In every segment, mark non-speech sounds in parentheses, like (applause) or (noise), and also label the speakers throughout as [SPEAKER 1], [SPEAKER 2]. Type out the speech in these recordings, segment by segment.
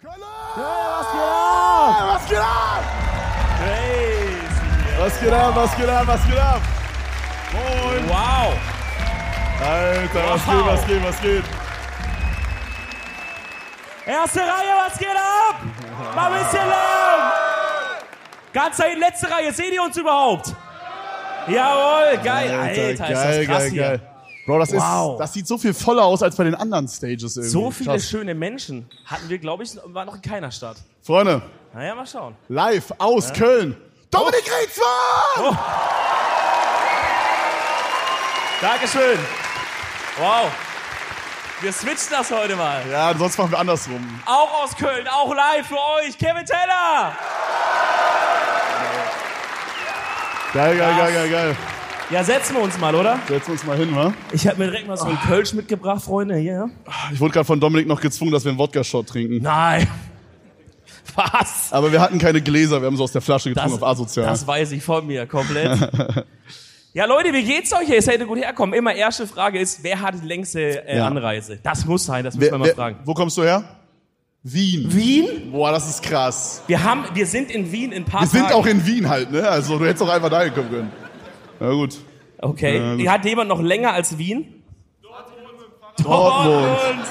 [SPEAKER 1] Köln!
[SPEAKER 2] was geht ab?
[SPEAKER 1] Was geht ab?
[SPEAKER 3] Crazy.
[SPEAKER 1] Was geht ab, was geht ab, was geht ab? Moin!
[SPEAKER 3] Wow.
[SPEAKER 1] Alter, was
[SPEAKER 3] Wow.
[SPEAKER 1] geht, was geht, was geht?
[SPEAKER 3] Erste Reihe, was geht ab? Mal ein bisschen Lärm. Ganz dahin, letzte Reihe. Seht ihr uns überhaupt? Jawohl, geil. Alter, ist das krass hier.
[SPEAKER 1] Bro, das,
[SPEAKER 3] Wow.
[SPEAKER 1] ist, das sieht so viel voller aus als bei den anderen Stages irgendwie.
[SPEAKER 3] So viele
[SPEAKER 1] Krass.
[SPEAKER 3] schöne Menschen hatten wir, glaube ich, war noch in keiner Stadt.
[SPEAKER 1] Freunde,
[SPEAKER 3] Naja, mal schauen.
[SPEAKER 1] live aus Köln. Dominik
[SPEAKER 3] Oh.
[SPEAKER 1] Rietzmann!
[SPEAKER 3] Dankeschön. Wow. Wir switchen das heute mal.
[SPEAKER 1] Ja, sonst machen wir andersrum.
[SPEAKER 3] Auch aus Köln, auch live für euch, Kevin Teller.
[SPEAKER 1] Geil, geil,
[SPEAKER 3] Krass.
[SPEAKER 1] geil, geil, geil.
[SPEAKER 3] Ja, setzen wir uns mal, oder?
[SPEAKER 1] Setzen wir uns mal hin, wa?
[SPEAKER 3] Ich habe mir direkt mal so einen Kölsch mitgebracht, Freunde. Hier.
[SPEAKER 1] Ich wurde gerade von Dominik noch gezwungen, dass wir einen Wodka-Shot trinken.
[SPEAKER 3] Nein. Was?
[SPEAKER 1] Aber wir hatten keine Gläser, wir haben so aus der Flasche getrunken auf asozial.
[SPEAKER 3] das weiß ich von mir komplett. ja, Leute, wie geht's euch? Ihr hättet gut herkommen. Immer erste Frage ist, wer hat die längste äh,
[SPEAKER 1] Ja.
[SPEAKER 3] Anreise? Das muss sein, das müssen
[SPEAKER 1] Wer-
[SPEAKER 3] wir mal
[SPEAKER 1] wer-
[SPEAKER 3] fragen.
[SPEAKER 1] Wo kommst du her? Wien.
[SPEAKER 3] Wien?
[SPEAKER 1] Boah, das ist krass.
[SPEAKER 3] Wir, haben, wir sind in Wien in ein paar
[SPEAKER 1] Wir sind
[SPEAKER 3] Tagen.
[SPEAKER 1] auch in Wien halt, ne? Also du hättest auch einfach da gekommen können. Na
[SPEAKER 3] (laughs)
[SPEAKER 1] gut.
[SPEAKER 3] okay.
[SPEAKER 1] Ähm.
[SPEAKER 3] Hat jemand noch länger als Wien?
[SPEAKER 1] Dortmund.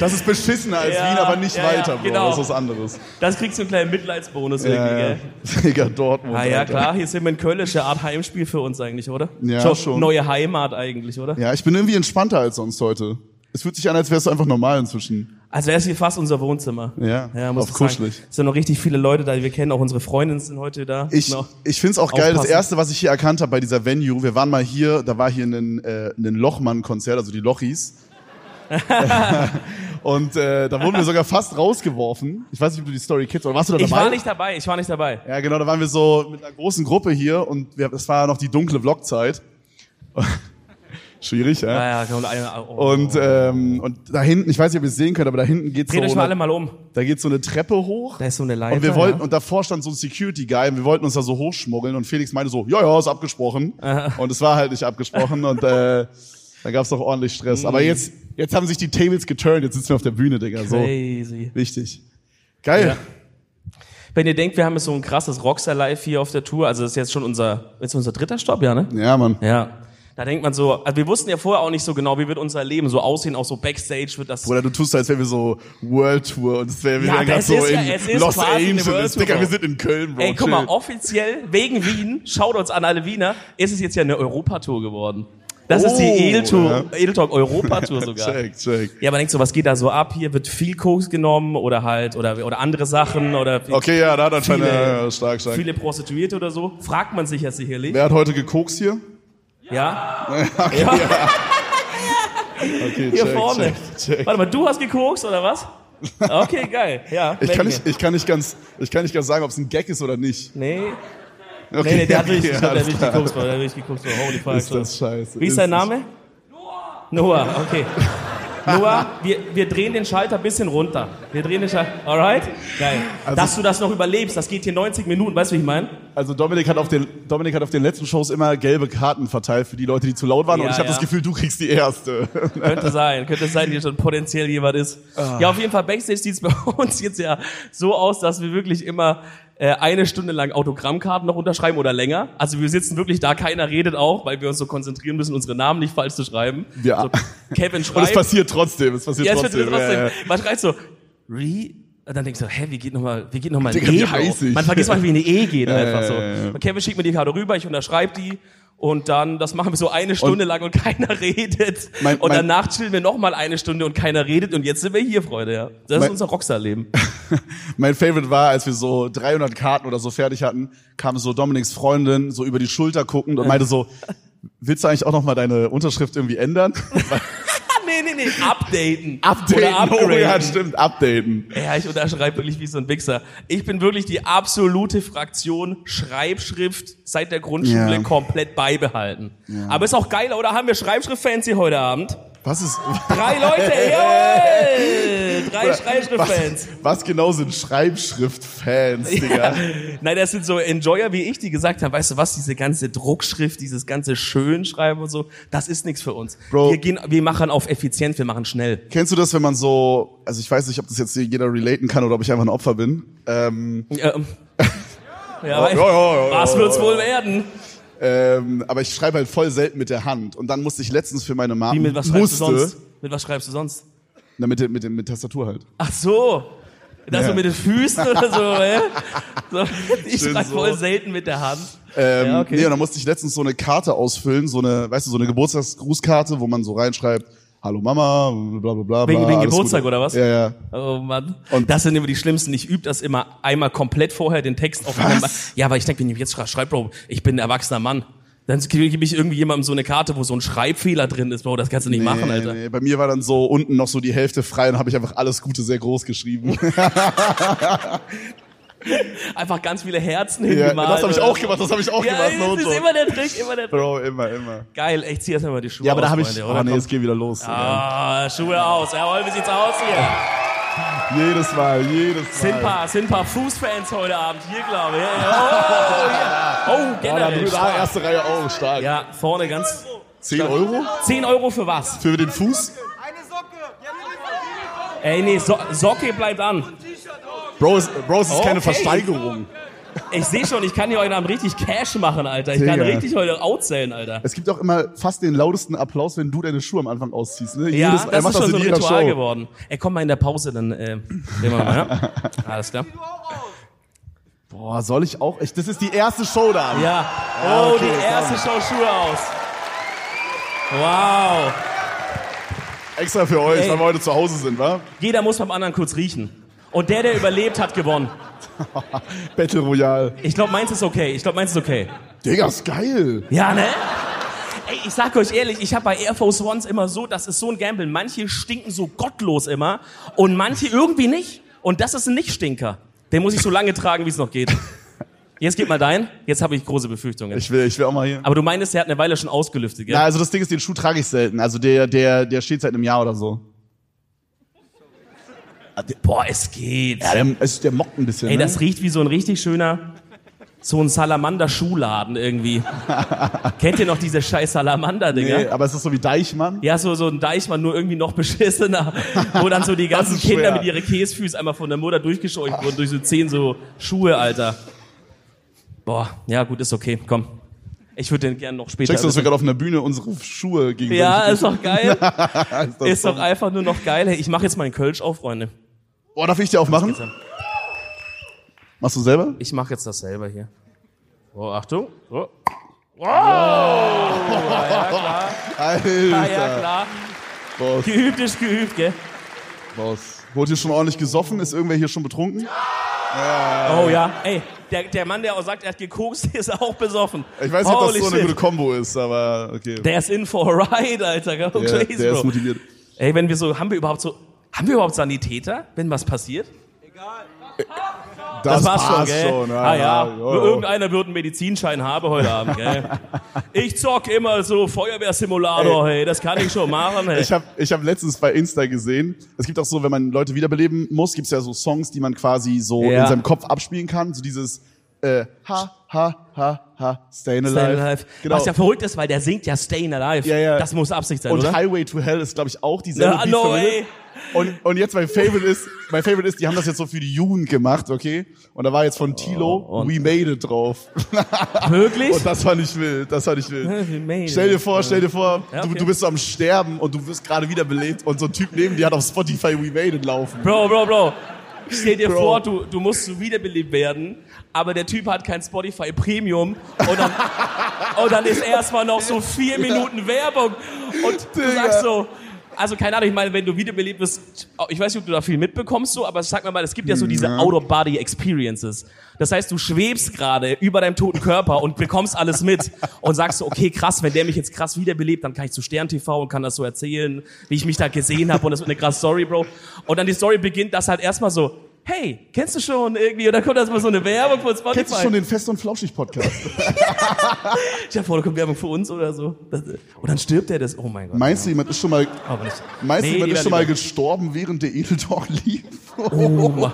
[SPEAKER 1] Das ist beschissener als
[SPEAKER 3] Ja,
[SPEAKER 1] Wien, aber nicht
[SPEAKER 3] ja, ja,
[SPEAKER 1] weiter, Bro.
[SPEAKER 3] genau.
[SPEAKER 1] Das ist was anderes.
[SPEAKER 3] Das kriegst du einen kleinen Mitleidsbonus irgendwie,
[SPEAKER 1] Ja, ja.
[SPEAKER 3] gell?
[SPEAKER 1] (laughs) Digga, Dortmund.
[SPEAKER 3] Ah ja,
[SPEAKER 1] Alter.
[SPEAKER 3] klar, hier sind wir in Kölnische Art Heimspiel für uns eigentlich, oder?
[SPEAKER 1] Ja, schon.
[SPEAKER 3] Neue Heimat eigentlich, oder?
[SPEAKER 1] Ja, ich bin irgendwie entspannter als sonst heute. Es fühlt sich an, als wärst du einfach normal inzwischen.
[SPEAKER 3] Also wäre es hier fast unser Wohnzimmer.
[SPEAKER 1] Ja, auf
[SPEAKER 3] ich
[SPEAKER 1] kuschelig.
[SPEAKER 3] Es sind noch richtig viele Leute da, die wir kennen, auch unsere Freundinnen sind heute da.
[SPEAKER 1] Ich,
[SPEAKER 3] Noch-
[SPEAKER 1] ich find's auch geil, das
[SPEAKER 3] Aufpassen.
[SPEAKER 1] erste, was ich hier erkannt habe bei dieser Venue, wir waren mal hier, da war hier ein, äh, ein Lochmann-Konzert, also die
[SPEAKER 3] (laughs)
[SPEAKER 1] Lochis. (laughs) Und äh, da wurden wir sogar fast rausgeworfen. Ich weiß nicht, ob du die Story kennst, oder warst du da
[SPEAKER 3] ich
[SPEAKER 1] dabei?
[SPEAKER 3] war nicht dabei, ich war nicht dabei.
[SPEAKER 1] Ja, genau, da waren wir so mit einer großen Gruppe hier und wir, das war noch die dunkle Vlogzeit. (laughs) Schwierig, ja.
[SPEAKER 3] Ah, ja, komm, eine, oh.
[SPEAKER 1] Und, ähm, und da hinten, ich weiß nicht, ob ihr es sehen könnt, aber da hinten geht so,
[SPEAKER 3] Dreht euch mal alle
[SPEAKER 1] eine,
[SPEAKER 3] mal um.
[SPEAKER 1] da geht so eine Treppe hoch.
[SPEAKER 3] Da ist so eine Leiter.
[SPEAKER 1] Und wir wollten,
[SPEAKER 3] ja.
[SPEAKER 1] und davor stand so ein Security Guy und wir wollten uns da so hochschmuggeln und Felix meinte so, ja, ja, ist abgesprochen. Und es war halt nicht abgesprochen und äh, da gab's doch ordentlich Stress. Aber
[SPEAKER 3] Mm.
[SPEAKER 1] jetzt, jetzt haben sich die Tables geturnt, jetzt sitzen wir auf der Bühne, Digga. So
[SPEAKER 3] Crazy.
[SPEAKER 1] wichtig. Geil.
[SPEAKER 3] Ja. Wenn ihr denkt, wir haben jetzt so ein krasses Rockstar Live hier auf der Tour, also das ist jetzt schon unser, jetzt unser dritter Stopp, ja, ne?
[SPEAKER 1] Ja, Mann.
[SPEAKER 3] Ja. Da denkt man so, also wir wussten ja vorher auch nicht so genau, wie wird unser Leben so aussehen, auch so Backstage wird das.
[SPEAKER 1] Oder du tust, als wären wir so World Tour und es wäre wir
[SPEAKER 3] Ja,
[SPEAKER 1] wären gerade
[SPEAKER 3] das
[SPEAKER 1] so
[SPEAKER 3] ist ja-
[SPEAKER 1] in
[SPEAKER 3] es ist
[SPEAKER 1] Los
[SPEAKER 3] quasi eine World
[SPEAKER 1] Angeles.
[SPEAKER 3] Tour,
[SPEAKER 1] Digga,
[SPEAKER 3] Bro.
[SPEAKER 1] wir sind in Köln, Bro.
[SPEAKER 3] Ey, guck mal,
[SPEAKER 1] Oh,
[SPEAKER 3] oh,
[SPEAKER 1] Chill.
[SPEAKER 3] offiziell wegen Wien, schaut uns an alle Wiener, ist es jetzt ja eine Europatour geworden. Das ist die
[SPEAKER 1] Oh,
[SPEAKER 3] Edeltour,
[SPEAKER 1] (laughs)
[SPEAKER 3] Edeltalk Europatour sogar.
[SPEAKER 1] Check, check.
[SPEAKER 3] Ja, man denkt so, was geht da so ab? Hier wird viel Koks genommen oder halt, oder, oder andere Sachen oder viel-
[SPEAKER 1] Okay, ja, da hat anscheinend
[SPEAKER 3] Viele-
[SPEAKER 1] ja, ja, stark, stark.
[SPEAKER 3] viele Prostituierte oder so. Fragt man sich ja sicherlich.
[SPEAKER 1] Wer hat heute gekokst hier?
[SPEAKER 3] Ja?
[SPEAKER 1] Okay,
[SPEAKER 3] Hier
[SPEAKER 1] check,
[SPEAKER 3] vorne.
[SPEAKER 1] check, check.
[SPEAKER 3] Warte mal, du hast gekokst oder was? Okay, geil. Ja,
[SPEAKER 1] Ich kann,
[SPEAKER 3] merken
[SPEAKER 1] nicht, ich, kann nicht ganz, ich kann nicht ganz sagen, ob es ein Gag ist oder nicht.
[SPEAKER 3] wir. Nee,
[SPEAKER 1] Okay,
[SPEAKER 3] nee, nee,
[SPEAKER 1] (laughs)
[SPEAKER 3] der hat
[SPEAKER 1] okay,
[SPEAKER 3] richtig, ich glaub, der
[SPEAKER 1] alles
[SPEAKER 3] hat richtig
[SPEAKER 1] klar.
[SPEAKER 3] gekokst, Mann, der hat richtig gekokst. Mann. Holy fuck.
[SPEAKER 1] Ist das scheiße.
[SPEAKER 3] Wie ist dein Name? Noah.
[SPEAKER 1] (laughs)
[SPEAKER 3] Noah, okay. Noah, wir, wir drehen den Schalter ein bisschen runter. Wir drehen den Schalter. Alright? Geil.
[SPEAKER 1] Also-
[SPEAKER 3] Dass du das noch überlebst, das geht hier 90 Minuten, weißt du, wie ich meine?
[SPEAKER 1] Also Dominik hat, auf den, Dominik hat auf den letzten Shows immer gelbe Karten verteilt für die Leute, die zu laut waren.
[SPEAKER 3] Ja,
[SPEAKER 1] und ich habe
[SPEAKER 3] ja.
[SPEAKER 1] das Gefühl, du kriegst die erste. (laughs)
[SPEAKER 3] Könnte sein, könnte sein, hier schon potenziell jemand ist.
[SPEAKER 1] Ah.
[SPEAKER 3] Ja, auf jeden Fall, Backstage sieht's bei (laughs) uns jetzt ja so aus, dass wir wirklich immer äh, eine Stunde lang Autogrammkarten noch unterschreiben oder länger. Also wir sitzen wirklich da, keiner redet auch, weil wir uns so konzentrieren müssen, unsere Namen nicht falsch zu schreiben.
[SPEAKER 1] Ja.
[SPEAKER 3] So, Kevin
[SPEAKER 1] und es
[SPEAKER 3] schreibt.
[SPEAKER 1] passiert trotzdem. Es passiert
[SPEAKER 3] Also Ja, es wird
[SPEAKER 1] trotzdem.
[SPEAKER 3] trotzdem.
[SPEAKER 1] Ja, ja.
[SPEAKER 3] Man schreibt so, Re. Und dann denkst du, hä, wie geht nochmal, wie geht nochmal ein
[SPEAKER 1] Digga,
[SPEAKER 3] E?
[SPEAKER 1] wie
[SPEAKER 3] Bro?
[SPEAKER 1] heiß ich?
[SPEAKER 3] Man vergisst manchmal, wie eine E geht einfach so.
[SPEAKER 1] ja, ja.
[SPEAKER 3] Und Kevin schickt mir die Karte rüber, ich unterschreibe die. Und dann, das machen wir so eine Stunde lang und (laughs) keiner redet.
[SPEAKER 1] Mein-
[SPEAKER 3] und
[SPEAKER 1] mein-
[SPEAKER 3] danach chillen wir nochmal eine Stunde und keiner redet. Und jetzt sind wir hier, Freunde, ja. Das ist
[SPEAKER 1] Mein- (laughs)
[SPEAKER 3] unser Rockstar-Leben. Ah,
[SPEAKER 1] Mein Favorite war, als wir so 300 Karten oder so fertig hatten, kam so Dominiks Freundin so über die Schulter guckend und meinte so, willst du eigentlich auch noch mal deine Unterschrift irgendwie ändern?
[SPEAKER 3] Ah, nee, nee, nee. Updaten. (laughs) Oder
[SPEAKER 1] Updaten. (laughs) Oh
[SPEAKER 3] upgraden.
[SPEAKER 1] ja, stimmt, updaten.
[SPEAKER 3] Ja, ich unterschreibe wirklich wie so ein Wichser. Ich bin wirklich die absolute Fraktion Schreibschrift seit der Grundschule
[SPEAKER 1] Ja.
[SPEAKER 3] komplett beibehalten. Aber ist auch geil, oder? Haben wir Schreibschrift-Fans hier heute Abend?
[SPEAKER 1] Was
[SPEAKER 3] (laughs)
[SPEAKER 1] ist.
[SPEAKER 3] Drei Leute, jawohl! Drei Schreibschriftfans.
[SPEAKER 1] Was genau sind Schreibschrift-Fans,
[SPEAKER 3] (laughs)
[SPEAKER 1] Digga?
[SPEAKER 3] Nein, das sind so Enjoyer wie ich, die gesagt haben, weißt du was, diese ganze Druckschrift, dieses ganze Schönschreiben und so, das ist nichts für uns.
[SPEAKER 1] Bro.
[SPEAKER 3] Wir, gehen, wir machen auf effizient, wir machen schnell.
[SPEAKER 1] Kennst du das, wenn man so. Also, ich weiß nicht, ob das jetzt jeder relaten kann oder ob ich einfach ein Opfer bin. Ähm, (laughs)
[SPEAKER 3] Ähm, ja,
[SPEAKER 1] ja, ja, ja,
[SPEAKER 3] was
[SPEAKER 1] ja,
[SPEAKER 3] wird's
[SPEAKER 1] ja.
[SPEAKER 3] wohl werden?
[SPEAKER 1] ähm, aber ich schreibe halt voll selten mit der Hand. Und dann musste ich letztens für meine Mama.
[SPEAKER 3] Wie, mit was schreibst
[SPEAKER 1] musste,
[SPEAKER 3] du sonst? Mit was schreibst du sonst?
[SPEAKER 1] Na, mit, der- mit, der- mit Tastatur halt.
[SPEAKER 3] Ach so. Das so
[SPEAKER 1] Ja.
[SPEAKER 3] mit den Füßen oder so, hä? So,
[SPEAKER 1] (laughs)
[SPEAKER 3] ich
[SPEAKER 1] Schön
[SPEAKER 3] schreibe
[SPEAKER 1] so.
[SPEAKER 3] voll selten mit der Hand.
[SPEAKER 1] Ähm,
[SPEAKER 3] Ja, okay.
[SPEAKER 1] nee, und dann musste ich letztens so eine Karte ausfüllen, so eine, weißt du, so eine Geburtstagsgrußkarte, wo man so reinschreibt, Hallo Mama, bla bla bla.
[SPEAKER 3] Wegen-
[SPEAKER 1] bla,
[SPEAKER 3] wegen
[SPEAKER 1] alles
[SPEAKER 3] Geburtstag
[SPEAKER 1] Gute.
[SPEAKER 3] oder was?
[SPEAKER 1] Ja, ja.
[SPEAKER 3] Oh Mann. Und
[SPEAKER 1] Und-
[SPEAKER 3] das sind immer die schlimmsten. Ich übe das immer einmal komplett vorher den Text auf einmal. Ja, aber ich denke, wenn ich jetzt schreibe, schreib, Bro, ich bin ein erwachsener Mann. Dann gebe ich irgendwie jemandem so eine Karte, wo so ein Schreibfehler drin ist, Bro, das kannst du nicht machen,
[SPEAKER 1] Nee,
[SPEAKER 3] Alter.
[SPEAKER 1] nee, Bei mir war dann so unten noch so die Hälfte frei und habe ich einfach alles Gute sehr groß
[SPEAKER 3] (laughs)
[SPEAKER 1] geschrieben.
[SPEAKER 3] Einfach ganz viele Herzen
[SPEAKER 1] ja,
[SPEAKER 3] hingemalt.
[SPEAKER 1] das habe ich
[SPEAKER 3] oder
[SPEAKER 1] auch
[SPEAKER 3] so.
[SPEAKER 1] gemacht, das habe ich auch
[SPEAKER 3] Ja,
[SPEAKER 1] gemacht. no
[SPEAKER 3] das ist
[SPEAKER 1] joke.
[SPEAKER 3] immer der Trick, immer der Trick.
[SPEAKER 1] Bro, immer, immer.
[SPEAKER 3] Geil, echt, zieh erst mal die Schuhe
[SPEAKER 1] Ja, aber da
[SPEAKER 3] aus,
[SPEAKER 1] habe ich.
[SPEAKER 3] Freunde,
[SPEAKER 1] Oh
[SPEAKER 3] oder?
[SPEAKER 1] nee, es geht wieder los.
[SPEAKER 3] Ah, Schuhe aus. Jawohl, wie sieht's aus hier?
[SPEAKER 1] Digga. Jedes Mal, jedes
[SPEAKER 3] Sind
[SPEAKER 1] Mal.
[SPEAKER 3] paar, sind paar Fußfans heute Abend hier,
[SPEAKER 1] (laughs)
[SPEAKER 3] glaube ich. Ja, ja. Oh, ja. oh
[SPEAKER 1] Ja, da,
[SPEAKER 3] generell.
[SPEAKER 1] da,
[SPEAKER 3] stark.
[SPEAKER 1] erste Reihe auch, stark.
[SPEAKER 3] Ja, vorne ganz.
[SPEAKER 1] 10 Euro?
[SPEAKER 3] 10 Euro für was?
[SPEAKER 1] Für den Fuß?
[SPEAKER 2] Eine Socke!
[SPEAKER 3] Ey, nee, so Socke bleibt an.
[SPEAKER 1] Bro, es, Bro, es ist keine
[SPEAKER 3] Oh, Okay.
[SPEAKER 1] Versteigerung.
[SPEAKER 3] Ich sehe schon, ich kann hier heute Abend richtig Cash machen, Alter. Ich kann
[SPEAKER 1] Digga.
[SPEAKER 3] richtig heute outsellen, Alter.
[SPEAKER 1] Es gibt auch immer fast den lautesten Applaus, wenn du deine Schuhe am Anfang ausziehst. Ne?
[SPEAKER 3] Ja,
[SPEAKER 1] Jedes- er
[SPEAKER 3] das
[SPEAKER 1] macht
[SPEAKER 3] ist schon
[SPEAKER 1] in
[SPEAKER 3] so ein
[SPEAKER 1] jeder
[SPEAKER 3] Ritual
[SPEAKER 1] Show.
[SPEAKER 3] geworden. Ey, komm mal in der Pause, dann äh, sehen wir mal.
[SPEAKER 1] (laughs)
[SPEAKER 3] Ja? Alles klar.
[SPEAKER 1] Boah, soll ich auch? Ich, das ist die erste Show da.
[SPEAKER 3] Ja.
[SPEAKER 1] Ja,
[SPEAKER 3] Oh,
[SPEAKER 1] okay,
[SPEAKER 3] die erste Show Schuhe aus. Wow.
[SPEAKER 1] Extra für euch,
[SPEAKER 3] Ey.
[SPEAKER 1] weil wir heute zu Hause sind, wa? (laughs)
[SPEAKER 3] Jeder muss beim anderen kurz riechen. Und der, der überlebt, hat gewonnen.
[SPEAKER 1] Battle Royale.
[SPEAKER 3] Ich glaube, meins ist okay. Ich glaube, meins ist okay.
[SPEAKER 1] Digga, ist geil.
[SPEAKER 3] Ja, ne? Ey, ich sag euch ehrlich, ich habe bei Air Force Ones immer so, das ist so ein Gamble. Manche stinken so gottlos immer und manche irgendwie nicht. Und das ist ein Nichtstinker. Den muss ich so lange tragen, wie es noch geht. Jetzt gib mal dein. Jetzt habe ich große Befürchtungen.
[SPEAKER 1] Ich will, ich will auch mal hier.
[SPEAKER 3] Aber du meinst, der hat eine Weile schon ausgelüftet, gell?
[SPEAKER 1] Ja, also das Ding ist, den Schuh trage ich selten. Also der, der, der steht seit einem Jahr oder so.
[SPEAKER 3] Boah, es geht.
[SPEAKER 1] der, es, der mockt ein bisschen. ne?
[SPEAKER 3] Ey, das riecht wie so ein richtig schöner, so ein Salamander-Schuhladen irgendwie. Kennt ihr noch diese scheiß Salamander-Dinger?
[SPEAKER 1] nee, aber es ist so wie Deichmann.
[SPEAKER 3] Ja, so, so ein Deichmann, nur irgendwie
[SPEAKER 1] (laughs)
[SPEAKER 3] noch beschissener, wo dann so die ganzen
[SPEAKER 1] ist schwer.
[SPEAKER 3] Kinder mit ihren Käsefüßen einmal von der Mutter durchgescheucht wurden, durch so zehn so Schuhe, Alter. Boah, ja gut, ist okay, komm. Ich würde den gerne noch später...
[SPEAKER 1] Checkst du, dass wir gerade auf einer Bühne unsere Schuhe gegen
[SPEAKER 3] ja, also- ist doch geil.
[SPEAKER 1] (laughs) ist, das
[SPEAKER 3] Ist
[SPEAKER 1] so?
[SPEAKER 3] doch einfach nur noch geil. Hey, ich mache jetzt meinen Kölsch auf, Freunde.
[SPEAKER 1] Boah, darf ich dir aufmachen? Machst du selber?
[SPEAKER 3] Ich mache jetzt das selber hier. Oh, Achtung. Oh.
[SPEAKER 1] Alter.
[SPEAKER 3] Ah, ja, klar.
[SPEAKER 1] Boss,
[SPEAKER 3] Geübt ist geübt, gell?
[SPEAKER 1] Boss. Wurde hier schon ordentlich gesoffen? Ist irgendwer hier schon betrunken?
[SPEAKER 3] Oh ja. Ey, der, der Mann, der auch sagt, er hat gekokst, (laughs) ist auch besoffen.
[SPEAKER 1] Ich weiß nicht, ob das
[SPEAKER 3] Holy
[SPEAKER 1] so eine
[SPEAKER 3] shit.
[SPEAKER 1] gute Kombo ist, aber okay.
[SPEAKER 3] Der ist in for a ride, Alter. Go
[SPEAKER 1] der,
[SPEAKER 3] crazy,
[SPEAKER 1] der ist
[SPEAKER 3] bro.
[SPEAKER 1] motiviert.
[SPEAKER 3] Ey, wenn wir so, haben wir überhaupt so, haben wir überhaupt Sanitäter, wenn was passiert? Das, war's schon,
[SPEAKER 1] passt
[SPEAKER 3] gell?
[SPEAKER 1] ja,
[SPEAKER 3] ah ja,
[SPEAKER 1] ja, jo,
[SPEAKER 3] Nur
[SPEAKER 1] jo.
[SPEAKER 3] irgendeiner wird einen Medizinschein haben heute
[SPEAKER 1] (laughs)
[SPEAKER 3] Abend, gell? ich zock immer so Feuerwehrsimulator, hey, das kann ich schon machen, hey.
[SPEAKER 1] Ich habe ich hab letztens bei Insta gesehen, es gibt auch so, wenn man Leute wiederbeleben muss, gibt's ja so Songs, die man quasi so
[SPEAKER 3] Ja.
[SPEAKER 1] in seinem Kopf abspielen kann. So dieses äh, Ha, Ha, Ha, Ha, Stayin' Alive.
[SPEAKER 3] Stayin' Alive.
[SPEAKER 1] Genau.
[SPEAKER 3] Was ja verrückt ist, weil der singt ja Stayin' Alive.
[SPEAKER 1] Ja, ja.
[SPEAKER 3] Das muss Absicht sein,
[SPEAKER 1] und
[SPEAKER 3] oder?
[SPEAKER 1] Highway to Hell ist, glaube ich, auch dieselbe
[SPEAKER 3] Ja,
[SPEAKER 1] Beat
[SPEAKER 3] no
[SPEAKER 1] verwendet.
[SPEAKER 3] way.
[SPEAKER 1] Und, und jetzt mein Favorite ist, mein Favorite ist, die haben das jetzt so für die Jugend gemacht, okay? Und da war jetzt von Tilo
[SPEAKER 3] Oh, und-
[SPEAKER 1] We Made It drauf.
[SPEAKER 3] Wirklich?
[SPEAKER 1] Und das fand ich wild, das fand ich wild.
[SPEAKER 3] (laughs) We made it.
[SPEAKER 1] Stell dir vor, stell dir vor,
[SPEAKER 3] Ja, okay.
[SPEAKER 1] du, du bist so am Sterben und du wirst gerade wiederbelebt und so ein Typ neben dir hat auf Spotify We Made It laufen.
[SPEAKER 3] Bro, Bro, Bro. Stell dir
[SPEAKER 1] Bro.
[SPEAKER 3] vor, du, du musst so wiederbelebt werden, aber der Typ hat kein Spotify Premium und dann, und dann ist erstmal noch so vier Minuten Werbung und du
[SPEAKER 1] Digga.
[SPEAKER 3] sagst so, also keine Ahnung, ich meine, wenn du wiederbelebt bist, ich weiß nicht, ob du da viel mitbekommst, so, aber sag mir mal, es gibt ja so diese
[SPEAKER 1] Mhm.
[SPEAKER 3] Out-of-Body-Experiences. Das heißt, du schwebst gerade über deinem toten Körper und bekommst alles mit und sagst so, okay, krass, wenn der mich jetzt krass wiederbelebt, dann kann ich zu Stern TV und kann das so erzählen, wie ich mich da gesehen habe und das wird eine krasse Story, Bro. Und dann die Story beginnt, dass halt erstmal so, hey, kennst du schon irgendwie? Und dann kommt erstmal so eine Werbung von Spotify.
[SPEAKER 1] Kennst du schon den Fest- und
[SPEAKER 3] (laughs)
[SPEAKER 1] Flauschig-Podcast?
[SPEAKER 3] Ich habe vor, da kommt Werbung für uns oder so. Das, äh, und dann stirbt er das. Oh mein Gott.
[SPEAKER 1] Meinst du, jemand ist schon mal,
[SPEAKER 3] Aber nicht.
[SPEAKER 1] meinst du,
[SPEAKER 3] Nee,
[SPEAKER 1] jemand
[SPEAKER 3] lieber,
[SPEAKER 1] ist schon mal
[SPEAKER 3] lieber.
[SPEAKER 1] gestorben, während der Edeltalk lief?
[SPEAKER 3] Oh, Mann.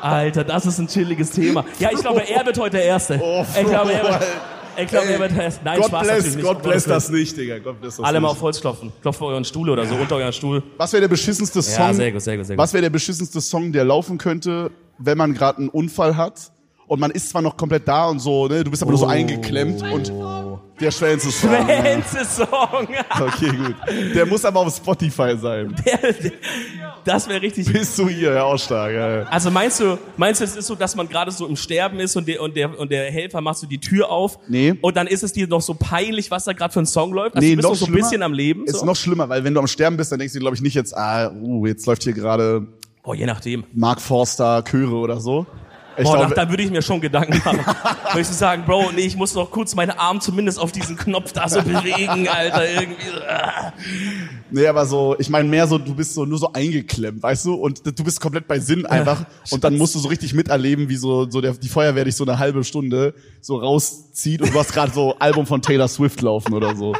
[SPEAKER 3] Alter, das ist ein chilliges Thema. Ja, ich glaube, er wird heute der Erste.
[SPEAKER 1] Oh,
[SPEAKER 3] ich glaube, er wird, ich glaube, er wird der Erste. Nein,
[SPEAKER 1] Gott
[SPEAKER 3] Spaß
[SPEAKER 1] bless,
[SPEAKER 3] natürlich nicht.
[SPEAKER 1] Gott bless
[SPEAKER 3] Um Gottes
[SPEAKER 1] das nicht, Digga. Gott bless das
[SPEAKER 3] Willen. Alle
[SPEAKER 1] nicht.
[SPEAKER 3] mal auf Holz klopfen. Klopft vor euren Stuhl oder so, unter euren Stuhl.
[SPEAKER 1] Was wäre der beschissenste Song?
[SPEAKER 3] sehr gut, sehr gut, sehr gut.
[SPEAKER 1] Was wäre der beschissenste Song, der laufen könnte, wenn man gerade einen Unfall hat und man ist zwar noch komplett da und so, ne, du bist aber nur so
[SPEAKER 3] Oh.
[SPEAKER 1] eingeklemmt und der schwänze Song.
[SPEAKER 3] Fancy Song.
[SPEAKER 1] Okay, gut. Der muss aber auf Spotify sein.
[SPEAKER 3] (laughs) Das wäre richtig.
[SPEAKER 1] Bist du hier, Herr Aussteiger?
[SPEAKER 3] Also meinst du, meinst du, es ist so, dass man gerade so im Sterben ist und der, und der, und der Helfer macht so die Tür auf?
[SPEAKER 1] Nee.
[SPEAKER 3] Und dann ist es dir noch so peinlich, was da gerade für ein Song läuft? Also
[SPEAKER 1] Nee,
[SPEAKER 3] du bist
[SPEAKER 1] noch
[SPEAKER 3] noch so ein
[SPEAKER 1] schlimmer
[SPEAKER 3] bisschen am Leben.
[SPEAKER 1] Ist
[SPEAKER 3] So?
[SPEAKER 1] noch schlimmer, weil wenn du am Sterben bist, dann denkst du dir, glaube ich, nicht jetzt, ah, uh, jetzt läuft hier gerade
[SPEAKER 3] oh, je nachdem.
[SPEAKER 1] Mark Forster, Chöre oder so. Ich
[SPEAKER 3] Boah,
[SPEAKER 1] glaube,
[SPEAKER 3] nach, da würde ich mir schon Gedanken machen. würde ich so sagen, Bro, nee, ich muss noch kurz meinen Arm zumindest auf diesen Knopf da
[SPEAKER 1] (laughs)
[SPEAKER 3] so bewegen, Alter, irgendwie. so, ah.
[SPEAKER 1] nee, aber so, ich meine mehr so, du bist so nur so eingeklemmt, weißt du? Und du bist komplett bei Sinn einfach. und dann musst du so richtig miterleben, wie so, so der, die Feuerwehr dich so eine halbe Stunde so rauszieht und du hast gerade so Album von Taylor Swift laufen oder so.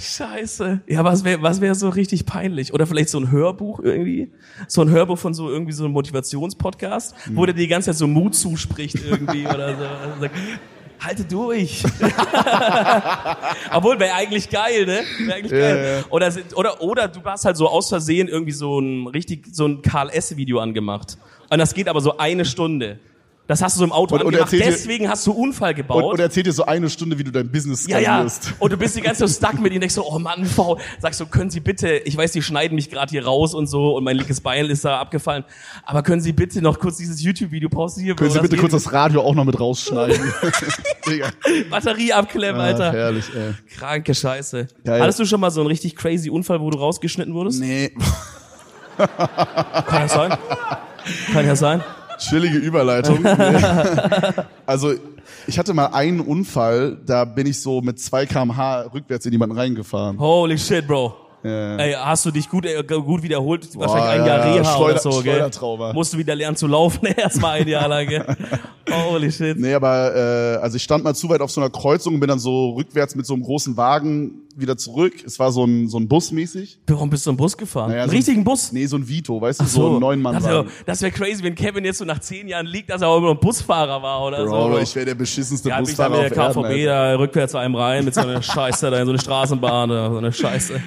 [SPEAKER 3] Scheiße. Ja, was wäre was wär so richtig peinlich? Oder vielleicht so ein Hörbuch irgendwie? So ein Hörbuch von so irgendwie so einem Motivationspodcast,
[SPEAKER 1] Mhm.
[SPEAKER 3] wo der dir die ganze Zeit so Mut zuspricht irgendwie oder so. Also sagt, Halte durch. (laughs) Obwohl, wäre eigentlich geil, ne? Wäre eigentlich
[SPEAKER 1] Ja,
[SPEAKER 3] geil. Oder, sind- oder, oder du hast halt so aus Versehen irgendwie so ein richtig, so ein KLS-Video angemacht. Und das geht aber so eine Stunde. Das hast du so im Auto
[SPEAKER 1] Und- und
[SPEAKER 3] angemacht.
[SPEAKER 1] erzählt dir-
[SPEAKER 3] Deswegen hast du Unfall gebaut.
[SPEAKER 1] Und, und erzählt dir so eine Stunde, wie du dein Business
[SPEAKER 3] Ja, ja.
[SPEAKER 1] skalierst.
[SPEAKER 3] Und du bist die ganze Zeit stuck mit ihm, denkst so, oh Mann, Frau, sagst du, so, können Sie bitte, ich weiß, die schneiden mich gerade hier raus und so und mein linkes Bein ist da abgefallen, aber können Sie bitte noch kurz dieses YouTube-Video pausieren?
[SPEAKER 1] Können Sie
[SPEAKER 3] bevor
[SPEAKER 1] bitte
[SPEAKER 3] das
[SPEAKER 1] kurz das Radio auch noch mit
[SPEAKER 3] (laughs)
[SPEAKER 1] rausschneiden? (laughs) Digga.
[SPEAKER 3] geht? Batterie abklemmen,
[SPEAKER 1] Ach,
[SPEAKER 3] Alter.
[SPEAKER 1] herrlich, ey.
[SPEAKER 3] Kranke Scheiße.
[SPEAKER 1] Geil.
[SPEAKER 3] Hattest du schon mal so einen richtig crazy Unfall, wo du rausgeschnitten wurdest?
[SPEAKER 1] Nee,
[SPEAKER 3] Kann ja sein. Kann ja sein.
[SPEAKER 1] Chillige
[SPEAKER 3] (laughs)
[SPEAKER 1] Überleitung. also, ich hatte mal einen Unfall, da bin ich so mit 2 kmh rückwärts in jemanden reingefahren.
[SPEAKER 3] Holy shit, Bro.
[SPEAKER 1] Ja.
[SPEAKER 3] Ey, hast du dich gut, äh, gut wiederholt? Wahrscheinlich ein
[SPEAKER 1] ja,
[SPEAKER 3] Jahr
[SPEAKER 1] ja,
[SPEAKER 3] Reha oder
[SPEAKER 1] Schleuder-
[SPEAKER 3] so, gell?
[SPEAKER 1] Schleudertrauma.
[SPEAKER 3] Musst du wieder lernen zu laufen, (laughs) erstmal ein Jahr
[SPEAKER 1] (laughs)
[SPEAKER 3] lang, gell? Holy shit.
[SPEAKER 1] Nee, aber äh, also ich stand mal zu weit auf so einer Kreuzung und bin dann so rückwärts mit so einem großen Wagen wieder zurück. Es war so ein, so ein Bus mäßig.
[SPEAKER 3] Warum bist du im Bus gefahren?
[SPEAKER 1] Naja,
[SPEAKER 3] Einen
[SPEAKER 1] so-
[SPEAKER 3] richtigen Bus?
[SPEAKER 1] Nee, so ein Vito, weißt du, so, ein
[SPEAKER 3] das
[SPEAKER 1] Neunmannwagen.
[SPEAKER 3] wäre das wär crazy, wenn Kevin jetzt so nach zehn Jahren liegt, dass er auch immer ein Busfahrer war oder so.
[SPEAKER 1] Bro, ich wäre der beschissenste
[SPEAKER 3] also ja, mich dann
[SPEAKER 1] Busfahrer
[SPEAKER 3] mit der
[SPEAKER 1] auf
[SPEAKER 3] KVB
[SPEAKER 1] Erden. Alter.
[SPEAKER 3] da rückwärts zu einem rein mit so
[SPEAKER 1] (laughs)
[SPEAKER 3] einer Scheiße da in so eine Straßenbahn oder so eine Scheiße.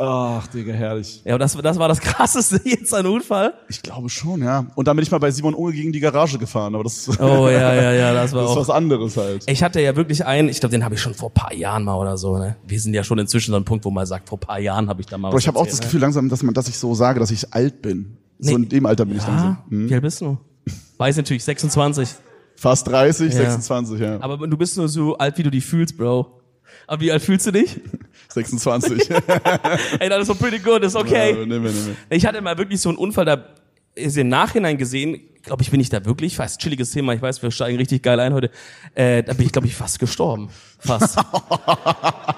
[SPEAKER 1] Ach, Digga, herrlich.
[SPEAKER 3] Ja, aber das, das war das krasseste (laughs) jetzt an Unfall.
[SPEAKER 1] Ich glaube schon, ja. Und dann bin ich mal bei Simon Unge gegen die Garage gefahren, aber das,
[SPEAKER 3] Oh ja, ja, ja,
[SPEAKER 1] (laughs)
[SPEAKER 3] (laughs) das war
[SPEAKER 1] das ist
[SPEAKER 3] auch.
[SPEAKER 1] was anderes halt.
[SPEAKER 3] Ich hatte ja wirklich einen, ich glaube, den habe ich schon vor ein paar Jahren mal oder so. Ne? Wir sind ja schon inzwischen an einem Punkt, wo man sagt, vor ein paar Jahren habe ich da mal
[SPEAKER 1] Aber
[SPEAKER 3] was
[SPEAKER 1] ich habe auch das
[SPEAKER 3] erzählt, ne?
[SPEAKER 1] Gefühl langsam, dass man, dass ich so sage, dass ich alt bin. So
[SPEAKER 3] Nee.
[SPEAKER 1] in dem Alter bin ich
[SPEAKER 3] ne?
[SPEAKER 1] langsam.
[SPEAKER 3] Ah, Wie alt bist du? Weiß natürlich, 26.
[SPEAKER 1] Fast 30,
[SPEAKER 3] Ja.
[SPEAKER 1] 26, ja.
[SPEAKER 3] Aber du bist nur so alt, wie du dich fühlst, Bro. Aber wie alt fühlst du dich?
[SPEAKER 1] 26.
[SPEAKER 3] Ey, das ist so pretty good,
[SPEAKER 1] (laughs)
[SPEAKER 3] ist (laughs) okay.
[SPEAKER 1] Ja, nimm mir, nimm mir.
[SPEAKER 3] Ich hatte mal wirklich so einen Unfall, da ist im Nachhinein gesehen, glaube ich, bin ich da wirklich fast chilliges Thema. Ich weiß, wir steigen richtig geil ein heute. Äh, da bin ich, glaube ich, fast gestorben. Fast.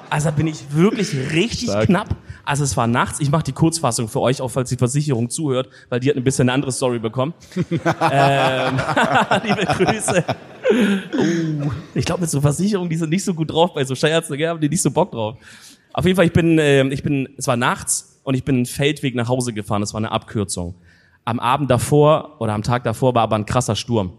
[SPEAKER 3] also da bin ich wirklich richtig
[SPEAKER 1] Stark.
[SPEAKER 3] knapp. Also es war nachts. Ich mache die Kurzfassung für euch, auch falls die Versicherung zuhört, weil die hat ein bisschen eine andere
[SPEAKER 1] (laughs)
[SPEAKER 3] Story bekommen. ähm, (laughs) liebe Grüße. Oh, Ich glaube, mit so Versicherungen, die sind nicht so gut drauf bei so Scherzen, gell? haben die nicht so Bock drauf. Auf jeden Fall, ich bin, äh, ich bin, es war nachts und ich bin einen Feldweg nach Hause gefahren, das war eine Abkürzung. Am Abend davor oder am Tag davor war aber ein krasser
[SPEAKER 1] Hm.
[SPEAKER 3] Sturm.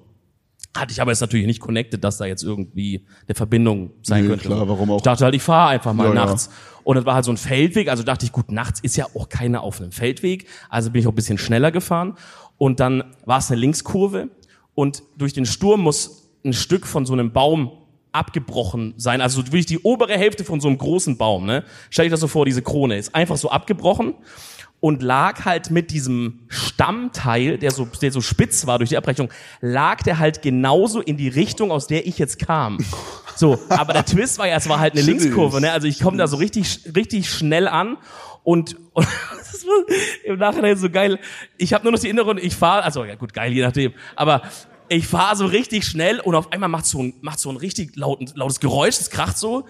[SPEAKER 3] Hatte ich aber jetzt natürlich nicht connected, dass da jetzt irgendwie eine Verbindung sein
[SPEAKER 1] Nö,
[SPEAKER 3] könnte.
[SPEAKER 1] klar, warum auch?
[SPEAKER 3] Ich dachte halt, ich fahre einfach mal
[SPEAKER 1] Ja, ja.
[SPEAKER 3] nachts. Und das war halt so ein Feldweg, also dachte ich, gut, nachts ist ja auch keiner auf einem Feldweg, also bin ich auch ein bisschen schneller gefahren. Und dann war es eine Linkskurve und durch den Sturm muss ein Stück von so einem Baum abgebrochen sein, also wirklich die obere Hälfte von so einem großen Baum, ne? Stell dir das so vor, diese Krone ist einfach so abgebrochen und lag halt mit diesem Stammteil, der so, der so spitz war durch die Abbrechung, lag der halt genauso in die Richtung, aus der ich jetzt kam. So, aber der Twist war ja, es war halt eine
[SPEAKER 1] Stimmt.
[SPEAKER 3] Linkskurve, ne? Also ich komme da so richtig, richtig schnell an und, (laughs) und das war im Nachhinein so geil. Ich habe nur noch die Innere und ich fahre, also ja gut, geil, je nachdem, aber ich fahre so richtig schnell und auf einmal macht so ein, macht so ein richtig lauten, lautes um Geräusch, es kracht so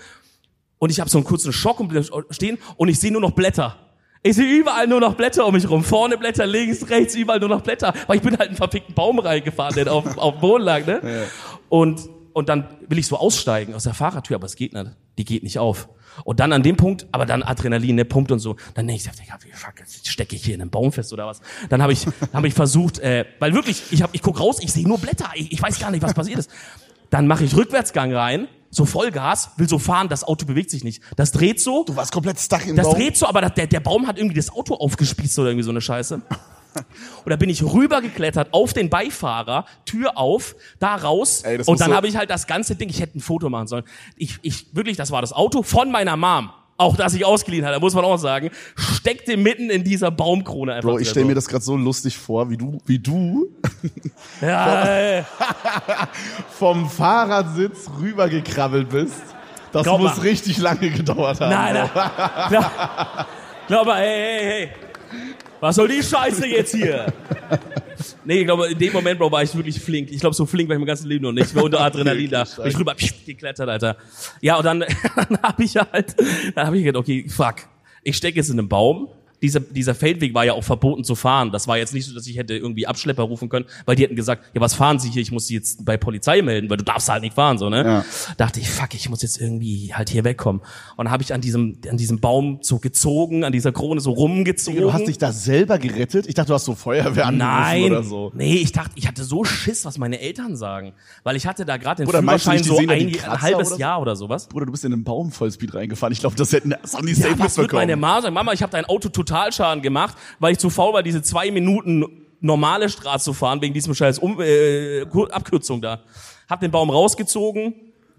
[SPEAKER 3] und ich habe so einen kurzen Schock und bleib stehen und ich sehe nur noch Blätter. Ich sehe überall nur noch Blätter um mich rum. Vorne Blätter, links, rechts, überall nur noch Blätter. Weil ich bin halt einen verfickten Baum reingefahren, der auf, auf dem Boden lag, ne? Und, und dann will ich so aussteigen aus der Fahrertür, aber es geht nicht. Die geht nicht auf. Und dann an dem Punkt, aber dann Adrenalin, ne, pumpt und so. Dann denke ich, Digga, wie fuck, jetzt stecke ich hier in einem Baum fest oder was? Dann habe ich, (laughs) dann hab ich versucht, äh, weil wirklich, ich, hab, ich guck raus, ich sehe nur Blätter. Ich, ich weiß gar nicht, was passiert ist. Dann mache ich Rückwärtsgang rein, so Vollgas, will so fahren, das Auto bewegt sich nicht. Das dreht so,
[SPEAKER 1] Du warst komplett stuck im
[SPEAKER 3] das
[SPEAKER 1] Baum.
[SPEAKER 3] dreht so, aber das, der, der Baum hat irgendwie das Auto aufgespießt oder irgendwie so eine Scheiße. Und da bin ich rübergeklettert auf den Beifahrer, Tür auf, da raus.
[SPEAKER 1] Ey, das
[SPEAKER 3] und
[SPEAKER 1] musst
[SPEAKER 3] dann
[SPEAKER 1] du-
[SPEAKER 3] habe ich halt das ganze Ding, ich hätte ein Foto machen sollen. Ich, ich, wirklich, das war das Auto von meiner Mom. Auch das ich ausgeliehen hatte, muss man auch sagen. Steckte mitten in dieser Baumkrone einfach.
[SPEAKER 1] Bro, ich stelle mir das gerade so lustig vor, wie du, wie du
[SPEAKER 3] das. Ja, ey.
[SPEAKER 1] (laughs) vom Fahrradsitz rübergekrabbelt bist. Das
[SPEAKER 3] Glaub
[SPEAKER 1] muss
[SPEAKER 3] mal.
[SPEAKER 1] richtig lange gedauert haben.
[SPEAKER 3] Nein,
[SPEAKER 1] Bro.
[SPEAKER 3] nein. Glaub, glaub mal, hey, hey, hey. Was soll die Scheiße jetzt hier? Nee, ich glaube, in dem Moment, Bro, war ich wirklich flink. Ich glaube, so flink war ich mein ganzes Leben noch nicht. Ich war (laughs) unter Adrenalin da.
[SPEAKER 1] Wirklich,
[SPEAKER 3] Bin ich rüber psch, (laughs) geklettert, Alter. Ja, und dann, (laughs) dann habe ich halt, dann habe ich gedacht, okay, fuck. Ich stecke jetzt in einem Baum. Dieser, dieser Feldweg war ja auch verboten zu fahren. Das war jetzt nicht so, dass ich hätte irgendwie Abschlepper rufen können, weil die hätten gesagt, ja, was fahren Sie hier? Ich muss Sie jetzt bei Polizei melden, weil du darfst halt nicht fahren, so, ne?
[SPEAKER 1] Ja.
[SPEAKER 3] dachte ich, fuck, ich muss jetzt irgendwie halt hier wegkommen. Und habe ich an diesem, an diesem Baum so gezogen, an dieser Krone so rumgezogen.
[SPEAKER 1] (laughs) Du hast dich da selber gerettet? Ich dachte, du hast so Feuerwehr angerufen
[SPEAKER 3] Nein,
[SPEAKER 1] oder so.
[SPEAKER 3] nee, ich dachte, ich hatte so Schiss, was meine Eltern sagen, weil ich hatte da gerade den
[SPEAKER 1] Oder meinst du
[SPEAKER 3] Führerschein
[SPEAKER 1] nicht, die
[SPEAKER 3] so
[SPEAKER 1] sehen da die
[SPEAKER 3] ein, ein
[SPEAKER 1] Kratzer
[SPEAKER 3] halbes
[SPEAKER 1] oder so?
[SPEAKER 3] Jahr oder sowas.
[SPEAKER 1] Bruder, du bist in einen Baum Vollspeed reingefahren. Ich glaube, das hätten das haben die
[SPEAKER 3] Ja,
[SPEAKER 1] safe
[SPEAKER 3] was wird meine
[SPEAKER 1] mitbekommen.
[SPEAKER 3] Mama sagen? Mama, ich habe dein Auto Totalschaden gemacht, weil ich zu faul war, diese zwei Minuten normale Straße zu fahren, wegen diesem scheiß um äh, Kur- Abkürzung da. Hab den Baum rausgezogen,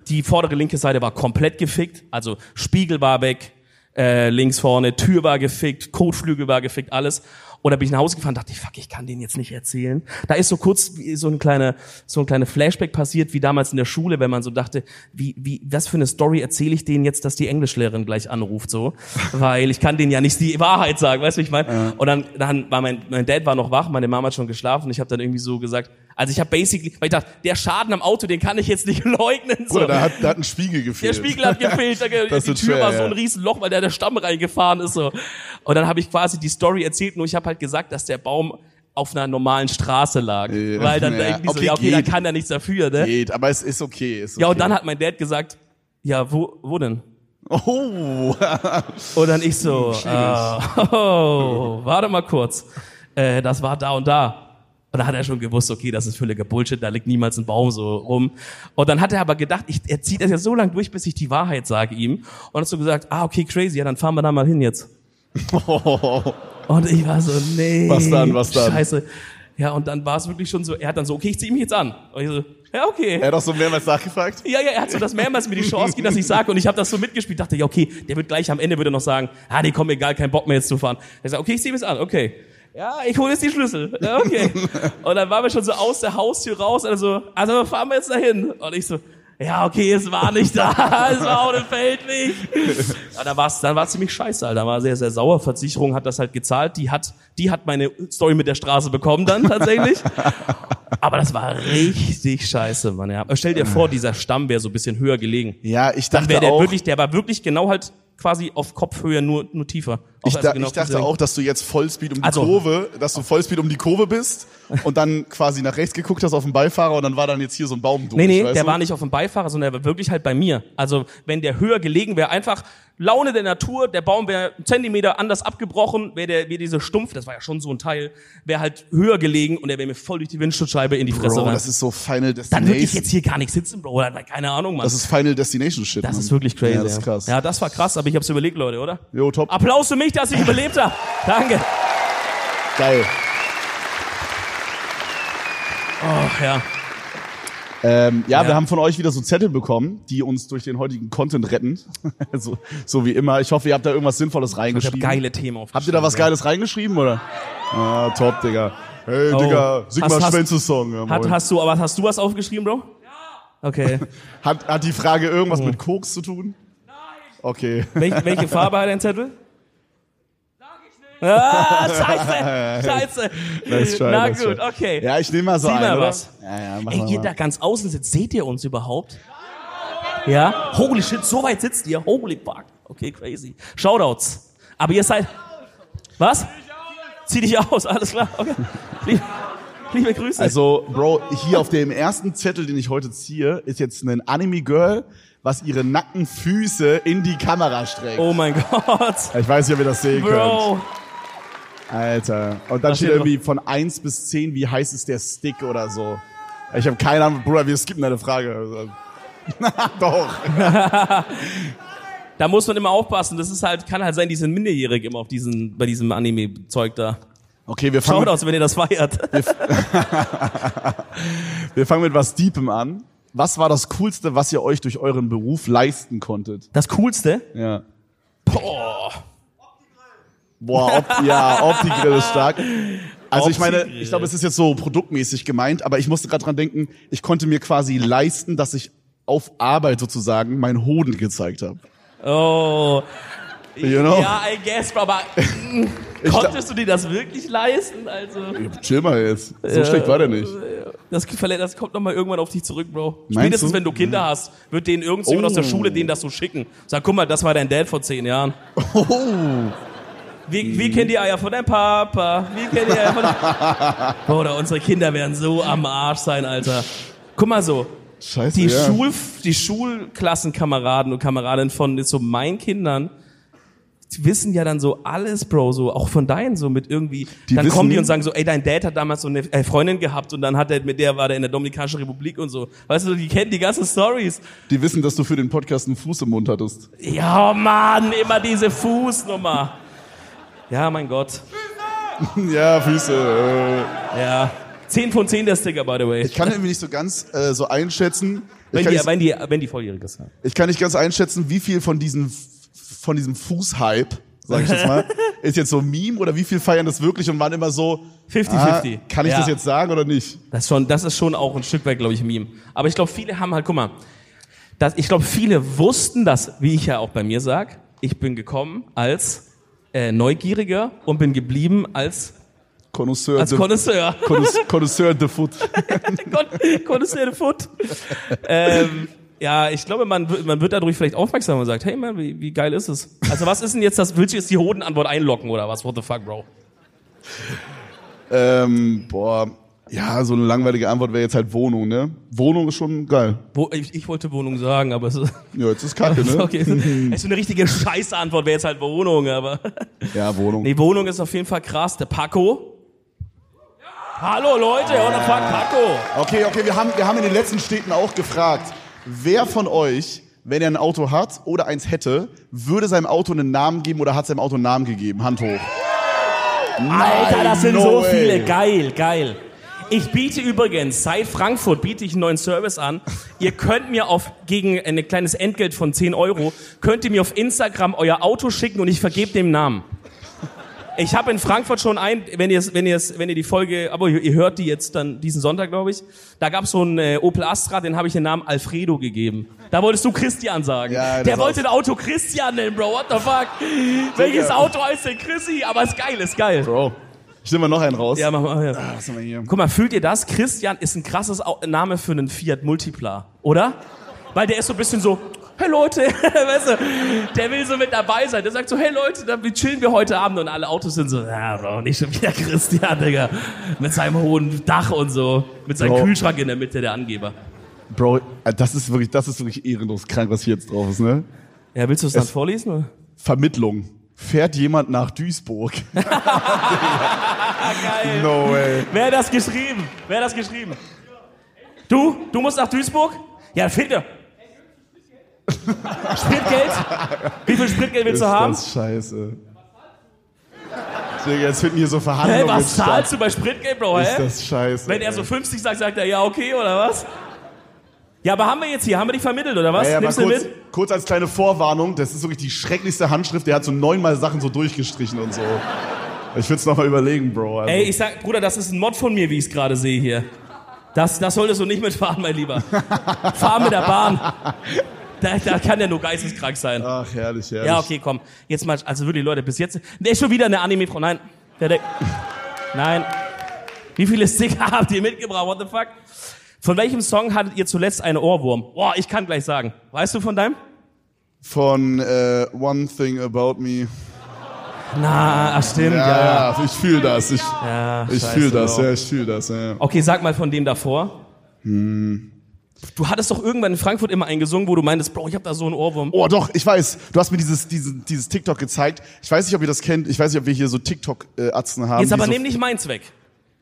[SPEAKER 3] die vordere linke Seite war komplett gefickt, also Spiegel war weg, äh, links vorne, Tür war gefickt, Kotflügel war gefickt, alles. Und da bin ich nach Hause gefahren, dachte ich, fuck, ich kann den jetzt nicht erzählen. Da ist so kurz wie so ein kleiner, so ein kleiner Flashback passiert, wie damals in der Schule, wenn man so dachte, wie, wie, was für eine Story erzähle ich denen jetzt, dass die Englischlehrerin gleich anruft, so. Weil ich kann denen ja nicht die Wahrheit sagen, weißt du, wie ich meine? Und dann, dann war mein, mein Dad war noch wach, meine Mama hat schon geschlafen, ich habe dann irgendwie so gesagt, also ich habe basically, weil ich dachte, der Schaden am Auto, den kann ich jetzt nicht (laughs) leugnen, so.
[SPEAKER 1] Bruder, da hat, da hat ein Spiegel gefehlt.
[SPEAKER 3] Der Spiegel hat
[SPEAKER 1] (laughs)
[SPEAKER 3] gefehlt, da,
[SPEAKER 1] Das
[SPEAKER 3] die
[SPEAKER 1] ist
[SPEAKER 3] Tür
[SPEAKER 1] fair,
[SPEAKER 3] war so
[SPEAKER 1] ja.
[SPEAKER 3] ein Riesenloch, weil da der Stamm reingefahren ist. So. Und dann habe ich quasi die Story erzählt, nur ich habe halt gesagt, dass der Baum auf einer normalen Straße lag.
[SPEAKER 1] Ja,
[SPEAKER 3] weil dann
[SPEAKER 1] ja.
[SPEAKER 3] irgendwie so,
[SPEAKER 1] Okay,
[SPEAKER 3] ja okay, da
[SPEAKER 1] geht.
[SPEAKER 3] kann er nichts dafür. Ne?
[SPEAKER 1] Geht, aber es ist okay. Ist okay.
[SPEAKER 3] Ja, und dann hat mein Dad gesagt, ja, wo, wo denn?
[SPEAKER 1] (laughs) Oh, (laughs)
[SPEAKER 3] Und dann ich
[SPEAKER 1] Hm,
[SPEAKER 3] so, ah, oh, warte mal kurz, äh, das war da und da. Und da hat er schon gewusst, okay, das ist völliger Bullshit, da liegt niemals ein Baum so rum. Und dann hat er aber gedacht, ich, er zieht das ja so lange durch, bis ich die Wahrheit sage ihm. Und hat so gesagt, ah, okay, crazy, ja, dann fahren wir da mal hin jetzt. Und ich war so, nee.
[SPEAKER 1] Was dann, was dann?
[SPEAKER 3] Scheiße. Ja, und dann war es wirklich schon so, er hat dann so, okay, ich zieh mich jetzt an. Und ich so, ja, okay.
[SPEAKER 1] er hat doch so mehrmals nachgefragt.
[SPEAKER 3] Ja, ja, er hat so das mehrmals mir die Chance gegeben, dass ich sage und ich habe das so mitgespielt. Dachte ich, okay, der wird gleich am Ende würde noch sagen, ah, nee, komm, egal, kein Bock mehr jetzt zu fahren. Er sagt, okay, ich sehe es an, okay. Ja, ich hole jetzt die Schlüssel. Ja, okay. Und dann waren wir schon so aus der Haustür raus, also, also fahren wir jetzt dahin. Und ich so, ja, okay, es war nicht da, (laughs) es war auch ein Feldweg. Ja, da war es dann war's ziemlich scheiße, Alter. Da war sehr, sehr sauer. Versicherung hat das halt gezahlt. Die hat, die hat meine Story mit der Straße bekommen dann tatsächlich. Aber das war richtig scheiße, Mann. Ja. Aber Stell dir vor, dieser Stamm wäre so ein bisschen höher gelegen.
[SPEAKER 1] Ja, ich
[SPEAKER 3] Dann wäre
[SPEAKER 1] dachte
[SPEAKER 3] der
[SPEAKER 1] auch,
[SPEAKER 3] wirklich, der war wirklich genau halt quasi auf Kopfhöhe, nur, nur tiefer. Auch
[SPEAKER 1] ich,
[SPEAKER 3] also
[SPEAKER 1] da,
[SPEAKER 3] genau
[SPEAKER 1] ich dachte
[SPEAKER 3] deswegen.
[SPEAKER 1] auch, dass du jetzt Vollspeed um die
[SPEAKER 3] Also-
[SPEAKER 1] Kurve, dass du Vollspeed um die Kurve bist und dann quasi nach rechts geguckt hast auf den Beifahrer und dann war dann jetzt hier so ein Baum durch.
[SPEAKER 3] Nee, nee,
[SPEAKER 1] weißt
[SPEAKER 3] der
[SPEAKER 1] du?
[SPEAKER 3] war nicht auf dem Beifahrer, sondern der war wirklich halt bei mir. Also, wenn der höher gelegen wäre, einfach Laune der Natur, der Baum wäre einen Zentimeter anders abgebrochen, wäre der, wäre diese Stumpf, das war ja schon so ein Teil, wäre halt höher gelegen und der wäre mir voll durch die Windschutzscheibe in die Fresse
[SPEAKER 1] Bro,
[SPEAKER 3] rein.
[SPEAKER 1] das ist so Final
[SPEAKER 3] Dann würde ich
[SPEAKER 1] Destination.
[SPEAKER 3] jetzt hier gar nichts sitzen, Bro, oder? Keine Ahnung, Mann.
[SPEAKER 1] Das
[SPEAKER 3] Das ist,
[SPEAKER 1] ist Final Destination Shit. Mann.
[SPEAKER 3] wirklich crazy.
[SPEAKER 1] Ja, das ist krass.
[SPEAKER 3] Ja, das war krass, aber ich hab's überlegt, Leute, oder?
[SPEAKER 1] Jo, top.
[SPEAKER 3] Applaus für mich, dass ich überlebt habe. Danke.
[SPEAKER 1] Geil.
[SPEAKER 3] Ach ja.
[SPEAKER 1] Ähm, ja,
[SPEAKER 3] Ja.
[SPEAKER 1] wir haben von euch wieder so Zettel bekommen, die uns durch den heutigen Content retten. (laughs) so, so wie immer. Ich hoffe, ihr habt da irgendwas Sinnvolles
[SPEAKER 3] Ich habe
[SPEAKER 1] reingeschrieben.
[SPEAKER 3] geile Themen aufgeschrieben.
[SPEAKER 1] habt ihr da was
[SPEAKER 3] ja.
[SPEAKER 1] Geiles reingeschrieben, oder? Ah, top, Digga. Hey, Digga, sing
[SPEAKER 3] Oh. Hast-
[SPEAKER 1] mal
[SPEAKER 3] hast-
[SPEAKER 1] Schwänzes Song. Ja,
[SPEAKER 3] Hat,
[SPEAKER 1] moin.
[SPEAKER 3] hast du, aber hast du was aufgeschrieben, Bro? Ja. (laughs) Okay.
[SPEAKER 1] hat, hat die Frage irgendwas
[SPEAKER 3] Hm.
[SPEAKER 1] mit Koks zu tun? Nein. Okay.
[SPEAKER 3] Welche, welche Farbe hat dein Zettel? Ah, scheiße,
[SPEAKER 1] (laughs)
[SPEAKER 3] scheiße.
[SPEAKER 1] Nice try,
[SPEAKER 3] Na
[SPEAKER 1] nice
[SPEAKER 3] gut,
[SPEAKER 1] try.
[SPEAKER 3] okay.
[SPEAKER 1] Ja, ich nehme mal so
[SPEAKER 3] Zieh
[SPEAKER 1] ein,
[SPEAKER 3] mal
[SPEAKER 1] oder?
[SPEAKER 3] was.
[SPEAKER 1] Ja, ja, mach
[SPEAKER 3] Ey,
[SPEAKER 1] mal.
[SPEAKER 3] ihr da ganz außen sitzt, seht ihr uns überhaupt? Ja? Holy shit, so weit sitzt ihr. Holy fuck. Okay, crazy. Shoutouts. Aber ihr seid, Was? Zieh dich aus, alles klar. Okay. Liebe, liebe Grüße.
[SPEAKER 1] Also, Bro, hier auf dem ersten Zettel, den ich heute ziehe, ist jetzt ein Anime-Girl, was ihre nackten Füße in die Kamera streckt.
[SPEAKER 3] oh mein Gott.
[SPEAKER 1] Ich weiß nicht, ob ihr das sehen
[SPEAKER 3] Bro.
[SPEAKER 1] könnt. Alter. Und dann
[SPEAKER 3] Da
[SPEAKER 1] steht
[SPEAKER 3] steht
[SPEAKER 1] irgendwie von 1 bis 10, wie heiß ist der Stick oder so. Ich habe keine Ahnung, Bruder, wir skippen deine Frage. (laughs) Also, Na, doch.
[SPEAKER 3] Da muss man immer aufpassen. Das ist halt, kann halt sein, die sind minderjährig immer auf diesen, bei diesem Anime-Zeug da.
[SPEAKER 1] Okay, wir fangen,
[SPEAKER 3] Schaut
[SPEAKER 1] mit,
[SPEAKER 3] aus, wenn ihr das feiert.
[SPEAKER 1] wir fangen mit was Deepem an. Was war das Coolste, was ihr euch durch euren Beruf leisten konntet?
[SPEAKER 3] Das Coolste?
[SPEAKER 1] Ja.
[SPEAKER 3] Boah.
[SPEAKER 1] Boah, Op ja, Opti-Grill ist stark. Also ich meine,
[SPEAKER 3] Opti-Grill.
[SPEAKER 1] ich glaube, es ist jetzt so produktmäßig gemeint, aber ich musste gerade dran denken, ich konnte mir quasi leisten, dass ich auf Arbeit sozusagen meinen Hoden gezeigt habe.
[SPEAKER 3] Oh.
[SPEAKER 1] You know?
[SPEAKER 3] Ja, I guess,
[SPEAKER 1] (laughs)
[SPEAKER 3] aber mm, konntest du dir das wirklich leisten? Also,
[SPEAKER 1] Chill mal jetzt. So schlecht war der nicht.
[SPEAKER 3] das, verlä- das kommt nochmal irgendwann auf dich zurück, Bro.
[SPEAKER 1] Meinst
[SPEAKER 3] Spätestens,
[SPEAKER 1] du? Mhm.
[SPEAKER 3] wenn du Kinder hast, wird denen irgendjemand aus der
[SPEAKER 1] Oh.
[SPEAKER 3] Schule denen das so schicken. Sag, guck mal, das war dein Dad vor zehn Jahren.
[SPEAKER 1] Oh.
[SPEAKER 3] Wie, wie kennt die Eier von deinem Papa? Wie kennt die Eier
[SPEAKER 1] (laughs)
[SPEAKER 3] von Oder unsere Kinder werden so am Arsch sein, Alter. Guck mal so,
[SPEAKER 1] Scheiße.
[SPEAKER 3] die,
[SPEAKER 1] ja.
[SPEAKER 3] Schul, die Schulklassenkameraden und Kameradinnen von jetzt so meinen Kindern, die wissen ja dann so alles, Bro, so auch von deinen so mit irgendwie.
[SPEAKER 1] Die
[SPEAKER 3] dann kommen die
[SPEAKER 1] wissen-
[SPEAKER 3] und sagen so, ey, dein Dad hat damals so eine äh, Freundin gehabt und dann hat er mit der war der in der Dominikanischen Republik und so. Weißt du, die kennen die ganzen Stories.
[SPEAKER 1] Die wissen, dass du für den Podcast einen Fuß im Mund hattest.
[SPEAKER 3] Ja, Mann, immer diese Fußnummer. Ja, mein Gott.
[SPEAKER 1] ja, Füße. äh.
[SPEAKER 3] Ja. 10 von 10 der Sticker, by the way.
[SPEAKER 1] Ich kann irgendwie nicht so ganz äh, so einschätzen. Ich
[SPEAKER 3] Wenn
[SPEAKER 1] kann,
[SPEAKER 3] die,
[SPEAKER 1] nicht,
[SPEAKER 3] wenn, die, wenn die volljährig ist.
[SPEAKER 1] ich kann nicht ganz einschätzen, wie viel von diesem von diesem Fußhype, sag ich jetzt
[SPEAKER 3] (laughs)
[SPEAKER 1] mal, ist jetzt so ein Meme oder wie viel feiern das wirklich und waren immer so
[SPEAKER 3] 50-50.
[SPEAKER 1] ah, kann ich
[SPEAKER 3] ja.
[SPEAKER 1] das jetzt sagen oder nicht?
[SPEAKER 3] Das ist schon, das ist schon auch ein Stück weit, glaube ich, ein Meme. Aber ich glaube, viele haben halt, guck mal, das, ich glaube, viele wussten das, wie ich ja auch bei mir sag. Ich bin gekommen als äh, Neugieriger und bin geblieben als,
[SPEAKER 1] Connoisseur
[SPEAKER 3] als Connoisseur. (laughs)
[SPEAKER 1] Connoisseur- Connoisseur de foot.
[SPEAKER 3] Kon- Connoisseur de Foot. ähm, ja, ich glaube, man, wird- man wird dadurch vielleicht aufmerksam und sagt, hey man, wie, wie geil ist es? Also was ist denn jetzt das, willst du jetzt die Hodenantwort einlocken oder was? What the fuck, Bro?
[SPEAKER 1] ähm, boah, ja, so eine langweilige Antwort wäre jetzt halt Wohnung, ne? Wohnung ist schon geil.
[SPEAKER 3] Wo, ich, ich wollte Wohnung sagen, aber es ist, (laughs)
[SPEAKER 1] Ja, jetzt ist Kacke, ne?
[SPEAKER 3] okay. es ist so eine richtige Scheißantwort, wäre jetzt halt Wohnung, aber.
[SPEAKER 1] Ja, Wohnung.
[SPEAKER 3] Nee, Wohnung ist auf jeden Fall krass. Der Paco. Hallo Leute, und der Paco.
[SPEAKER 1] Okay, okay, wir haben, wir haben in den letzten Städten auch gefragt, wer von euch, wenn er ein Auto hat oder eins hätte, würde seinem Auto einen Namen geben oder hat seinem Auto einen Namen gegeben? Hand hoch.
[SPEAKER 3] Alter, das sind
[SPEAKER 1] no
[SPEAKER 3] so
[SPEAKER 1] way.
[SPEAKER 3] viele. Geil, geil. Ich biete übrigens, seit Frankfurt biete ich einen neuen Service an. Ihr könnt mir auf, gegen ein kleines Entgelt von 10 Euro, könnt ihr mir auf Instagram euer Auto schicken und ich vergebe dem Namen. Ich habe in Frankfurt schon ein, wenn ihr wenn ihr wenn ihr die Folge, aber ihr, ihr hört die jetzt dann diesen Sonntag, glaube ich. Da gab es so einen äh, Opel Astra, den habe ich den Namen Alfredo gegeben. Da wolltest du Christian sagen.
[SPEAKER 1] Ja, das
[SPEAKER 3] Der
[SPEAKER 1] war's.
[SPEAKER 3] wollte ein Auto Christian nennen, Bro. What the fuck? Welches Auto heißt denn Chrissy? Aber ist geil, ist geil.
[SPEAKER 1] Bro, ich nehme mal noch einen raus.
[SPEAKER 3] Ja, mach mal. Ja.
[SPEAKER 1] Was haben wir hier?
[SPEAKER 3] Guck mal, fühlt ihr das? Christian ist ein krasses Au- Name für einen Fiat Multipla, oder? Weil der ist so ein bisschen so, hey Leute, (laughs) weißt du, der will so mit dabei sein. Der sagt so, hey Leute, dann chillen wir heute Abend und alle Autos sind so, ja, Bro, nicht schon wieder (laughs) Christian, Digga. Mit seinem hohen Dach und so, mit seinem
[SPEAKER 1] Bro.
[SPEAKER 3] Kühlschrank in der Mitte, der Angeber.
[SPEAKER 1] Bro, äh, das ist wirklich, das ist wirklich ehrenlos krank, was hier jetzt drauf ist, ne?
[SPEAKER 3] Ja, willst du es dann vorlesen? Oder?
[SPEAKER 1] Vermittlung. Fährt jemand nach Duisburg?
[SPEAKER 3] Geil.
[SPEAKER 1] (laughs) No way.
[SPEAKER 3] Wer hat das geschrieben? Wer hat das geschrieben? Du? Du musst nach Duisburg? Ja,
[SPEAKER 1] (laughs)
[SPEAKER 3] fehlt dir. Spritgeld? Wie viel Spritgeld
[SPEAKER 1] Ist
[SPEAKER 3] willst du haben?
[SPEAKER 1] das scheiße. Digga, jetzt finden hier so Verhandlungen
[SPEAKER 3] Hey, was
[SPEAKER 1] jetzt
[SPEAKER 3] zahlst
[SPEAKER 1] statt.
[SPEAKER 3] du bei Spritgeld, Bro?
[SPEAKER 1] Ist
[SPEAKER 3] Hä?
[SPEAKER 1] das scheiße.
[SPEAKER 3] Wenn er
[SPEAKER 1] ey.
[SPEAKER 3] so 50 sagt, sagt er ja okay oder was? Ja, aber haben wir jetzt hier, haben wir dich vermittelt oder was?
[SPEAKER 1] Ja, ja, mal
[SPEAKER 3] Nimmst du
[SPEAKER 1] kurz,
[SPEAKER 3] mit?
[SPEAKER 1] kurz als kleine Vorwarnung, das ist wirklich die schrecklichste Handschrift, der hat so neunmal Sachen so durchgestrichen und so. Ich würde es nochmal überlegen, Bro. Also,
[SPEAKER 3] Ey, ich sag, Bruder, das ist ein Mod von mir, wie ich es gerade sehe hier. Das, das solltest du nicht mitfahren, mein
[SPEAKER 1] (laughs)
[SPEAKER 3] Lieber. Fahr mit der Bahn. Da, da kann der nur geisteskrank sein.
[SPEAKER 1] Ach, herrlich, herrlich.
[SPEAKER 3] Ja, okay, komm. Jetzt mal, also wirklich, Leute, bis jetzt. Der ist schon wieder eine Anime-Frau. Nein. Der, der, nein. Wie viele Sticker (laughs) habt ihr mitgebracht? What the fuck? Von welchem Song hattet ihr zuletzt einen Ohrwurm? Boah, ich kann gleich sagen. Weißt du von deinem?
[SPEAKER 1] Von äh, One Thing About Me.
[SPEAKER 3] Na, ach stimmt, ja.
[SPEAKER 1] Ja, ich fühle das. Ich,
[SPEAKER 3] ja.
[SPEAKER 1] ich
[SPEAKER 3] scheiße,
[SPEAKER 1] fühle das,
[SPEAKER 3] genau.
[SPEAKER 1] ja, ich fühle das. Ja.
[SPEAKER 3] Okay, sag mal von dem davor.
[SPEAKER 1] Hm.
[SPEAKER 3] Du hattest doch irgendwann in Frankfurt immer einen gesungen, wo du meintest, Bro, ich hab da so einen Ohrwurm.
[SPEAKER 1] Oh, doch, ich weiß. Du hast mir dieses, diese, dieses TikTok gezeigt. Ich weiß nicht, ob ihr das kennt. Ich weiß nicht, ob wir hier so TikTok-Atzen haben.
[SPEAKER 3] Jetzt aber
[SPEAKER 1] die so,
[SPEAKER 3] nimm nicht meins weg.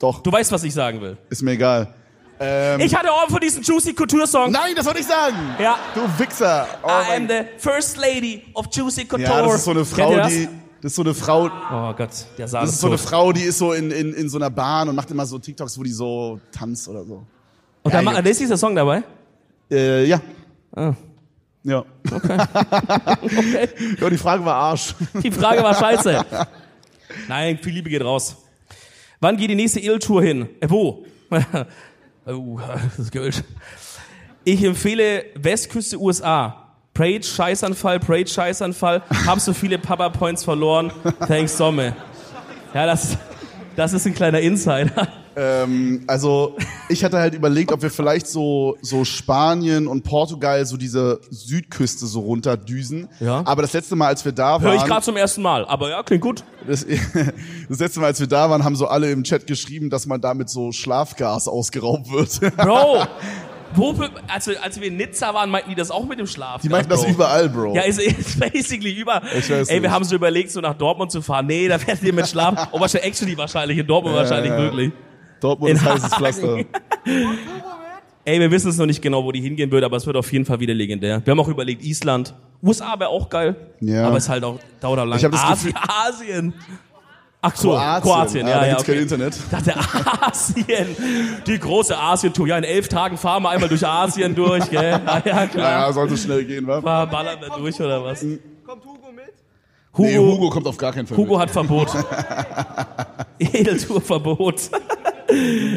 [SPEAKER 1] Doch,
[SPEAKER 3] Du weißt, was ich sagen will.
[SPEAKER 1] ist mir egal. Ähm.
[SPEAKER 3] Ich hatte Ohren für diesen Juicy Couture Song.
[SPEAKER 1] Nein, das wollte ich sagen.
[SPEAKER 3] Ja.
[SPEAKER 1] Du Wichser. Oh
[SPEAKER 3] I
[SPEAKER 1] mein-
[SPEAKER 3] am the first lady of Juicy Couture.
[SPEAKER 1] ja, das ist so eine
[SPEAKER 3] Kennt ihr
[SPEAKER 1] Frau,
[SPEAKER 3] das?
[SPEAKER 1] die, das ist so eine Frau,
[SPEAKER 3] Oh Gott, der sah
[SPEAKER 1] das ist so eine Frau, die ist so in, in, in so einer Bahn und macht immer so TikToks, wo die so tanzt oder so.
[SPEAKER 3] Und da, ma- da ist dieser Song dabei.
[SPEAKER 1] Äh, ja. Ja.
[SPEAKER 3] Ah.
[SPEAKER 1] (laughs)
[SPEAKER 3] Okay.
[SPEAKER 1] Ja, die Frage war Arsch.
[SPEAKER 3] Die Frage
[SPEAKER 1] (laughs)
[SPEAKER 3] war scheiße. Nein, viel Liebe geht raus. Wann geht die nächste Ill-Tour hin? Äh,
[SPEAKER 1] (laughs)
[SPEAKER 3] wo? oh, das ist Gold. Ich empfehle Westküste USA. Parade, Scheißanfall, Parade, Scheißanfall. Hab so viele Papa-Points verloren. Thanks, Somme. Ja, das, das ist ein kleiner Insider.
[SPEAKER 1] Ähm, also ich hatte halt überlegt, ob wir vielleicht so, so Spanien und Portugal, so diese Südküste so runterdüsen.
[SPEAKER 3] Ja.
[SPEAKER 1] Aber das letzte Mal, als wir da
[SPEAKER 3] Höre
[SPEAKER 1] waren,
[SPEAKER 3] ich gerade zum ersten Mal. Aber ja, klingt gut.
[SPEAKER 1] das, (laughs) das letzte Mal, als wir da waren, haben so alle im Chat geschrieben, dass man damit so Schlafgas ausgeraubt wird.
[SPEAKER 3] Bro, wo, als, wir, als wir in Nizza waren, meinten die das auch mit dem Schlaf. ne?
[SPEAKER 1] Die meinten (laughs) das überall, Bro.
[SPEAKER 3] Ja, ist, ist basically über.
[SPEAKER 1] Ich weiß
[SPEAKER 3] Ey, wir
[SPEAKER 1] nicht.
[SPEAKER 3] haben so überlegt, so nach Dortmund zu fahren. Nee, da werdet ihr mit Schlaf. Oh, wahrscheinlich, actually wahrscheinlich, in Dortmund wahrscheinlich
[SPEAKER 1] ja.
[SPEAKER 3] wirklich.
[SPEAKER 1] Dortmund
[SPEAKER 3] in
[SPEAKER 1] ist heißes
[SPEAKER 3] Hagen.
[SPEAKER 1] Pflaster.
[SPEAKER 3] Ey, wir wissen es noch nicht genau, wo die hingehen wird, aber es wird auf jeden Fall wieder legendär. Wir haben auch überlegt, Island. USA wäre auch geil.
[SPEAKER 1] Ja.
[SPEAKER 3] Aber es halt auch dauert auch lang.
[SPEAKER 1] Ich hab das
[SPEAKER 3] Asi-
[SPEAKER 1] Gefühl-
[SPEAKER 3] Asien. Ach so, Kroatien,
[SPEAKER 1] Ah,
[SPEAKER 3] ja,
[SPEAKER 1] da
[SPEAKER 3] ja.
[SPEAKER 1] gibt's kein
[SPEAKER 3] Okay.
[SPEAKER 1] Internet.
[SPEAKER 3] Ich dachte,
[SPEAKER 1] (laughs)
[SPEAKER 3] Asien. Die große Asien-Tour. Ja, in elf Tagen fahren wir einmal durch Asien durch, gell? Ah, ja, klar.
[SPEAKER 1] Ja, sollte schnell gehen, wa?
[SPEAKER 3] Mal Ballern da durch oder was?
[SPEAKER 2] Kommt Hugo mit?
[SPEAKER 3] Hugo,
[SPEAKER 1] Nee, Hugo kommt auf gar keinen Fall.
[SPEAKER 3] Hugo hat Verbot. Edeltourverbot.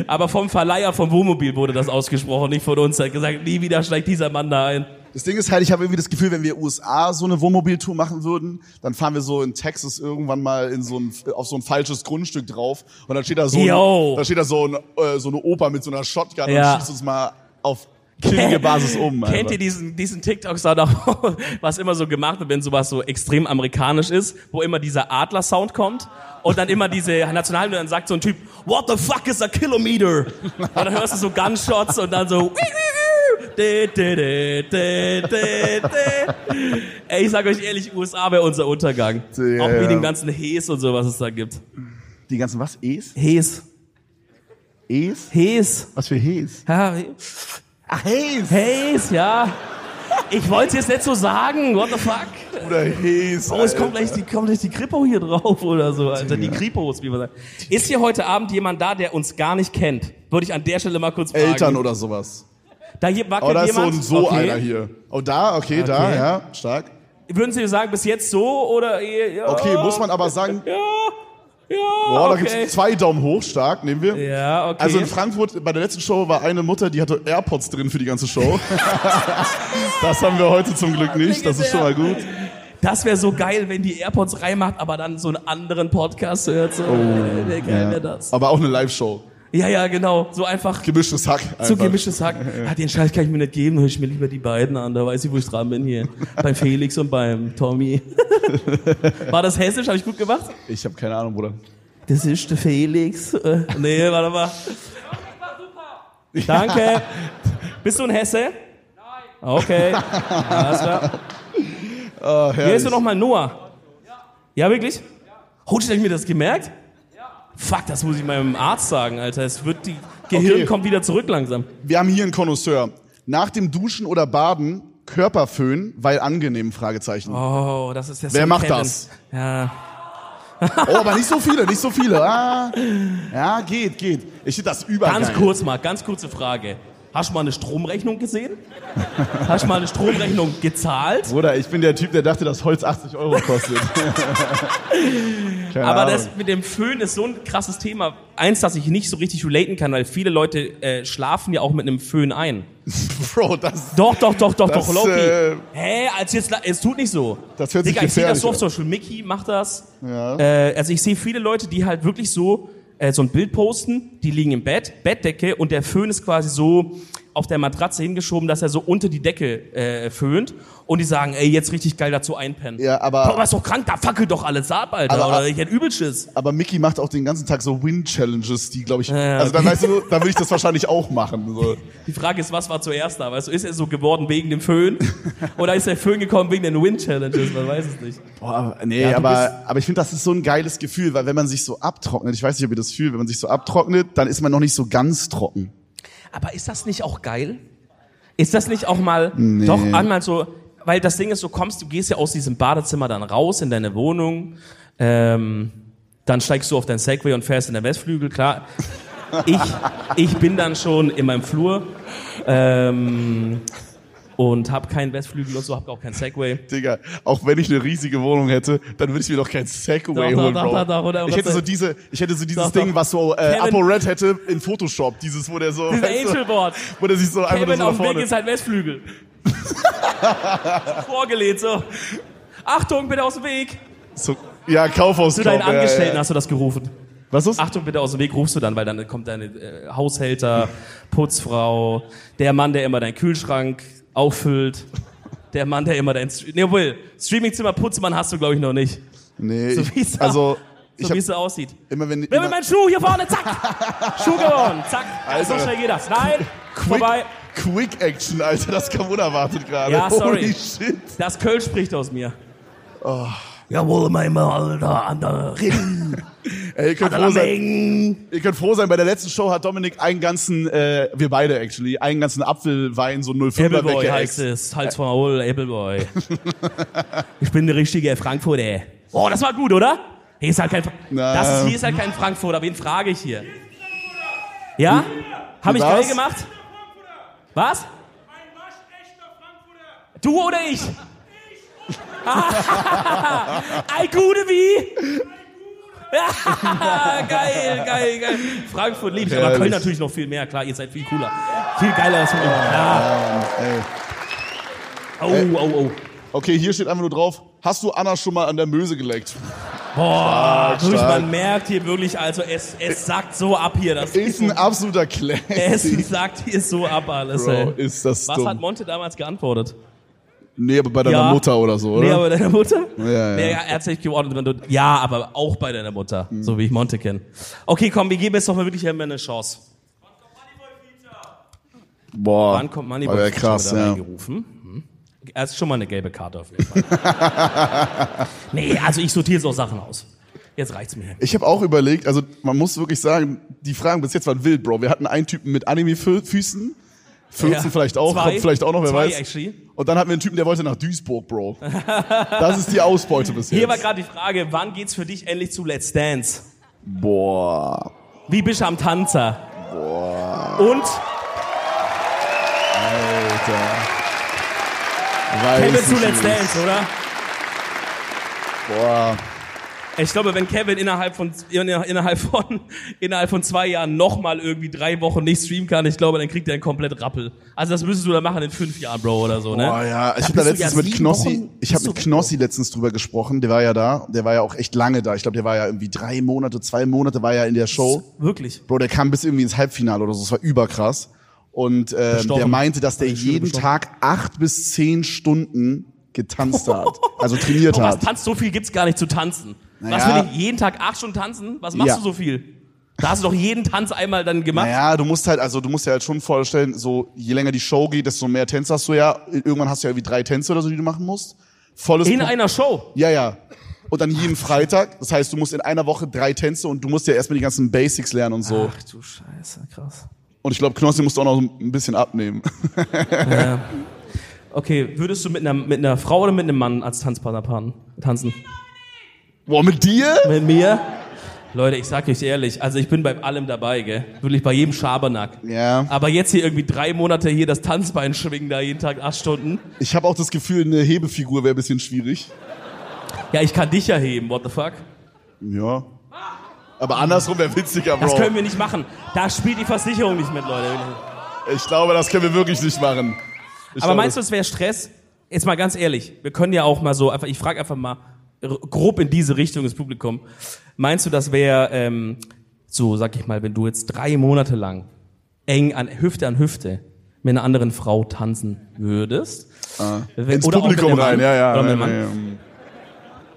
[SPEAKER 3] Aber vom Verleiher vom Wohnmobil wurde das ausgesprochen, nicht von uns. Er hat gesagt, nie wieder steigt dieser Mann da ein.
[SPEAKER 1] Das Ding ist halt, ich habe irgendwie das Gefühl, wenn wir USA so eine Wohnmobiltour machen würden, dann fahren wir so in Texas irgendwann mal in so ein, auf so ein falsches Grundstück drauf und dann steht da so,
[SPEAKER 3] Yo.
[SPEAKER 1] ein, da steht da so, ein, äh, so eine Oper mit so einer Shotgun
[SPEAKER 3] Ja.
[SPEAKER 1] und schießt uns mal auf chillige Basis um.
[SPEAKER 3] Kennt ihr
[SPEAKER 1] die?
[SPEAKER 3] diesen, diesen TikTok, (laughs) was immer so gemacht wird, wenn sowas so extrem amerikanisch ist, wo immer dieser Adler-Sound kommt und dann immer diese Nationalen, und dann sagt so ein Typ, what the fuck is a kilometer? Und dann hörst du so Gunshots und dann so, de, de, de, de, de, de. Ey, ich sag euch ehrlich, USA wäre unser Untergang.
[SPEAKER 1] Ja,
[SPEAKER 3] Auch
[SPEAKER 1] ja.
[SPEAKER 3] mit dem ganzen Hes und so, was es da gibt.
[SPEAKER 1] die ganzen was? Es?
[SPEAKER 3] Hes.
[SPEAKER 1] Es?
[SPEAKER 3] Hes.
[SPEAKER 1] Was für Hes?
[SPEAKER 3] Ja,
[SPEAKER 1] Ach, Hes!
[SPEAKER 3] Hes, ja. Ich wollte es jetzt nicht so sagen, what the fuck?
[SPEAKER 1] Oder Hes.
[SPEAKER 3] Oh, es kommt gleich, die, kommt gleich die Kripo hier drauf oder so, Alter. Die Kripos, wie man sagt. Ist hier heute Abend jemand da, der uns gar nicht kennt? Würde ich an der Stelle mal kurz fragen.
[SPEAKER 1] Eltern oder sowas.
[SPEAKER 3] Da hier wackelt
[SPEAKER 1] Oh, da ist so
[SPEAKER 3] jemand.
[SPEAKER 1] ein so
[SPEAKER 3] Okay.
[SPEAKER 1] einer hier. Oh, da, okay, da,
[SPEAKER 3] Okay.
[SPEAKER 1] ja, stark.
[SPEAKER 3] Würden Sie sagen, bis jetzt so oder eher? Ja,
[SPEAKER 1] Okay, muss man aber sagen,
[SPEAKER 3] Ja, ja.
[SPEAKER 1] Boah, da
[SPEAKER 3] okay.
[SPEAKER 1] gibt's zwei Daumen hoch, stark, nehmen wir.
[SPEAKER 3] Ja, okay.
[SPEAKER 1] Also in Frankfurt, bei der letzten Show war eine Mutter, die hatte AirPods drin für die ganze
[SPEAKER 3] (laughs)
[SPEAKER 1] Show. das haben wir heute zum Glück nicht, das ist schon mal gut.
[SPEAKER 3] das wäre so geil, wenn die AirPods reinmacht, aber dann so einen anderen Podcast hört. So. Oh, Wie geil wäre das?
[SPEAKER 1] Aber auch eine Live-Show.
[SPEAKER 3] Ja, ja, genau. So einfach.
[SPEAKER 1] Gemischtes Hack. Einfach.
[SPEAKER 3] So gemischtes Hack. Ah, den Scheiß kann ich mir nicht geben, höre ich mir lieber die beiden an. Da weiß ich, wo ich dran bin hier. beim Felix und beim Tommy. (laughs) War das hessisch? Habe ich gut gemacht?
[SPEAKER 1] Ich habe keine Ahnung, Bruder.
[SPEAKER 3] Das ist der Felix. Äh, nee, warte mal. Danke. Bist du ein Hesse? Nein. Okay. Alles klar.
[SPEAKER 1] Oh,
[SPEAKER 3] Wer
[SPEAKER 1] herrlich.
[SPEAKER 3] ist denn nochmal Noah? Ja. Ja, wirklich? Ja. ich mir das gemerkt? Ja. Fuck, das muss ich meinem Arzt sagen, Alter. Es wird die Gehirn
[SPEAKER 1] Okay.
[SPEAKER 3] kommt wieder zurück langsam.
[SPEAKER 1] wir haben hier einen Connoisseur. Nach dem Duschen oder Baden Körperföhn, weil angenehm, Fragezeichen. Oh,
[SPEAKER 3] Oh, das ist ja so
[SPEAKER 1] Wer
[SPEAKER 3] ein
[SPEAKER 1] macht
[SPEAKER 3] Kevin.
[SPEAKER 1] das?
[SPEAKER 3] Ja.
[SPEAKER 1] Oh, aber nicht so viele, nicht so viele. Ah, ja, geht, geht. Ich finde das überall.
[SPEAKER 3] Ganz kurz mal, ganz kurze Frage. Hast du mal eine Stromrechnung gesehen? Hast du mal eine Stromrechnung gezahlt?
[SPEAKER 1] Bruder, ich bin der Typ, der dachte, dass Holz 80 Euro kostet. (laughs) Keine
[SPEAKER 3] Aber
[SPEAKER 1] Ahnung.
[SPEAKER 3] das mit dem Föhn ist so ein krasses Thema. Eins, das ich nicht so richtig relaten kann, weil viele Leute äh, schlafen ja auch mit einem Föhn ein.
[SPEAKER 1] Bro, das,
[SPEAKER 3] Doch, doch, doch, doch,
[SPEAKER 1] Das,
[SPEAKER 3] doch, Loki.
[SPEAKER 1] äh,
[SPEAKER 3] Hä, als jetzt, la- es tut nicht so.
[SPEAKER 1] Das hört sich
[SPEAKER 3] Digga, ich sehe das so auf
[SPEAKER 1] gefährlich
[SPEAKER 3] Social. Mickey macht das.
[SPEAKER 1] Ja.
[SPEAKER 3] Äh, also ich sehe viele Leute, die halt wirklich so, äh, so ein Bild posten, die liegen im Bett, Bettdecke und der Föhn ist quasi so auf der Matratze hingeschoben, dass er so unter die Decke äh, föhnt. Und die sagen, ey, jetzt richtig geil dazu einpennen.
[SPEAKER 1] Ja, aber-
[SPEAKER 3] Komm, was doch krank, da fackelt doch alles ab, Alter.
[SPEAKER 1] Aber- ah
[SPEAKER 3] oder ich hätte Übelschiss.
[SPEAKER 1] Aber Mickey macht auch den ganzen Tag so Win-Challenges, die, glaube ich,
[SPEAKER 3] ja,
[SPEAKER 1] also dann weißt du, dann würde ich das wahrscheinlich auch machen. So.
[SPEAKER 3] Die Frage ist, was war zuerst da? Weißt du, ist er so geworden wegen
[SPEAKER 1] (laughs)
[SPEAKER 3] dem Föhn? oder ist der Föhn gekommen wegen den Wind-Challenges? Man weiß es nicht.
[SPEAKER 1] Boah, nee,
[SPEAKER 3] du
[SPEAKER 1] aber, aber ich finde, das ist so ein geiles Gefühl, weil wenn man sich so abtrocknet, ich weiß nicht, ob ihr das fühlt, wenn man sich so abtrocknet, dann ist man noch nicht so ganz trocken.
[SPEAKER 3] Aber ist das nicht auch geil? Ist das nicht auch mal doch einmal so, weil das Ding ist, du kommst, du gehst ja aus diesem Badezimmer dann raus in deine Wohnung, ähm, dann steigst du auf dein Segway und fährst in der Westflügel, klar. Ich, ich bin dann schon in meinem Flur ähm, und hab keinen Westflügel und so, hab auch keinen Segway.
[SPEAKER 1] Digga, auch wenn ich eine riesige Wohnung hätte, dann würde ich mir doch kein Segway
[SPEAKER 3] Doch, doch,
[SPEAKER 1] holen,
[SPEAKER 3] doch,
[SPEAKER 1] Bro.
[SPEAKER 3] doch, doch, oder
[SPEAKER 1] ich
[SPEAKER 3] was
[SPEAKER 1] hätte so
[SPEAKER 3] soll-
[SPEAKER 1] diese, ich hätte so dieses
[SPEAKER 3] Doch,
[SPEAKER 1] Ding,
[SPEAKER 3] doch.
[SPEAKER 1] was so äh,
[SPEAKER 3] Kevin-
[SPEAKER 1] Apo Red hätte in Photoshop, dieses, wo der
[SPEAKER 3] (laughs)
[SPEAKER 1] so,
[SPEAKER 3] Das
[SPEAKER 1] weißt
[SPEAKER 3] ist
[SPEAKER 1] du,
[SPEAKER 3] Angelboard.
[SPEAKER 1] wo der sich so einfach nur
[SPEAKER 3] Kevin
[SPEAKER 1] so nach
[SPEAKER 3] auf dem Weg
[SPEAKER 1] vorne.
[SPEAKER 3] ist halt Westflügel. Vorgelegt, so. Achtung, bitte aus dem Weg.
[SPEAKER 1] So, ja, Kaufhaus.
[SPEAKER 3] Zu deinen Angestellten hast du das gerufen.
[SPEAKER 1] Was ist?
[SPEAKER 3] Achtung bitte aus dem Weg rufst du dann, weil dann kommt deine äh, Haushälter, Putzfrau, der Mann, der immer deinen Kühlschrank auffüllt, der Mann, der immer dein Stre- nee, Will, Streamingzimmer Putzmann hast du glaube ich noch nicht,
[SPEAKER 1] Nee,
[SPEAKER 3] so wie's-
[SPEAKER 1] ich, also, ich
[SPEAKER 3] so wie
[SPEAKER 1] hab
[SPEAKER 3] es so aussieht.
[SPEAKER 1] immer wenn,
[SPEAKER 3] Wer will
[SPEAKER 1] immer,
[SPEAKER 3] meinen Schuh hier
[SPEAKER 1] (laughs)
[SPEAKER 3] vorne? Zack, Schuh gewonnen, zack.
[SPEAKER 1] Alter.
[SPEAKER 3] So schnell geht das. Nein, vorbei.
[SPEAKER 1] Quick Action, Alter, das kam unerwartet gerade.
[SPEAKER 3] Ja, sorry.
[SPEAKER 1] Holy shit.
[SPEAKER 3] Das Köln spricht aus mir.
[SPEAKER 1] Oh.
[SPEAKER 3] Jawohl, mein Mann, da an der Ring,
[SPEAKER 1] Ey, ihr, könnt froh sein, ihr könnt froh sein, bei der letzten Show hat Dominik einen ganzen, äh, wir beide actually, einen ganzen Apfelwein, so 05er
[SPEAKER 3] Appleboy
[SPEAKER 1] weggehext.
[SPEAKER 3] heißt es. Hals von Maul, Appleboy. (laughs) ich bin der richtige Frankfurter. Oh, das war gut, oder? Hier ist halt kein, Fra-
[SPEAKER 1] Na.
[SPEAKER 3] das ist, hier ist halt kein Frankfurter. Wen frage ich hier? Ja? Hab ich
[SPEAKER 1] Was?
[SPEAKER 3] geil gemacht? Was? Du oder ich? Ei, Gude wie? (laughs) geil, geil, geil. Frankfurt lieb ich, aber
[SPEAKER 1] Herrlich. Ah,
[SPEAKER 3] Köln natürlich noch viel mehr. Klar, ihr seid viel cooler. Viel geiler als wir. Ja.
[SPEAKER 1] Ey.
[SPEAKER 3] Oh, oh, oh.
[SPEAKER 1] Okay, hier steht einfach nur drauf, hast du Anna schon mal an der Möse
[SPEAKER 3] (laughs)
[SPEAKER 1] geleckt?
[SPEAKER 3] Boah, wirklich,
[SPEAKER 1] stark.
[SPEAKER 3] Oh, man merkt hier wirklich, also es, es sagt so ab hier. Das
[SPEAKER 1] Ist ein absoluter Classic,
[SPEAKER 3] Essen sagt hier so ab alles,
[SPEAKER 1] Bro.
[SPEAKER 3] ey.
[SPEAKER 1] Ist das
[SPEAKER 3] Was hat
[SPEAKER 1] dumm.
[SPEAKER 3] Monte damals geantwortet?
[SPEAKER 1] Nee, aber bei deiner
[SPEAKER 3] Ja.
[SPEAKER 1] Mutter oder so,
[SPEAKER 3] Nee,
[SPEAKER 1] oder?
[SPEAKER 3] aber deiner Mutter?
[SPEAKER 1] ja, ja.
[SPEAKER 3] Nee, er hat sich geordnet. wenn du- Ja, aber auch bei deiner Mutter,
[SPEAKER 1] Mhm.
[SPEAKER 3] so wie ich Monte kenne. Okay, komm, wir geben jetzt doch mal wirklich Herrn eine Chance.
[SPEAKER 1] Boah,
[SPEAKER 3] Wann kommt Moneyboy?
[SPEAKER 1] war Oh, ja
[SPEAKER 3] Ist schon
[SPEAKER 1] krass,
[SPEAKER 3] wieder
[SPEAKER 1] ja.
[SPEAKER 3] reingerufen. Hm. Er ist schon mal eine gelbe Karte auf jeden Fall.
[SPEAKER 1] (laughs)
[SPEAKER 3] nee, also ich sortiere so Sachen aus. Jetzt reicht's mir.
[SPEAKER 1] Ich habe auch überlegt, also man muss wirklich sagen, die Fragen bis jetzt waren wild, Bro. Wir hatten einen Typen mit Anime-Füßen, 14
[SPEAKER 3] Ja.
[SPEAKER 1] vielleicht auch,
[SPEAKER 3] Zwei.
[SPEAKER 1] kommt (laughs) vielleicht auch noch, wer
[SPEAKER 3] Zwei,
[SPEAKER 1] weiß.
[SPEAKER 3] actually.
[SPEAKER 1] Und dann hatten wir einen Typen, der wollte nach Duisburg, Bro. Das ist die Ausbeute bis jetzt.
[SPEAKER 3] Hier war gerade die Frage, wann geht's für dich endlich zu Let's Dance?
[SPEAKER 1] Boah.
[SPEAKER 3] Wie bist du am Tanzer? Boah. Und
[SPEAKER 1] Alter. Weiß
[SPEAKER 3] Kevin
[SPEAKER 1] ich
[SPEAKER 3] zu
[SPEAKER 1] nicht.
[SPEAKER 3] Let's Dance, oder?
[SPEAKER 1] Boah.
[SPEAKER 3] Ich glaube, wenn Kevin innerhalb von innerhalb von (laughs) innerhalb von zwei Jahren nochmal irgendwie drei Wochen nicht streamen kann, ich glaube, dann kriegt er einen komplett Rappel. Also das müsstest du dann machen in fünf Jahren, Bro, oder so, ne?
[SPEAKER 1] Boah, ja. Ich habe da
[SPEAKER 3] bist du
[SPEAKER 1] letztens
[SPEAKER 3] ja
[SPEAKER 1] mit
[SPEAKER 3] sieben
[SPEAKER 1] Knossi,
[SPEAKER 3] Wochen-
[SPEAKER 1] ich habe
[SPEAKER 3] bist
[SPEAKER 1] mit
[SPEAKER 3] du-
[SPEAKER 1] Knossi letztens drüber gesprochen. Der war ja da. Der war ja auch echt lange da. Ich glaube, der war ja irgendwie drei Monate, zwei Monate war ja in der Show.
[SPEAKER 3] Wirklich.
[SPEAKER 1] Bro, der kam bis irgendwie ins Halbfinale oder so. Das war überkrass. Und ähm,
[SPEAKER 3] Bestorben.
[SPEAKER 1] der meinte, dass der
[SPEAKER 3] Hat die Schule
[SPEAKER 1] jeden
[SPEAKER 3] bestorben.
[SPEAKER 1] Tag acht bis zehn Stunden getanzt
[SPEAKER 3] (laughs)
[SPEAKER 1] hat. Also trainiert
[SPEAKER 3] Bro, was
[SPEAKER 1] hat.
[SPEAKER 3] tanzt so viel gibt's gar nicht zu tanzen. Was
[SPEAKER 1] Naja.
[SPEAKER 3] will ich jeden Tag acht Stunden tanzen? Was machst
[SPEAKER 1] Ja.
[SPEAKER 3] du so viel? Da hast du doch jeden Tanz einmal dann gemacht.
[SPEAKER 1] Naja, du musst halt, also du musst dir halt schon vorstellen, so je länger die Show geht, desto mehr Tänze hast du ja. Irgendwann hast du ja irgendwie drei Tänze oder so, die du machen musst. Volles
[SPEAKER 3] In
[SPEAKER 1] Pro-
[SPEAKER 3] einer Show.
[SPEAKER 1] Ja, ja. Und dann jeden Freitag. Das heißt, du musst in einer Woche drei Tänze und du musst ja erstmal die ganzen Basics lernen und so.
[SPEAKER 3] Ach du Scheiße, krass.
[SPEAKER 1] Und ich glaube, Knossi musst du auch noch ein bisschen abnehmen. (laughs)
[SPEAKER 3] Okay, würdest du mit einer, mit einer Frau oder mit einem Mann als Tanzpartner paaren- tanzen?
[SPEAKER 1] Boah, mit dir?
[SPEAKER 3] Mit mir? Leute, ich sag euch ehrlich, also ich bin bei allem dabei, gell? Wirklich bei jedem Schabernack.
[SPEAKER 1] Ja.
[SPEAKER 3] Aber jetzt hier irgendwie drei Monate hier das Tanzbein schwingen da jeden Tag acht Stunden.
[SPEAKER 1] Ich habe auch das Gefühl, eine Hebefigur wäre ein bisschen schwierig.
[SPEAKER 3] Ja, ich kann dich ja heben, what the fuck?
[SPEAKER 1] Ja. Aber andersrum wäre witziger,
[SPEAKER 3] Das können
[SPEAKER 1] Bro.
[SPEAKER 3] wir nicht machen. Da spielt die Versicherung nicht mit, Leute.
[SPEAKER 1] Ich glaube, das können wir wirklich nicht machen. Ich
[SPEAKER 3] Aber
[SPEAKER 1] glaube,
[SPEAKER 3] meinst du, es wäre Stress? Jetzt mal ganz ehrlich, wir können ja auch mal so, einfach, ich frage einfach mal r- grob in diese Richtung ins Publikum. Meinst du, das wäre ähm, so, sag ich mal, wenn du jetzt drei Monate lang eng an Hüfte an Hüfte mit einer anderen Frau tanzen würdest. Wenn-
[SPEAKER 1] Ins
[SPEAKER 3] oder auch mit
[SPEAKER 1] Publikum
[SPEAKER 3] einem Mann.
[SPEAKER 1] rein, ja, ja.
[SPEAKER 3] Oder mit einem
[SPEAKER 1] ja,
[SPEAKER 3] Mann.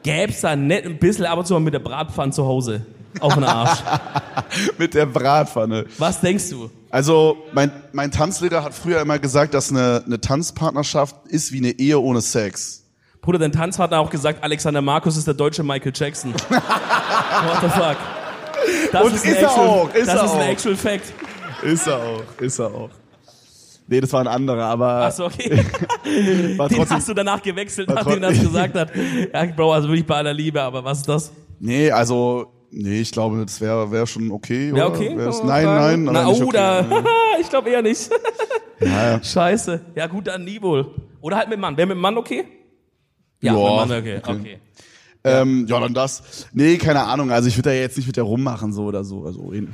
[SPEAKER 1] ja, ja.
[SPEAKER 3] Gäb's da nicht ein bisschen ab und zu mal mit der Bratpfanne zu Hause auf
[SPEAKER 1] (laughs)
[SPEAKER 3] den Arsch.
[SPEAKER 1] Mit der Bratpfanne.
[SPEAKER 3] Was denkst du?
[SPEAKER 1] Also, mein, mein Tanzlehrer hat früher immer gesagt, dass eine, eine Tanzpartnerschaft ist wie eine Ehe ohne Sex.
[SPEAKER 3] Bruder, dein Tanzpartner hat auch gesagt, Alexander Markus ist der deutsche Michael
[SPEAKER 1] (laughs)
[SPEAKER 3] Jackson. What the fuck? Das
[SPEAKER 1] Und
[SPEAKER 3] ein
[SPEAKER 1] ist er auch, ist
[SPEAKER 3] das
[SPEAKER 1] er
[SPEAKER 3] ist ein
[SPEAKER 1] auch.
[SPEAKER 3] Actual Fact.
[SPEAKER 1] Ist er auch, ist er auch. Nee, das war ein anderer, aber
[SPEAKER 3] Achso, okay.
[SPEAKER 1] war
[SPEAKER 3] Den
[SPEAKER 1] trotzdem.
[SPEAKER 3] hast du danach gewechselt,
[SPEAKER 1] war
[SPEAKER 3] nachdem er das
[SPEAKER 1] trotzdem- (laughs)
[SPEAKER 3] gesagt hat. Ja, Bro, also wirklich bei aller Liebe, aber was ist das?
[SPEAKER 1] Nee, also, nee, ich glaube, das wäre wär schon okay.
[SPEAKER 3] Ja,
[SPEAKER 1] oder?
[SPEAKER 3] okay.
[SPEAKER 1] Wär's,
[SPEAKER 3] kann man
[SPEAKER 1] nein,
[SPEAKER 3] fragen.
[SPEAKER 1] nein,
[SPEAKER 3] Na, oh,
[SPEAKER 1] aber nicht
[SPEAKER 3] oder?
[SPEAKER 1] okay.
[SPEAKER 3] (laughs) ich glaube eher nicht.
[SPEAKER 1] (laughs) Ja, ja.
[SPEAKER 3] Scheiße. Ja, gut, dann nie wohl. Oder halt mit Mann. Wäre mit Mann okay? Ja,
[SPEAKER 1] Ja,
[SPEAKER 3] mit Mann wär okay. okay.
[SPEAKER 1] okay. Ähm, ja, dann das. Nee, keine Ahnung. Also ich würde da jetzt nicht mit der rummachen, so oder so. Also,
[SPEAKER 3] (laughs)
[SPEAKER 1] in-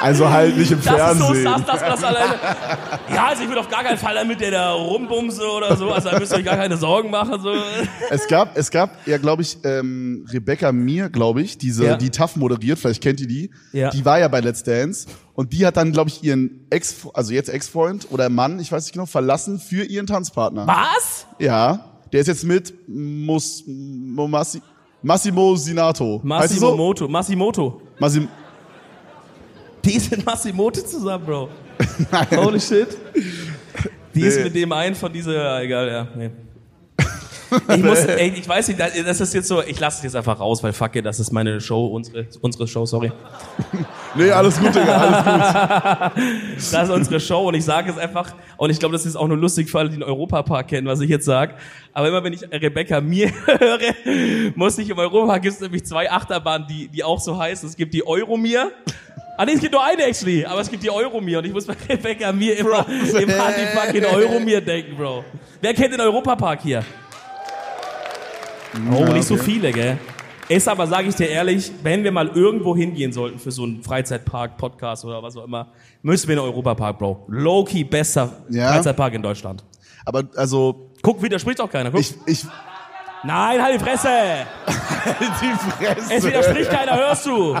[SPEAKER 1] also halt nicht im
[SPEAKER 3] Das ist so
[SPEAKER 1] Fernsehen.
[SPEAKER 3] sass, dass man das alleine. Ja, also ich würde auf gar keinen Fall damit der da rumbumse oder so. Also da müsst ihr euch gar keine Sorgen machen.
[SPEAKER 1] (laughs)
[SPEAKER 3] So.
[SPEAKER 1] es gab, es gab ja, glaube ich, ähm, Rebecca Mir, glaube ich, diese,
[SPEAKER 3] Ja.
[SPEAKER 1] die TAF moderiert, vielleicht kennt ihr die.
[SPEAKER 3] Ja.
[SPEAKER 1] Die war ja bei Let's Dance und die hat dann, glaube ich, ihren Ex, also jetzt Ex-Freund oder Mann, ich weiß nicht genau, verlassen für ihren Tanzpartner.
[SPEAKER 3] Was?
[SPEAKER 1] Ja. Der ist jetzt mit Mus, Mo, Massi, Massimo Sinato. Heißt
[SPEAKER 3] Massimo Moto. Massimoto.
[SPEAKER 1] so? Massim,
[SPEAKER 3] Die ist (laughs) mit Massimoto zusammen, Bro. Holy shit. Die ist
[SPEAKER 1] Nee.
[SPEAKER 3] mit dem einen von dieser. Ja, egal, ja. Nee. Ich muss, ey, ich weiß nicht, das ist jetzt so, ich lasse es jetzt einfach raus, weil fuck it, das ist meine Show, unsere, unsere Show, sorry.
[SPEAKER 1] nee, alles gut, Digga, alles
[SPEAKER 3] (laughs)
[SPEAKER 1] gut.
[SPEAKER 3] Das ist unsere Show und ich sage es einfach, und ich glaube, das ist auch nur lustig für alle, die den Europapark kennen, was ich jetzt sage. Aber immer wenn ich Rebecca mir (laughs) höre, muss ich im Europapark gibt es nämlich zwei Achterbahnen, die, die auch so heißen. Es gibt die Euromir. Ah nee, es gibt nur eine actually, aber es gibt die Euromir und ich muss bei Rebecca mir immer,
[SPEAKER 1] Bro.
[SPEAKER 3] immer an die fucking Euromir denken, Bro. Wer kennt den Europapark hier? Oh, nicht so viele, gell? Ist aber, sage ich dir ehrlich, wenn wir mal irgendwo hingehen sollten für so einen Freizeitpark, Podcast oder was auch immer, müssen wir in den Europapark, Bro. Low-key, bester
[SPEAKER 1] Ja?
[SPEAKER 3] Freizeitpark in Deutschland.
[SPEAKER 1] Aber also,
[SPEAKER 3] Guck, widerspricht auch keiner. Guck.
[SPEAKER 1] ich, (laughs) ich,
[SPEAKER 3] Nein, halt die Fresse!
[SPEAKER 1] Halt die Fresse. (laughs)
[SPEAKER 3] Es widerspricht keiner, hörst du?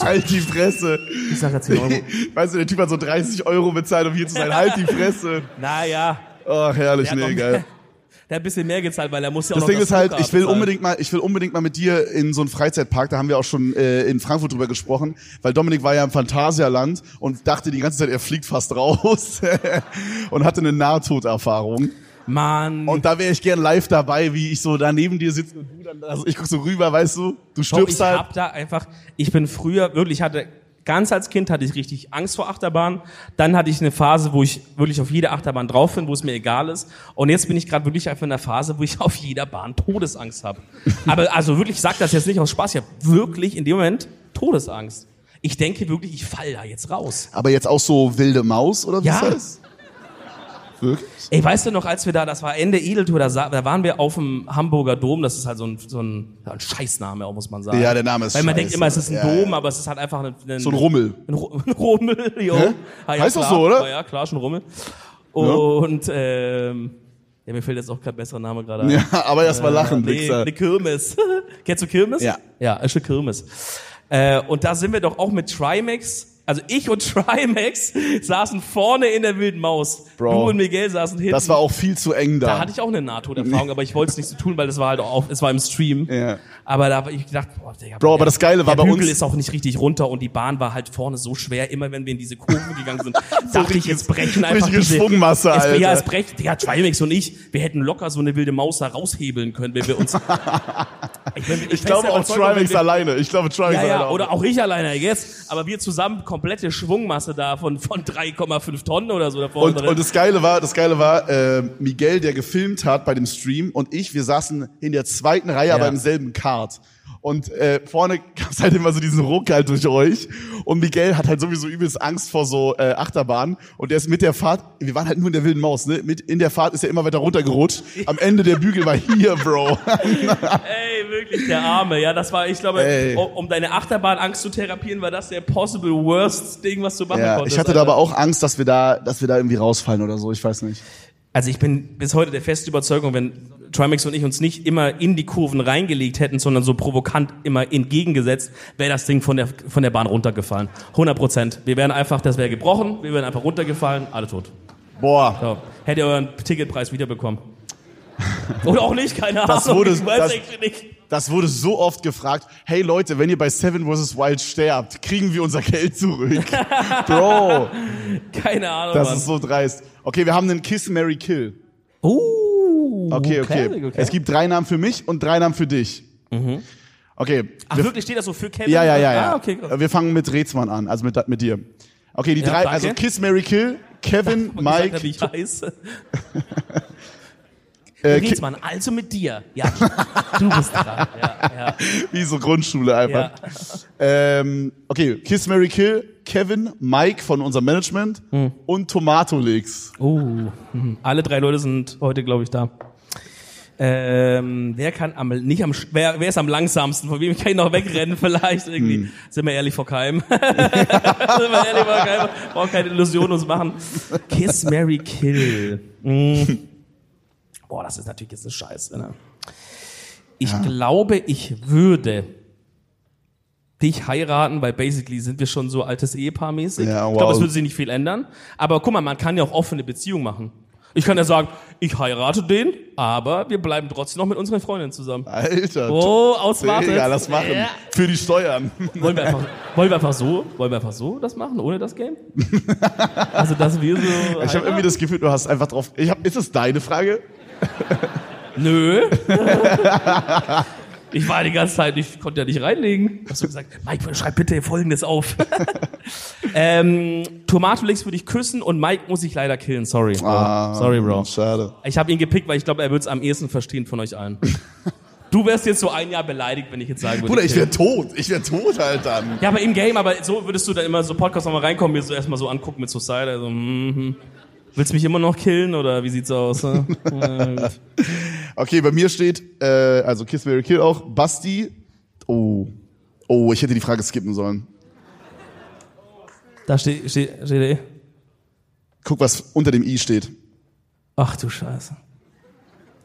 [SPEAKER 1] Halt die Fresse.
[SPEAKER 3] Ich sag jetzt 10 Euro.
[SPEAKER 1] (laughs) Weißt du, der Typ hat so 30 Euro bezahlt, um hier zu sein. Halt die Fresse.
[SPEAKER 3] Naja,
[SPEAKER 1] Ach, herrlich,
[SPEAKER 3] der hat,
[SPEAKER 1] nee,
[SPEAKER 3] noch,
[SPEAKER 1] geil.
[SPEAKER 3] (laughs) der hat ein bisschen mehr gezahlt, weil er muss ja auch
[SPEAKER 1] Das
[SPEAKER 3] noch
[SPEAKER 1] Ding ist halt,
[SPEAKER 3] Flughafen
[SPEAKER 1] ich will
[SPEAKER 3] zahlen.
[SPEAKER 1] unbedingt mal, ich will unbedingt mal mit dir in so einen Freizeitpark, da haben wir auch schon äh, in Frankfurt drüber gesprochen, weil Dominik war ja im Phantasialand und dachte die ganze Zeit, er fliegt fast raus (laughs) und hatte eine Nahtoderfahrung.
[SPEAKER 3] Mann,
[SPEAKER 1] Und da wäre ich gern live dabei, wie ich so daneben dir sitze und du dann, also ich guck so rüber, weißt du, du
[SPEAKER 3] Bro,
[SPEAKER 1] stirbst
[SPEAKER 3] ich
[SPEAKER 1] halt.
[SPEAKER 3] hab da einfach, ich bin früher wirklich, ich hatte ganz als Kind hatte ich richtig Angst vor Achterbahn. Dann hatte ich eine Phase, wo ich wirklich auf jede Achterbahn drauf bin, wo es mir egal ist. Und jetzt bin ich gerade wirklich einfach in der Phase, wo ich (laughs) auf jeder Bahn Todesangst habe. Aber also wirklich, ich sag das jetzt nicht aus Spaß, ich habe wirklich in dem Moment Todesangst. Ich denke wirklich, ich fall da jetzt raus.
[SPEAKER 1] Aber jetzt auch so wilde Maus oder wie
[SPEAKER 3] Ja.
[SPEAKER 1] ist das? Wirklich?
[SPEAKER 3] Ey, weißt du noch, als wir da, das war Ende Edeltour, da, sa- da waren wir auf dem Hamburger Dom, das ist halt so ein, so ein, ja, ein Scheißname, auch muss man sagen.
[SPEAKER 1] Ja, der Name ist
[SPEAKER 3] Weil man
[SPEAKER 1] scheiße.
[SPEAKER 3] denkt immer, es ist ein
[SPEAKER 1] Ja,
[SPEAKER 3] Dom,
[SPEAKER 1] ja.
[SPEAKER 3] aber es ist halt einfach ein, ein,
[SPEAKER 1] So ein Rummel.
[SPEAKER 3] Ein, Ru- (laughs) ein Rummel, jo.
[SPEAKER 1] Hä?
[SPEAKER 3] Ah, ja,
[SPEAKER 1] Heißt das
[SPEAKER 3] klar.
[SPEAKER 1] so, oder?
[SPEAKER 3] Ja, ja, klar, schon Rummel. Und, ähm, ja, mir fällt jetzt auch kein besserer Name gerade ein. Äh,
[SPEAKER 1] Ja, aber erstmal lachen,
[SPEAKER 3] Nee,
[SPEAKER 1] Wichser.
[SPEAKER 3] Eine Kirmes. (laughs) Kennst du Kirmes?
[SPEAKER 1] Ja.
[SPEAKER 3] Ja, ist eine Kirmes. Äh, und da sind wir doch auch mit Trimax. Also ich und (laughs) Trimax saßen vorne in der wilden Maus.
[SPEAKER 1] Bro.
[SPEAKER 3] Du und Miguel saßen hinten.
[SPEAKER 1] Das war auch viel zu eng da.
[SPEAKER 3] da hatte ich auch eine NATO-Erfahrung, aber ich wollte es nicht so tun, weil das war halt auch auf, es war im Stream.
[SPEAKER 1] Ja.
[SPEAKER 3] Aber da habe ich gedacht, boah, Digga,
[SPEAKER 1] Bro, aber
[SPEAKER 3] der-
[SPEAKER 1] das Geile war
[SPEAKER 3] der
[SPEAKER 1] bei
[SPEAKER 3] Hügel
[SPEAKER 1] uns-
[SPEAKER 3] ist auch nicht richtig runter und die Bahn war halt vorne so schwer. Immer wenn wir in diese Kurven gegangen
[SPEAKER 1] (laughs)
[SPEAKER 3] sind, dachte ich,
[SPEAKER 1] richtiges-
[SPEAKER 3] jetzt brechen einfach
[SPEAKER 1] richtige
[SPEAKER 3] diese,
[SPEAKER 1] Schwungmasse,
[SPEAKER 3] es, Ja,
[SPEAKER 1] Alter.
[SPEAKER 3] es brecht, ja, Trimax und ich, wir hätten locker so eine wilde Maus da raushebeln können, wenn
[SPEAKER 1] (laughs)
[SPEAKER 3] wir uns... ich, bin-
[SPEAKER 1] Ich glaube auch Trimax alleine. Ich glaube Trimax
[SPEAKER 3] Ja,
[SPEAKER 1] alleine.
[SPEAKER 3] ja, oder auch ich alleine, I guess. Aber wir zusammen komplette Schwungmasse da von, von 3,5 Tonnen oder so. Da vorne
[SPEAKER 1] und,
[SPEAKER 3] drin.
[SPEAKER 1] und das Geile war, das Geile war, äh, Miguel, der gefilmt hat bei dem Stream und ich, wir saßen in der zweiten Reihe, aber im selben Kart. Und äh, vorne (laughs) gab es halt immer so diesen Ruck halt durch euch. Und Miguel hat halt sowieso übelst Angst vor so äh, Achterbahnen. Und der ist mit der Fahrt, wir waren halt nur in der wilden Maus, ne? Mit, in der Fahrt ist er immer weiter runtergerutscht. Am Ende der Bügel war hier, Bro.
[SPEAKER 3] Ey, wirklich, der Arme. Ja, das war, ich glaube,
[SPEAKER 1] Ey.
[SPEAKER 3] um, um deine Achterbahnangst zu therapieren, war das der possible worst Ding, was du machen
[SPEAKER 1] ja,
[SPEAKER 3] konntest. Also,
[SPEAKER 1] ich hatte da
[SPEAKER 3] Alter.
[SPEAKER 1] aber auch Angst, dass wir da, dass wir da irgendwie rausfallen oder so. Ich weiß nicht.
[SPEAKER 3] Also ich bin bis heute der festen Überzeugung, wenn Trimax und ich uns nicht immer in die Kurven reingelegt hätten, sondern so provokant immer entgegengesetzt, wäre das Ding von der, von der Bahn runtergefallen. 100 Prozent. Wir wären einfach, das wäre gebrochen, wir wären einfach runtergefallen, alle tot.
[SPEAKER 1] Boah.
[SPEAKER 3] So. Hättet ihr euren Ticketpreis wiederbekommen. (laughs) Oder auch nicht, keine Ahnung.
[SPEAKER 1] Das wurde-
[SPEAKER 3] ich weiß
[SPEAKER 1] das-
[SPEAKER 3] echt nicht.
[SPEAKER 1] Das wurde so oft gefragt. Hey Leute, wenn ihr bei Seven vs. Wild sterbt, kriegen wir unser Geld
[SPEAKER 3] (laughs)
[SPEAKER 1] zurück. Bro,
[SPEAKER 3] Keine Ahnung,
[SPEAKER 1] das
[SPEAKER 3] Mann.
[SPEAKER 1] ist so dreist. Okay, wir haben einen Kiss, Mary Kill.
[SPEAKER 3] Uh,
[SPEAKER 1] Okay, okay. Es gibt drei Namen für mich und drei Namen für dich. Okay.
[SPEAKER 3] Mhm. Ach,
[SPEAKER 1] wir-
[SPEAKER 3] wirklich steht das so für Kevin?
[SPEAKER 1] ja, ja, ja, ja. Ähm,
[SPEAKER 3] Ah, okay, gut.
[SPEAKER 1] wir fangen mit Rezmann an, also mit, mit dir. Okay, die drei,
[SPEAKER 3] danke.
[SPEAKER 1] also Kiss, Mary Kill, Kevin,
[SPEAKER 3] Man (laughs) gesagt hat,
[SPEAKER 1] Mike,
[SPEAKER 3] wie ich heiße.
[SPEAKER 1] äh, Ki-
[SPEAKER 3] Rietzmann, also mit dir. Ja, du bist dran. Ja, ja.
[SPEAKER 1] (laughs) wie so Grundschule einfach. Ähm, okay, Kiss, Mary Kill, Kevin, Mike von unserem Management
[SPEAKER 3] Hm.
[SPEAKER 1] und Tomatolix.
[SPEAKER 3] Oh, mhm. alle drei Leute sind heute, glaube ich, da. Ähm, wer kann am nicht am sch- wer, wer ist am langsamsten? Von wem kann ich noch wegrennen vielleicht irgendwie?
[SPEAKER 1] Hm.
[SPEAKER 3] Sind wir ehrlich vor keinem. sind wir ehrlich vor keinem. Braucht keine Illusion uns machen. Kiss Mary Kill. Mm. Boah, das ist natürlich jetzt eine Scheiße. Ne? Ich glaube, ich würde dich heiraten, weil basically sind wir schon so altes Ehepaar mäßig.
[SPEAKER 1] Ja,
[SPEAKER 3] Ich glaube, es
[SPEAKER 1] wow.
[SPEAKER 3] würde sich nicht viel ändern. Aber guck mal, man kann ja auch offene Beziehungen machen. Ich kann ja sagen, ich heirate den, aber wir bleiben trotzdem noch mit unseren Freundinnen zusammen.
[SPEAKER 1] Alter.
[SPEAKER 3] Oh, auswartet.
[SPEAKER 1] Digga, lass machen.
[SPEAKER 3] Ja.
[SPEAKER 1] Für die Steuern.
[SPEAKER 3] Wollen wir, einfach, wollen, wir einfach so, wollen wir einfach so das machen, ohne das Game? Also, dass wir so.
[SPEAKER 1] Ich habe irgendwie das Gefühl, du hast einfach drauf. Ich hab, ist das deine Frage?
[SPEAKER 3] Nö. Ich war die ganze Zeit, ich konnte ja nicht reinlegen. Hast du gesagt, Mike, schreib bitte Folgendes auf. (laughs) ähm, Tomatolix würde ich küssen und Mike muss ich leider killen. Sorry. Bro. Sorry, Bro.
[SPEAKER 1] Ah, Schade.
[SPEAKER 3] Ich habe ihn gepickt, weil ich glaube, er würde es am ehesten verstehen von euch allen. Du wärst jetzt so ein Jahr beleidigt, wenn ich jetzt sagen würde.
[SPEAKER 1] Bruder, ich
[SPEAKER 3] kill.
[SPEAKER 1] wär tot. Ich wär tot halt dann.
[SPEAKER 3] Ja, aber im Game, aber so würdest du da immer so Podcast nochmal reinkommen, mir so erstmal so angucken mit Society. Also, hm, hm. Willst du mich immer noch killen oder wie sieht's aus? ne? Äh,
[SPEAKER 1] Okay, bei mir steht, äh, also Kiss Mary Kill auch, Basti. Oh. Oh, ich hätte die Frage skippen sollen.
[SPEAKER 3] (laughs) da steht, steht, steht eh.
[SPEAKER 1] Guck, was unter dem I steht.
[SPEAKER 3] Ach du Scheiße.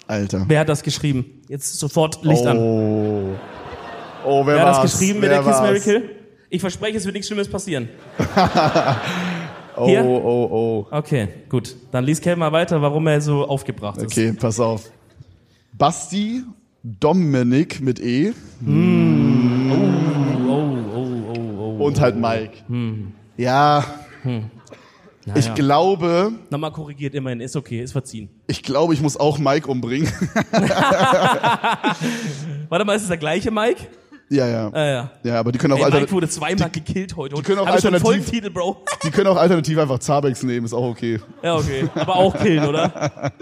[SPEAKER 1] Alter.
[SPEAKER 3] Wer hat das geschrieben? Jetzt sofort Licht an.
[SPEAKER 1] Oh. Oh, wer,
[SPEAKER 3] Wer hat
[SPEAKER 1] war's?
[SPEAKER 3] das geschrieben mit
[SPEAKER 1] Wer
[SPEAKER 3] der Kiss Mary
[SPEAKER 1] war's?
[SPEAKER 3] Kill? Ich verspreche, es wird nichts Schlimmes passieren.
[SPEAKER 1] Oh,
[SPEAKER 3] Hier?
[SPEAKER 1] oh, oh.
[SPEAKER 3] Okay, gut. Dann liest Kell mal weiter, warum er so aufgebracht ist.
[SPEAKER 1] Okay, pass auf. Basti Dominik mit E
[SPEAKER 3] Oh, oh, oh, oh. Hm.
[SPEAKER 1] und halt Mike. Ja,
[SPEAKER 3] Naja.
[SPEAKER 1] ich glaube,
[SPEAKER 3] Nochmal korrigiert immerhin. Ist okay, ist verziehen.
[SPEAKER 1] ich glaube, ich muss auch Mike umbringen. (laughs)
[SPEAKER 3] Warte mal, ist es der gleiche Mike?
[SPEAKER 1] ja, ja.
[SPEAKER 3] Ah, ja.
[SPEAKER 1] Ja, aber die können auch,
[SPEAKER 3] Ey,
[SPEAKER 1] alter
[SPEAKER 3] Mike wurde zweimal gekillt heute. Die
[SPEAKER 1] können auch
[SPEAKER 3] schon vollen
[SPEAKER 1] alternativ-
[SPEAKER 3] Titel, Bro.
[SPEAKER 1] die können auch alternativ einfach Zabex nehmen, ist auch okay.
[SPEAKER 3] ja, okay. Aber auch killen,
[SPEAKER 1] (laughs)
[SPEAKER 3] oder?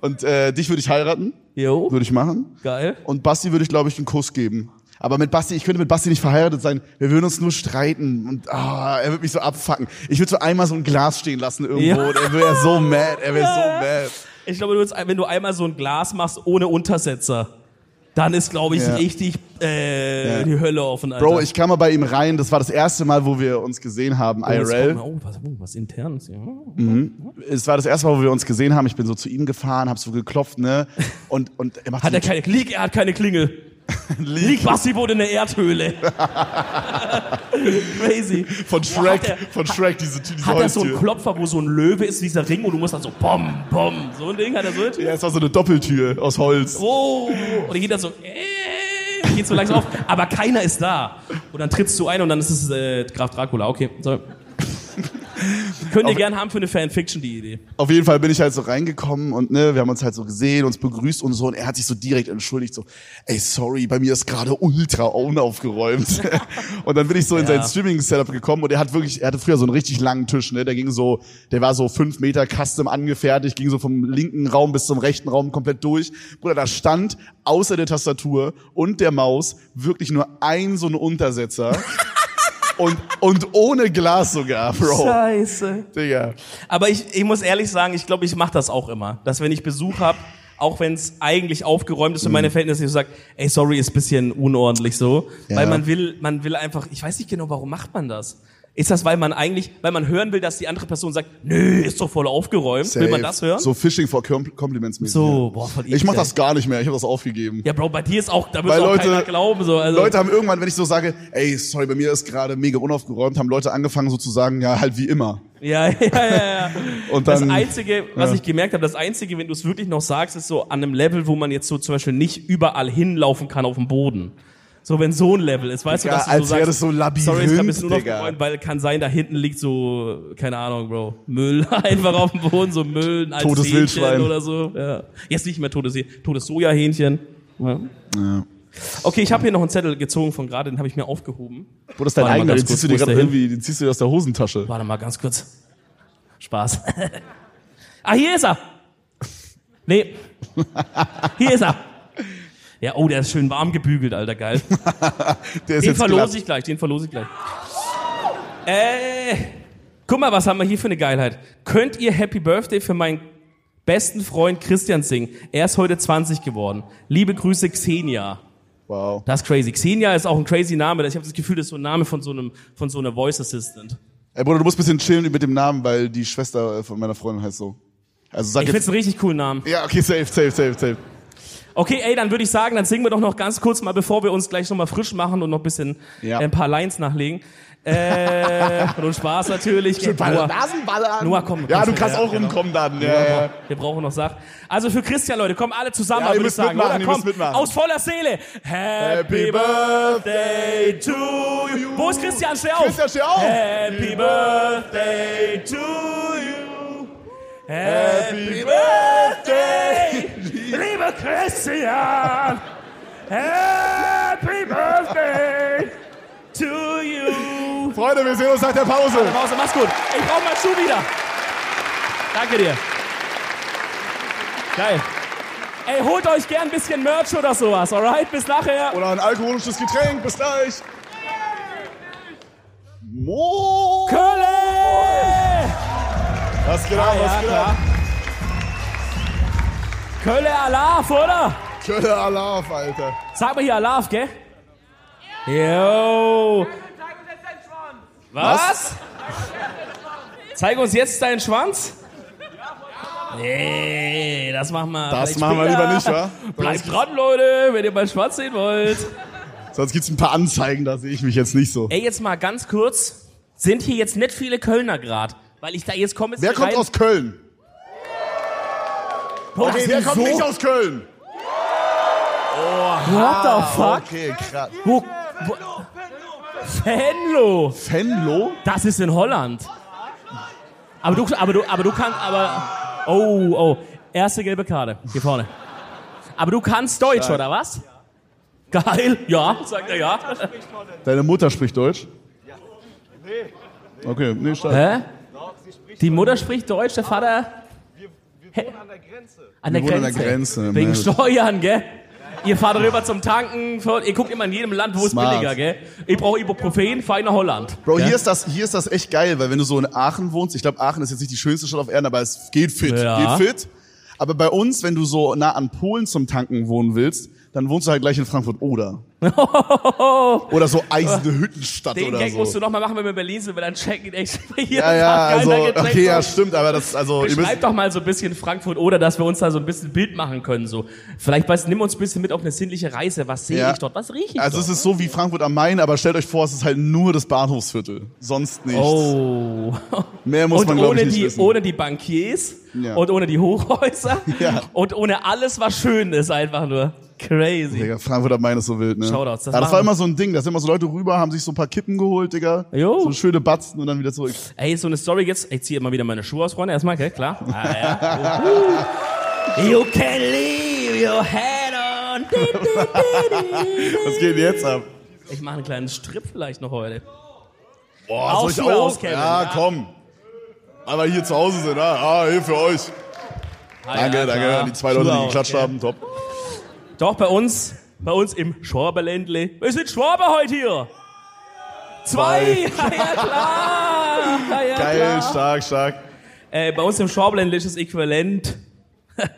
[SPEAKER 1] Und äh, dich würde ich heiraten,
[SPEAKER 3] Jo,
[SPEAKER 1] würde ich machen.
[SPEAKER 3] geil.
[SPEAKER 1] Und Basti würde ich, glaube ich, einen Kuss geben. Aber mit Basti, ich könnte mit Basti nicht verheiratet sein. Wir würden uns nur streiten und ah, er würde mich so abfacken. Ich würde so einmal so ein Glas stehen lassen irgendwo
[SPEAKER 3] Ja.
[SPEAKER 1] und er wäre so mad, er wäre so mad.
[SPEAKER 3] Ich glaube, du würdest, wenn du einmal so ein Glas machst ohne Untersetzer, dann ist, glaube ich,
[SPEAKER 1] Ja.
[SPEAKER 3] richtig äh,
[SPEAKER 1] Ja.
[SPEAKER 3] die Hölle offen, Alter.
[SPEAKER 1] Bro, ich kam mal bei ihm rein, das war das erste Mal, wo wir uns gesehen haben,
[SPEAKER 3] Oh, jetzt kommt
[SPEAKER 1] IRL.
[SPEAKER 3] mal- Oh, was, oh, was internes. Ja.
[SPEAKER 1] Es war das erste Mal, wo wir uns gesehen haben. Ich bin so zu ihm gefahren, hab so geklopft, ne? Und, und er macht
[SPEAKER 3] Hat
[SPEAKER 1] so
[SPEAKER 3] er keine Klick, er hat keine
[SPEAKER 1] (laughs)
[SPEAKER 3] Klingel. Lieg Basti wurde in der Erdhöhle. Crazy.
[SPEAKER 1] von
[SPEAKER 3] Boah, hat
[SPEAKER 1] Shrek,
[SPEAKER 3] er-
[SPEAKER 1] von Shrek, diese, diese
[SPEAKER 3] Hat er so einen
[SPEAKER 1] Holztür.
[SPEAKER 3] Klopfer, wo so ein Löwe ist, dieser Ring, und du musst dann so bom, bom. So ein Ding hat er so.
[SPEAKER 1] Ja, es war so eine Doppeltür aus Holz.
[SPEAKER 3] Oh, und dann geht er so, äh, geht so langsam auf, aber keiner ist da. Und dann trittst du ein und dann ist es äh, Graf Dracula. Okay, sorry. Könnt ihr gern haben für eine Fanfiction die Idee.
[SPEAKER 1] Auf jeden Fall bin ich halt so reingekommen und ne, wir haben uns halt so gesehen, uns begrüßt und so und er hat sich so direkt entschuldigt so, ey sorry, bei mir ist gerade ultra
[SPEAKER 3] (laughs)
[SPEAKER 1] unaufgeräumt. und dann bin ich so in sein
[SPEAKER 3] Ja.
[SPEAKER 1] Streaming Setup gekommen und er hat wirklich, er hatte früher so einen richtig langen Tisch, ne, der ging so, der war so fünf Meter custom angefertigt, ging so vom linken Raum bis zum rechten Raum komplett durch. Bruder, da stand außer der Tastatur und der Maus wirklich nur ein so ein
[SPEAKER 3] (laughs)
[SPEAKER 1] Untersetzer. Und, und ohne Glas sogar, Bro.
[SPEAKER 3] Scheiße.
[SPEAKER 1] Digga.
[SPEAKER 3] Aber ich, ich muss ehrlich sagen, ich glaube, ich mache das auch immer. Dass wenn ich Besuch habe, auch wenn es eigentlich aufgeräumt ist für
[SPEAKER 1] Mhm.
[SPEAKER 3] meine Verhältnisse, ich sag, ey, sorry, ist bisschen unordentlich so.
[SPEAKER 1] Ja.
[SPEAKER 3] Weil man will, man will einfach, ich weiß nicht genau, warum macht man das? Ist das, weil man eigentlich, weil man hören will, dass die andere Person sagt, nö, ist doch voll aufgeräumt. Will man
[SPEAKER 1] Safe.
[SPEAKER 3] das hören?
[SPEAKER 1] So Fishing for Com- Compliments mäßig.
[SPEAKER 3] So, boah, voll
[SPEAKER 1] Ich mach
[SPEAKER 3] ekelhaft.
[SPEAKER 1] das gar nicht mehr, ich habe das aufgegeben.
[SPEAKER 3] Ja, Bro, bei dir ist auch, da wird
[SPEAKER 1] Weil
[SPEAKER 3] auch
[SPEAKER 1] Leute-
[SPEAKER 3] keiner glauben. So. Also,
[SPEAKER 1] Leute haben irgendwann, wenn ich so sage, ey, sorry, bei mir ist gerade mega unaufgeräumt, haben Leute angefangen so zu sagen, ja, halt wie immer.
[SPEAKER 3] Ja, (laughs) ja, ja, ja.
[SPEAKER 1] Und
[SPEAKER 3] Das
[SPEAKER 1] dann-
[SPEAKER 3] Einzige, was
[SPEAKER 1] ja.
[SPEAKER 3] ich gemerkt habe, das Einzige, wenn du es wirklich noch sagst, ist so an einem Level, wo man jetzt so zum Beispiel nicht überall hinlaufen kann auf dem Boden. So, wenn so ein Level ist, weißt
[SPEAKER 1] Ja,
[SPEAKER 3] du, dass du
[SPEAKER 1] als
[SPEAKER 3] so
[SPEAKER 1] wäre
[SPEAKER 3] sagst,
[SPEAKER 1] das so Labyrinth,
[SPEAKER 3] sorry, ich habe es nur noch
[SPEAKER 1] Digga.
[SPEAKER 3] geräumt, weil kann sein, da hinten liegt so, keine Ahnung, Bro, Müll (laughs) einfach auf dem Boden, so Müll, ein altes
[SPEAKER 1] Totes
[SPEAKER 3] Hähnchen
[SPEAKER 1] Wildschwein.
[SPEAKER 3] oder so. Ja. Jetzt nicht mehr totes, Hähnchen, totes Sojahähnchen. Ja.
[SPEAKER 1] Ja.
[SPEAKER 3] Okay, ich habe hier noch einen Zettel gezogen von gerade, den habe ich mir aufgehoben.
[SPEAKER 1] Wo das dein
[SPEAKER 3] Warte mal
[SPEAKER 1] eigener,
[SPEAKER 3] ganz
[SPEAKER 1] den
[SPEAKER 3] kurz,
[SPEAKER 1] ziehst du dir
[SPEAKER 3] wo ist
[SPEAKER 1] gerade
[SPEAKER 3] der hin?
[SPEAKER 1] irgendwie, den ziehst du dir aus der Hosentasche.
[SPEAKER 3] Warte mal ganz kurz. Spaß. ah, hier ist er. Nee. Hier ist er. Ja, oh, der ist schön warm gebügelt, alter, geil.
[SPEAKER 1] Der ist
[SPEAKER 3] Den
[SPEAKER 1] jetzt
[SPEAKER 3] verlose
[SPEAKER 1] glatt.
[SPEAKER 3] ich gleich, den verlose ich gleich. Äh, guck mal, was haben wir hier für eine Geilheit. Könnt ihr Happy Birthday für meinen besten Freund Christian singen? Er ist heute 20 geworden. Liebe Grüße, Xenia.
[SPEAKER 1] Wow.
[SPEAKER 3] Das ist crazy. Xenia ist auch ein crazy Name. Ich habe das Gefühl, das ist so ein Name von so einem, von so einer Voice Assistant.
[SPEAKER 1] Ey, Bruder, du musst ein bisschen chillen mit dem Namen, weil die Schwester äh, von meiner Freundin heißt so. Also sag
[SPEAKER 3] Ich find's
[SPEAKER 1] jetzt.
[SPEAKER 3] einen richtig coolen Namen.
[SPEAKER 1] Ja, okay, safe, safe, safe, safe.
[SPEAKER 3] Okay, ey, dann würde ich sagen, dann singen wir doch noch ganz kurz mal, bevor wir uns gleich nochmal frisch machen und noch ein bisschen
[SPEAKER 1] Ja.
[SPEAKER 3] äh, ein paar Lines nachlegen.
[SPEAKER 1] (laughs)
[SPEAKER 3] Äh, und Spaß natürlich. Noah,
[SPEAKER 1] Nasenballern.
[SPEAKER 3] Noah, komm.
[SPEAKER 1] Ja, du
[SPEAKER 3] komm,
[SPEAKER 1] kannst
[SPEAKER 3] ja,
[SPEAKER 1] auch
[SPEAKER 3] genau.
[SPEAKER 1] rumkommen dann. Ja, ja.
[SPEAKER 3] wir brauchen noch Sachen. Also für Christian, Leute, kommen alle zusammen,
[SPEAKER 1] Ja, ihr
[SPEAKER 3] würde ich
[SPEAKER 1] müsst
[SPEAKER 3] sagen.
[SPEAKER 1] mitmachen,
[SPEAKER 3] oder?
[SPEAKER 1] ihr
[SPEAKER 3] Komm,
[SPEAKER 1] müsst mitmachen.
[SPEAKER 3] Aus voller Seele. Happy Birthday to you. Wo ist Christian? Steh auf.
[SPEAKER 1] Christian, steh auf.
[SPEAKER 3] Happy Birthday to you. Happy Birthday, lieber Christian. Happy Birthday to you.
[SPEAKER 1] Freunde, wir sehen uns nach der Pause.
[SPEAKER 3] Pause, mach's gut. Ich brauch mal Schuh wieder. Danke dir. Geil. Ey, holt euch gern ein bisschen Merch oder sowas, alright? Bis nachher.
[SPEAKER 1] Oder ein alkoholisches Getränk. Bis gleich. Mo.
[SPEAKER 3] Kölle!
[SPEAKER 1] Was geht
[SPEAKER 3] Ah,
[SPEAKER 1] ab, was geht ab?
[SPEAKER 3] Kölle Alaf, oder?
[SPEAKER 1] Kölle Alarv, Alter.
[SPEAKER 3] Sag mal hier Alaf, gell? Yo! Was? Zeig uns jetzt deinen Schwanz? Nee, das machen wir.
[SPEAKER 1] Das
[SPEAKER 3] vielleicht
[SPEAKER 1] machen wir
[SPEAKER 3] später.
[SPEAKER 1] lieber nicht, wa?
[SPEAKER 3] Bleibt dran, Leute, wenn ihr meinen Schwanz sehen wollt.
[SPEAKER 1] Sonst gibt's ein paar Anzeigen, da sehe ich mich jetzt nicht so.
[SPEAKER 3] Ey, jetzt mal ganz kurz. Sind hier jetzt nicht viele Kölner grad? Weil ich da jetzt komme.
[SPEAKER 1] Wer kommt aus Köln? Okay, wer kommt nicht aus Köln?
[SPEAKER 3] What the fuck?
[SPEAKER 1] Okay, krass.
[SPEAKER 3] Wo, wo, Venlo.
[SPEAKER 1] Fenlo?
[SPEAKER 3] Das ist in Holland. Aber du, aber du, aber du kannst, aber. Oh, oh. Erste gelbe Karte. Hier vorne. Aber du kannst Deutsch,
[SPEAKER 1] Stark.
[SPEAKER 3] oder was? Geil. Ja, sagt er ja.
[SPEAKER 1] Deine Mutter spricht Deutsch? Ja. Okay, nee, stark.
[SPEAKER 3] Hä? Die Mutter spricht Deutsch, der Vater. Wir,
[SPEAKER 1] Wir wohnen
[SPEAKER 3] an
[SPEAKER 1] an
[SPEAKER 3] der
[SPEAKER 1] der
[SPEAKER 3] Grenze.
[SPEAKER 1] Grenze,
[SPEAKER 3] Wegen
[SPEAKER 1] Mensch.
[SPEAKER 3] Steuern, gell? Ihr fahrt rüber zum Tanken. für- Ihr guckt immer in jedem Land, wo es
[SPEAKER 1] Smart.
[SPEAKER 3] billiger, gell? Ich brauche Ibuprofen, fahr ich nach Holland.
[SPEAKER 1] Bro,
[SPEAKER 3] gell?
[SPEAKER 1] hier ist, das, hier ist das echt geil, weil wenn du so in Aachen wohnst, ich glaube, Aachen ist jetzt nicht die schönste Stadt auf Erden, aber es geht fit,
[SPEAKER 3] Ja.
[SPEAKER 1] geht fit. Aber bei uns, wenn du so nah an Polen zum Tanken wohnen willst, dann wohnst du halt gleich in Frankfurt
[SPEAKER 3] (laughs)
[SPEAKER 1] oder. oder so eisende Hüttenstadt
[SPEAKER 3] Den
[SPEAKER 1] oder
[SPEAKER 3] Gag musst du
[SPEAKER 1] so.
[SPEAKER 3] nochmal machen, wenn wir in Berlin sind, weil dann checken echt hier.
[SPEAKER 1] Ja, ja,
[SPEAKER 3] hat
[SPEAKER 1] also,
[SPEAKER 3] keiner gecheckt.
[SPEAKER 1] okay, ja, stimmt, aber das, also, ihr müsst,
[SPEAKER 3] Beschreib doch mal so ein bisschen Frankfurt oder dass wir uns da so ein bisschen ein Bild machen können. So. Vielleicht weißt, nimm uns ein bisschen mit auf eine sinnliche Reise. Was sehe
[SPEAKER 1] Ja.
[SPEAKER 3] ich dort? Was rieche ich
[SPEAKER 1] also es ist so wie Frankfurt am Main, aber stellt euch vor, es ist halt nur das Bahnhofsviertel. Sonst nichts.
[SPEAKER 3] dort? Oh.
[SPEAKER 1] Mehr muss
[SPEAKER 3] und
[SPEAKER 1] man, glaube
[SPEAKER 3] ohne,
[SPEAKER 1] ich, nicht
[SPEAKER 3] die,
[SPEAKER 1] wissen.
[SPEAKER 3] ohne die Bankiers
[SPEAKER 1] Ja.
[SPEAKER 3] und ohne die Hochhäuser
[SPEAKER 1] (laughs) Ja.
[SPEAKER 3] und ohne alles, was schön ist, einfach nur. Crazy.
[SPEAKER 1] Digga, Frankfurt am Main ist so wild, ne?
[SPEAKER 3] Shoutouts,
[SPEAKER 1] das,
[SPEAKER 3] das
[SPEAKER 1] ja, das
[SPEAKER 3] machen
[SPEAKER 1] war
[SPEAKER 3] wir.
[SPEAKER 1] immer so ein Ding, da sind immer so Leute rüber, haben sich so ein paar Kippen geholt, Digga.
[SPEAKER 3] Jo.
[SPEAKER 1] So schöne Batzen und dann wieder zurück.
[SPEAKER 3] Ey, so eine Story jetzt. Ich ziehe immer wieder meine Schuhe aus, Freunde. Erstmal, okay, klar. Ah, ja.
[SPEAKER 1] (laughs)
[SPEAKER 3] Uhu. You can leave your head on. Di, di, di, di.
[SPEAKER 1] Was geht jetzt ab?
[SPEAKER 3] Ich mache einen kleinen Strip vielleicht noch heute.
[SPEAKER 1] Boah,
[SPEAKER 3] Auch
[SPEAKER 1] soll ich
[SPEAKER 3] Schuhe aus,
[SPEAKER 1] auch?
[SPEAKER 3] Kevin,
[SPEAKER 1] Ja,
[SPEAKER 3] ja.
[SPEAKER 1] komm. Aber hier zu Hause sind, ah, ah hier für euch.
[SPEAKER 3] Ah,
[SPEAKER 1] Danke,
[SPEAKER 3] ja,
[SPEAKER 1] danke
[SPEAKER 3] klar.
[SPEAKER 1] an die zwei Leute,
[SPEAKER 3] Schuhe
[SPEAKER 1] die
[SPEAKER 3] aus,
[SPEAKER 1] geklatscht
[SPEAKER 3] ja.
[SPEAKER 1] haben. Top.
[SPEAKER 3] Doch, bei uns, bei uns im Schwaberländle. Wir sind Schwaber heute hier. Zwei. (laughs) Ja, ja, klar. Ja, ja,
[SPEAKER 1] Geil,
[SPEAKER 3] klar.
[SPEAKER 1] stark, stark.
[SPEAKER 3] Äh, bei uns im Schwabenland ist das Äquivalent. (laughs)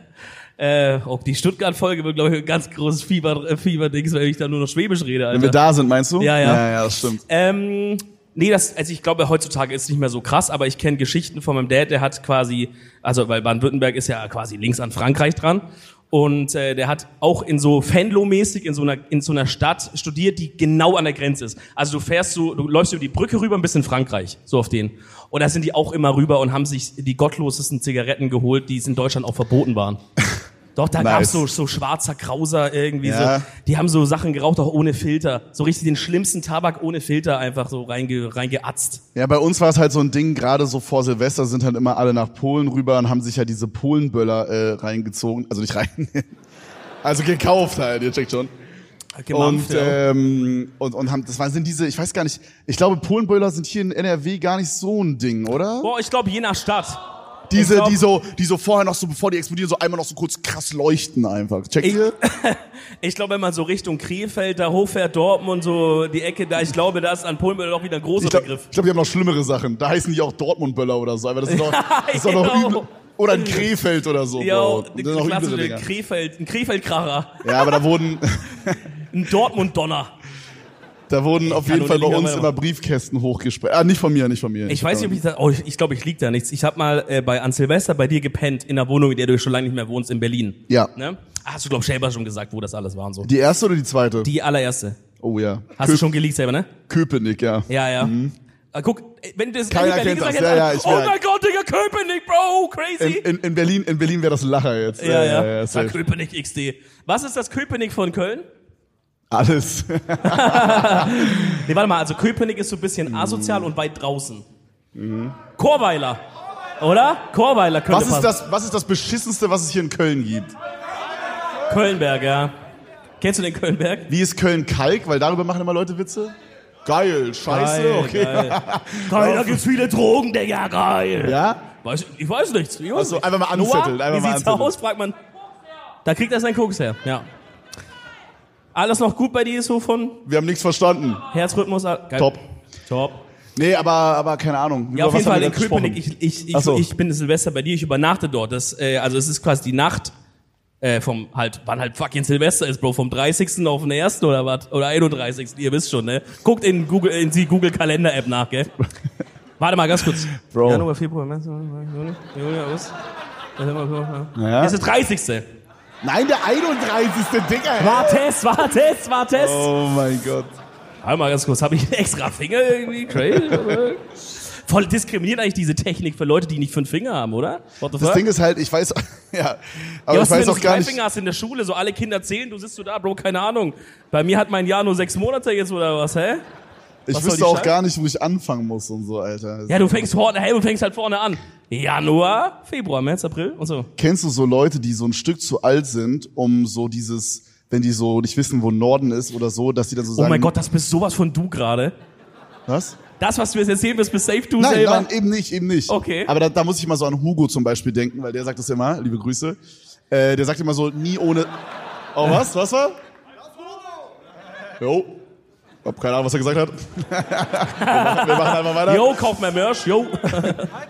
[SPEAKER 3] äh, ob die Stuttgart-Folge wird, glaube ich, ein ganz großes Fieber, äh, Fieber-Dings, weil ich da nur noch Schwäbisch rede,
[SPEAKER 1] Wenn wir
[SPEAKER 3] Alter.
[SPEAKER 1] da sind, meinst du?
[SPEAKER 3] Ja, ja.
[SPEAKER 1] Ja, ja, das stimmt.
[SPEAKER 3] Ähm, Nee, das, also ich glaube, heutzutage ist es nicht mehr so krass, aber ich kenne Geschichten von meinem Dad, der hat quasi, also weil Baden-Württemberg ist ja quasi links an Frankreich dran. Und äh, der hat auch in so Fenlo-mäßig in, so einer- in so einer Stadt studiert, die genau an der Grenze ist. Also du fährst so, du läufst über die Brücke rüber ein bisschen Frankreich, so auf den. Und da sind die auch immer rüber und haben sich die gottlosesten Zigaretten geholt, die es in Deutschland auch verboten waren. Doch, da
[SPEAKER 1] Nice.
[SPEAKER 3] gab's so, so schwarzer Krauser irgendwie
[SPEAKER 1] Ja.
[SPEAKER 3] so. Die haben so Sachen geraucht, auch ohne Filter. So richtig den schlimmsten Tabak ohne Filter einfach so reinge, reingeatzt.
[SPEAKER 1] Ja, bei uns war es halt so ein Ding, gerade so vor Silvester sind halt immer alle nach Polen rüber und haben sich ja diese Polenböller äh, reingezogen. Also nicht rein. (laughs) also gekauft halt, ihr checkt schon. Und,
[SPEAKER 3] Gemampft, ja.
[SPEAKER 1] ähm, und, und haben, das waren, sind diese, ich weiß gar nicht, ich glaube, Polenböller sind hier in NRW gar nicht so ein Ding, oder?
[SPEAKER 3] Boah, ich glaube, je nach Stadt.
[SPEAKER 1] diese,
[SPEAKER 3] ich glaub-
[SPEAKER 1] die so, die so vorher noch so, bevor die explodieren, so einmal noch so kurz krass leuchten einfach. Also, Checkt
[SPEAKER 3] Ich-
[SPEAKER 1] ihr?
[SPEAKER 3] Ich glaube, wenn man so Richtung Krefeld, da hochfährt, Dortmund, so die Ecke da, ich glaube, da ist an Polenböller auch wieder ein großer
[SPEAKER 1] Ich glaube,
[SPEAKER 3] Begriff.
[SPEAKER 1] glaub, die haben noch schlimmere Sachen. Da heißen die auch Dortmund-Böller oder so. Aber das ist
[SPEAKER 3] (laughs)
[SPEAKER 1] doch, das ist doch noch
[SPEAKER 3] genau.
[SPEAKER 1] üble, oder ein Krefeld oder so.
[SPEAKER 3] Ja,
[SPEAKER 1] Bro. Oh, Das
[SPEAKER 3] eine
[SPEAKER 1] sind noch üblere
[SPEAKER 3] klassische
[SPEAKER 1] Dinger.
[SPEAKER 3] Krefeld, ein Krefeld-Kracher,
[SPEAKER 1] ja, aber da wurden,
[SPEAKER 3] ein Dortmund-Donner.
[SPEAKER 1] da wurden auf jeden
[SPEAKER 3] nur
[SPEAKER 1] Fall bei
[SPEAKER 3] nicht
[SPEAKER 1] uns
[SPEAKER 3] mehr
[SPEAKER 1] immer Briefkästen hochgesprengt. Ah, nicht von mir, nicht von mir.
[SPEAKER 3] Ich weiß nicht, ob ich da, oh, ich, ich glaube, ich lieg da nichts. Ich habe mal äh, bei an Silvester bei dir gepennt, in der Wohnung, in der du schon lange nicht mehr wohnst, in Berlin.
[SPEAKER 1] Ja.
[SPEAKER 3] Ne? Ah, Hast du, glaube ich, selber schon gesagt, wo das alles war und so.
[SPEAKER 1] Die erste oder die zweite?
[SPEAKER 3] Die allererste.
[SPEAKER 1] oh ja.
[SPEAKER 3] Hast du schon geleakt selber, ne?
[SPEAKER 1] Köpenick, ja.
[SPEAKER 3] Ja, ja. Ah, Guck, wenn du das
[SPEAKER 1] Mhm. Keiner
[SPEAKER 3] wenn du
[SPEAKER 1] kennt
[SPEAKER 3] gesagt
[SPEAKER 1] das. Ja, ja,
[SPEAKER 3] hättest,
[SPEAKER 1] ich
[SPEAKER 3] oh
[SPEAKER 1] merk.
[SPEAKER 3] mein Gott, Digga, Köpenick,
[SPEAKER 1] In,
[SPEAKER 3] Bro, crazy.
[SPEAKER 1] in, in Berlin, in Berlin wäre das ein Lacher jetzt.
[SPEAKER 3] ja, ja, ja
[SPEAKER 1] safe.
[SPEAKER 3] Köpenick XD. Was ist das Köpenick von Köln?
[SPEAKER 1] Alles.
[SPEAKER 3] Nee, warte mal, also Köpenick ist so ein
[SPEAKER 1] Mhm.
[SPEAKER 3] bisschen asozial und weit draußen. Chorweiler. Oder? Chorweiler könnte
[SPEAKER 1] Was ist
[SPEAKER 3] passen.
[SPEAKER 1] das, was ist das beschissenste, was es hier in Köln gibt?
[SPEAKER 3] Kölnberg, ja. Kennst du den Kölnberg?
[SPEAKER 1] Wie ist Köln Kalk? Weil darüber machen immer Leute Witze. Geil, scheiße,
[SPEAKER 3] Geil,
[SPEAKER 1] okay.
[SPEAKER 3] Geil. geil, da gibt's viele Drogen, Digga, geil.
[SPEAKER 1] (laughs) Ja?
[SPEAKER 3] Weiß, ich weiß nichts. Ich weiß
[SPEAKER 1] Ach so,
[SPEAKER 3] nichts.
[SPEAKER 1] Also einfach mal anzetteln, einfach
[SPEAKER 3] Noah, wie
[SPEAKER 1] mal
[SPEAKER 3] sieht's
[SPEAKER 1] anzetteln.
[SPEAKER 3] aus, fragt man. Da kriegt er seinen Koks her, ja. Alles noch gut bei dir, so von
[SPEAKER 1] Wir haben nichts verstanden.
[SPEAKER 3] Herzrhythmus? ah, Geil.
[SPEAKER 1] Top.
[SPEAKER 3] Top.
[SPEAKER 1] Nee, aber, aber keine Ahnung.
[SPEAKER 3] Ja, auf
[SPEAKER 1] Über
[SPEAKER 3] jeden
[SPEAKER 1] was haben
[SPEAKER 3] Fall
[SPEAKER 1] wir
[SPEAKER 3] in
[SPEAKER 1] gerade
[SPEAKER 3] Köpenick.
[SPEAKER 1] gesprochen?
[SPEAKER 3] Ich, ich, ich,
[SPEAKER 1] Ach so.
[SPEAKER 3] ich bin in Silvester bei dir, ich übernachte dort. Das, äh, also es ist quasi die Nacht äh, vom halt, wann halt fucking Silvester ist, Bro, vom 30. auf den 1. oder was? Oder 31. Ihr wisst schon, ne? Guckt in Google in die Google Kalender App nach, gell? Warte mal ganz kurz.
[SPEAKER 1] Bro.
[SPEAKER 3] Januar, Februar, März, Juni, Juli, August. September, Oktober,
[SPEAKER 1] Ja.
[SPEAKER 3] ja. Das ist der 30.
[SPEAKER 1] Nein, der 31. Dicker. hä?
[SPEAKER 3] Warte es, warte es, warte es.
[SPEAKER 1] Oh mein Gott.
[SPEAKER 3] Warte mal ganz kurz, habe ich einen extra Finger irgendwie? Crazy, oder? Voll diskriminiert eigentlich diese Technik für Leute, die nicht fünf Finger haben, oder? What the
[SPEAKER 1] Das
[SPEAKER 3] fuck?
[SPEAKER 1] Ding ist halt, ich weiß, (laughs) ja, aber
[SPEAKER 3] ja, was
[SPEAKER 1] ich
[SPEAKER 3] ist, wenn
[SPEAKER 1] weiß
[SPEAKER 3] du
[SPEAKER 1] auch gar
[SPEAKER 3] drei
[SPEAKER 1] nicht.
[SPEAKER 3] Finger hast in der Schule, so alle Kinder zählen, du sitzt so da, Bro, keine Ahnung. Bei mir hat mein Jahr nur sechs Monate jetzt oder was, hä?
[SPEAKER 1] Ich
[SPEAKER 3] Was soll die
[SPEAKER 1] wüsste auch
[SPEAKER 3] Scheiße?
[SPEAKER 1] gar nicht, wo ich anfangen muss und so, Alter.
[SPEAKER 3] Ja, du fängst vorne, hey, du fängst halt vorne an. Januar, Februar, März, April und so. Oh
[SPEAKER 1] Kennst du so Leute, die so ein Stück zu alt sind, um so dieses, wenn die so nicht wissen, wo Norden ist oder so, dass die dann so
[SPEAKER 3] Oh
[SPEAKER 1] sagen,
[SPEAKER 3] mein Gott, das bist sowas von du gerade.
[SPEAKER 1] was?
[SPEAKER 3] Das, was wir jetzt erzählen, bist bis safe du
[SPEAKER 1] Nein,
[SPEAKER 3] selber.
[SPEAKER 1] nein, eben nicht, eben nicht.
[SPEAKER 3] Okay.
[SPEAKER 1] Aber da, da muss ich mal so an Hugo zum Beispiel denken, weil der sagt das immer, liebe Grüße. Äh, der sagt immer so, nie ohne. Oh, was? Was war? Jo. Hab keine Ahnung, was er gesagt hat. (laughs) wir, machen, wir machen einfach weiter.
[SPEAKER 3] Yo, kauf mehr Merch, yo.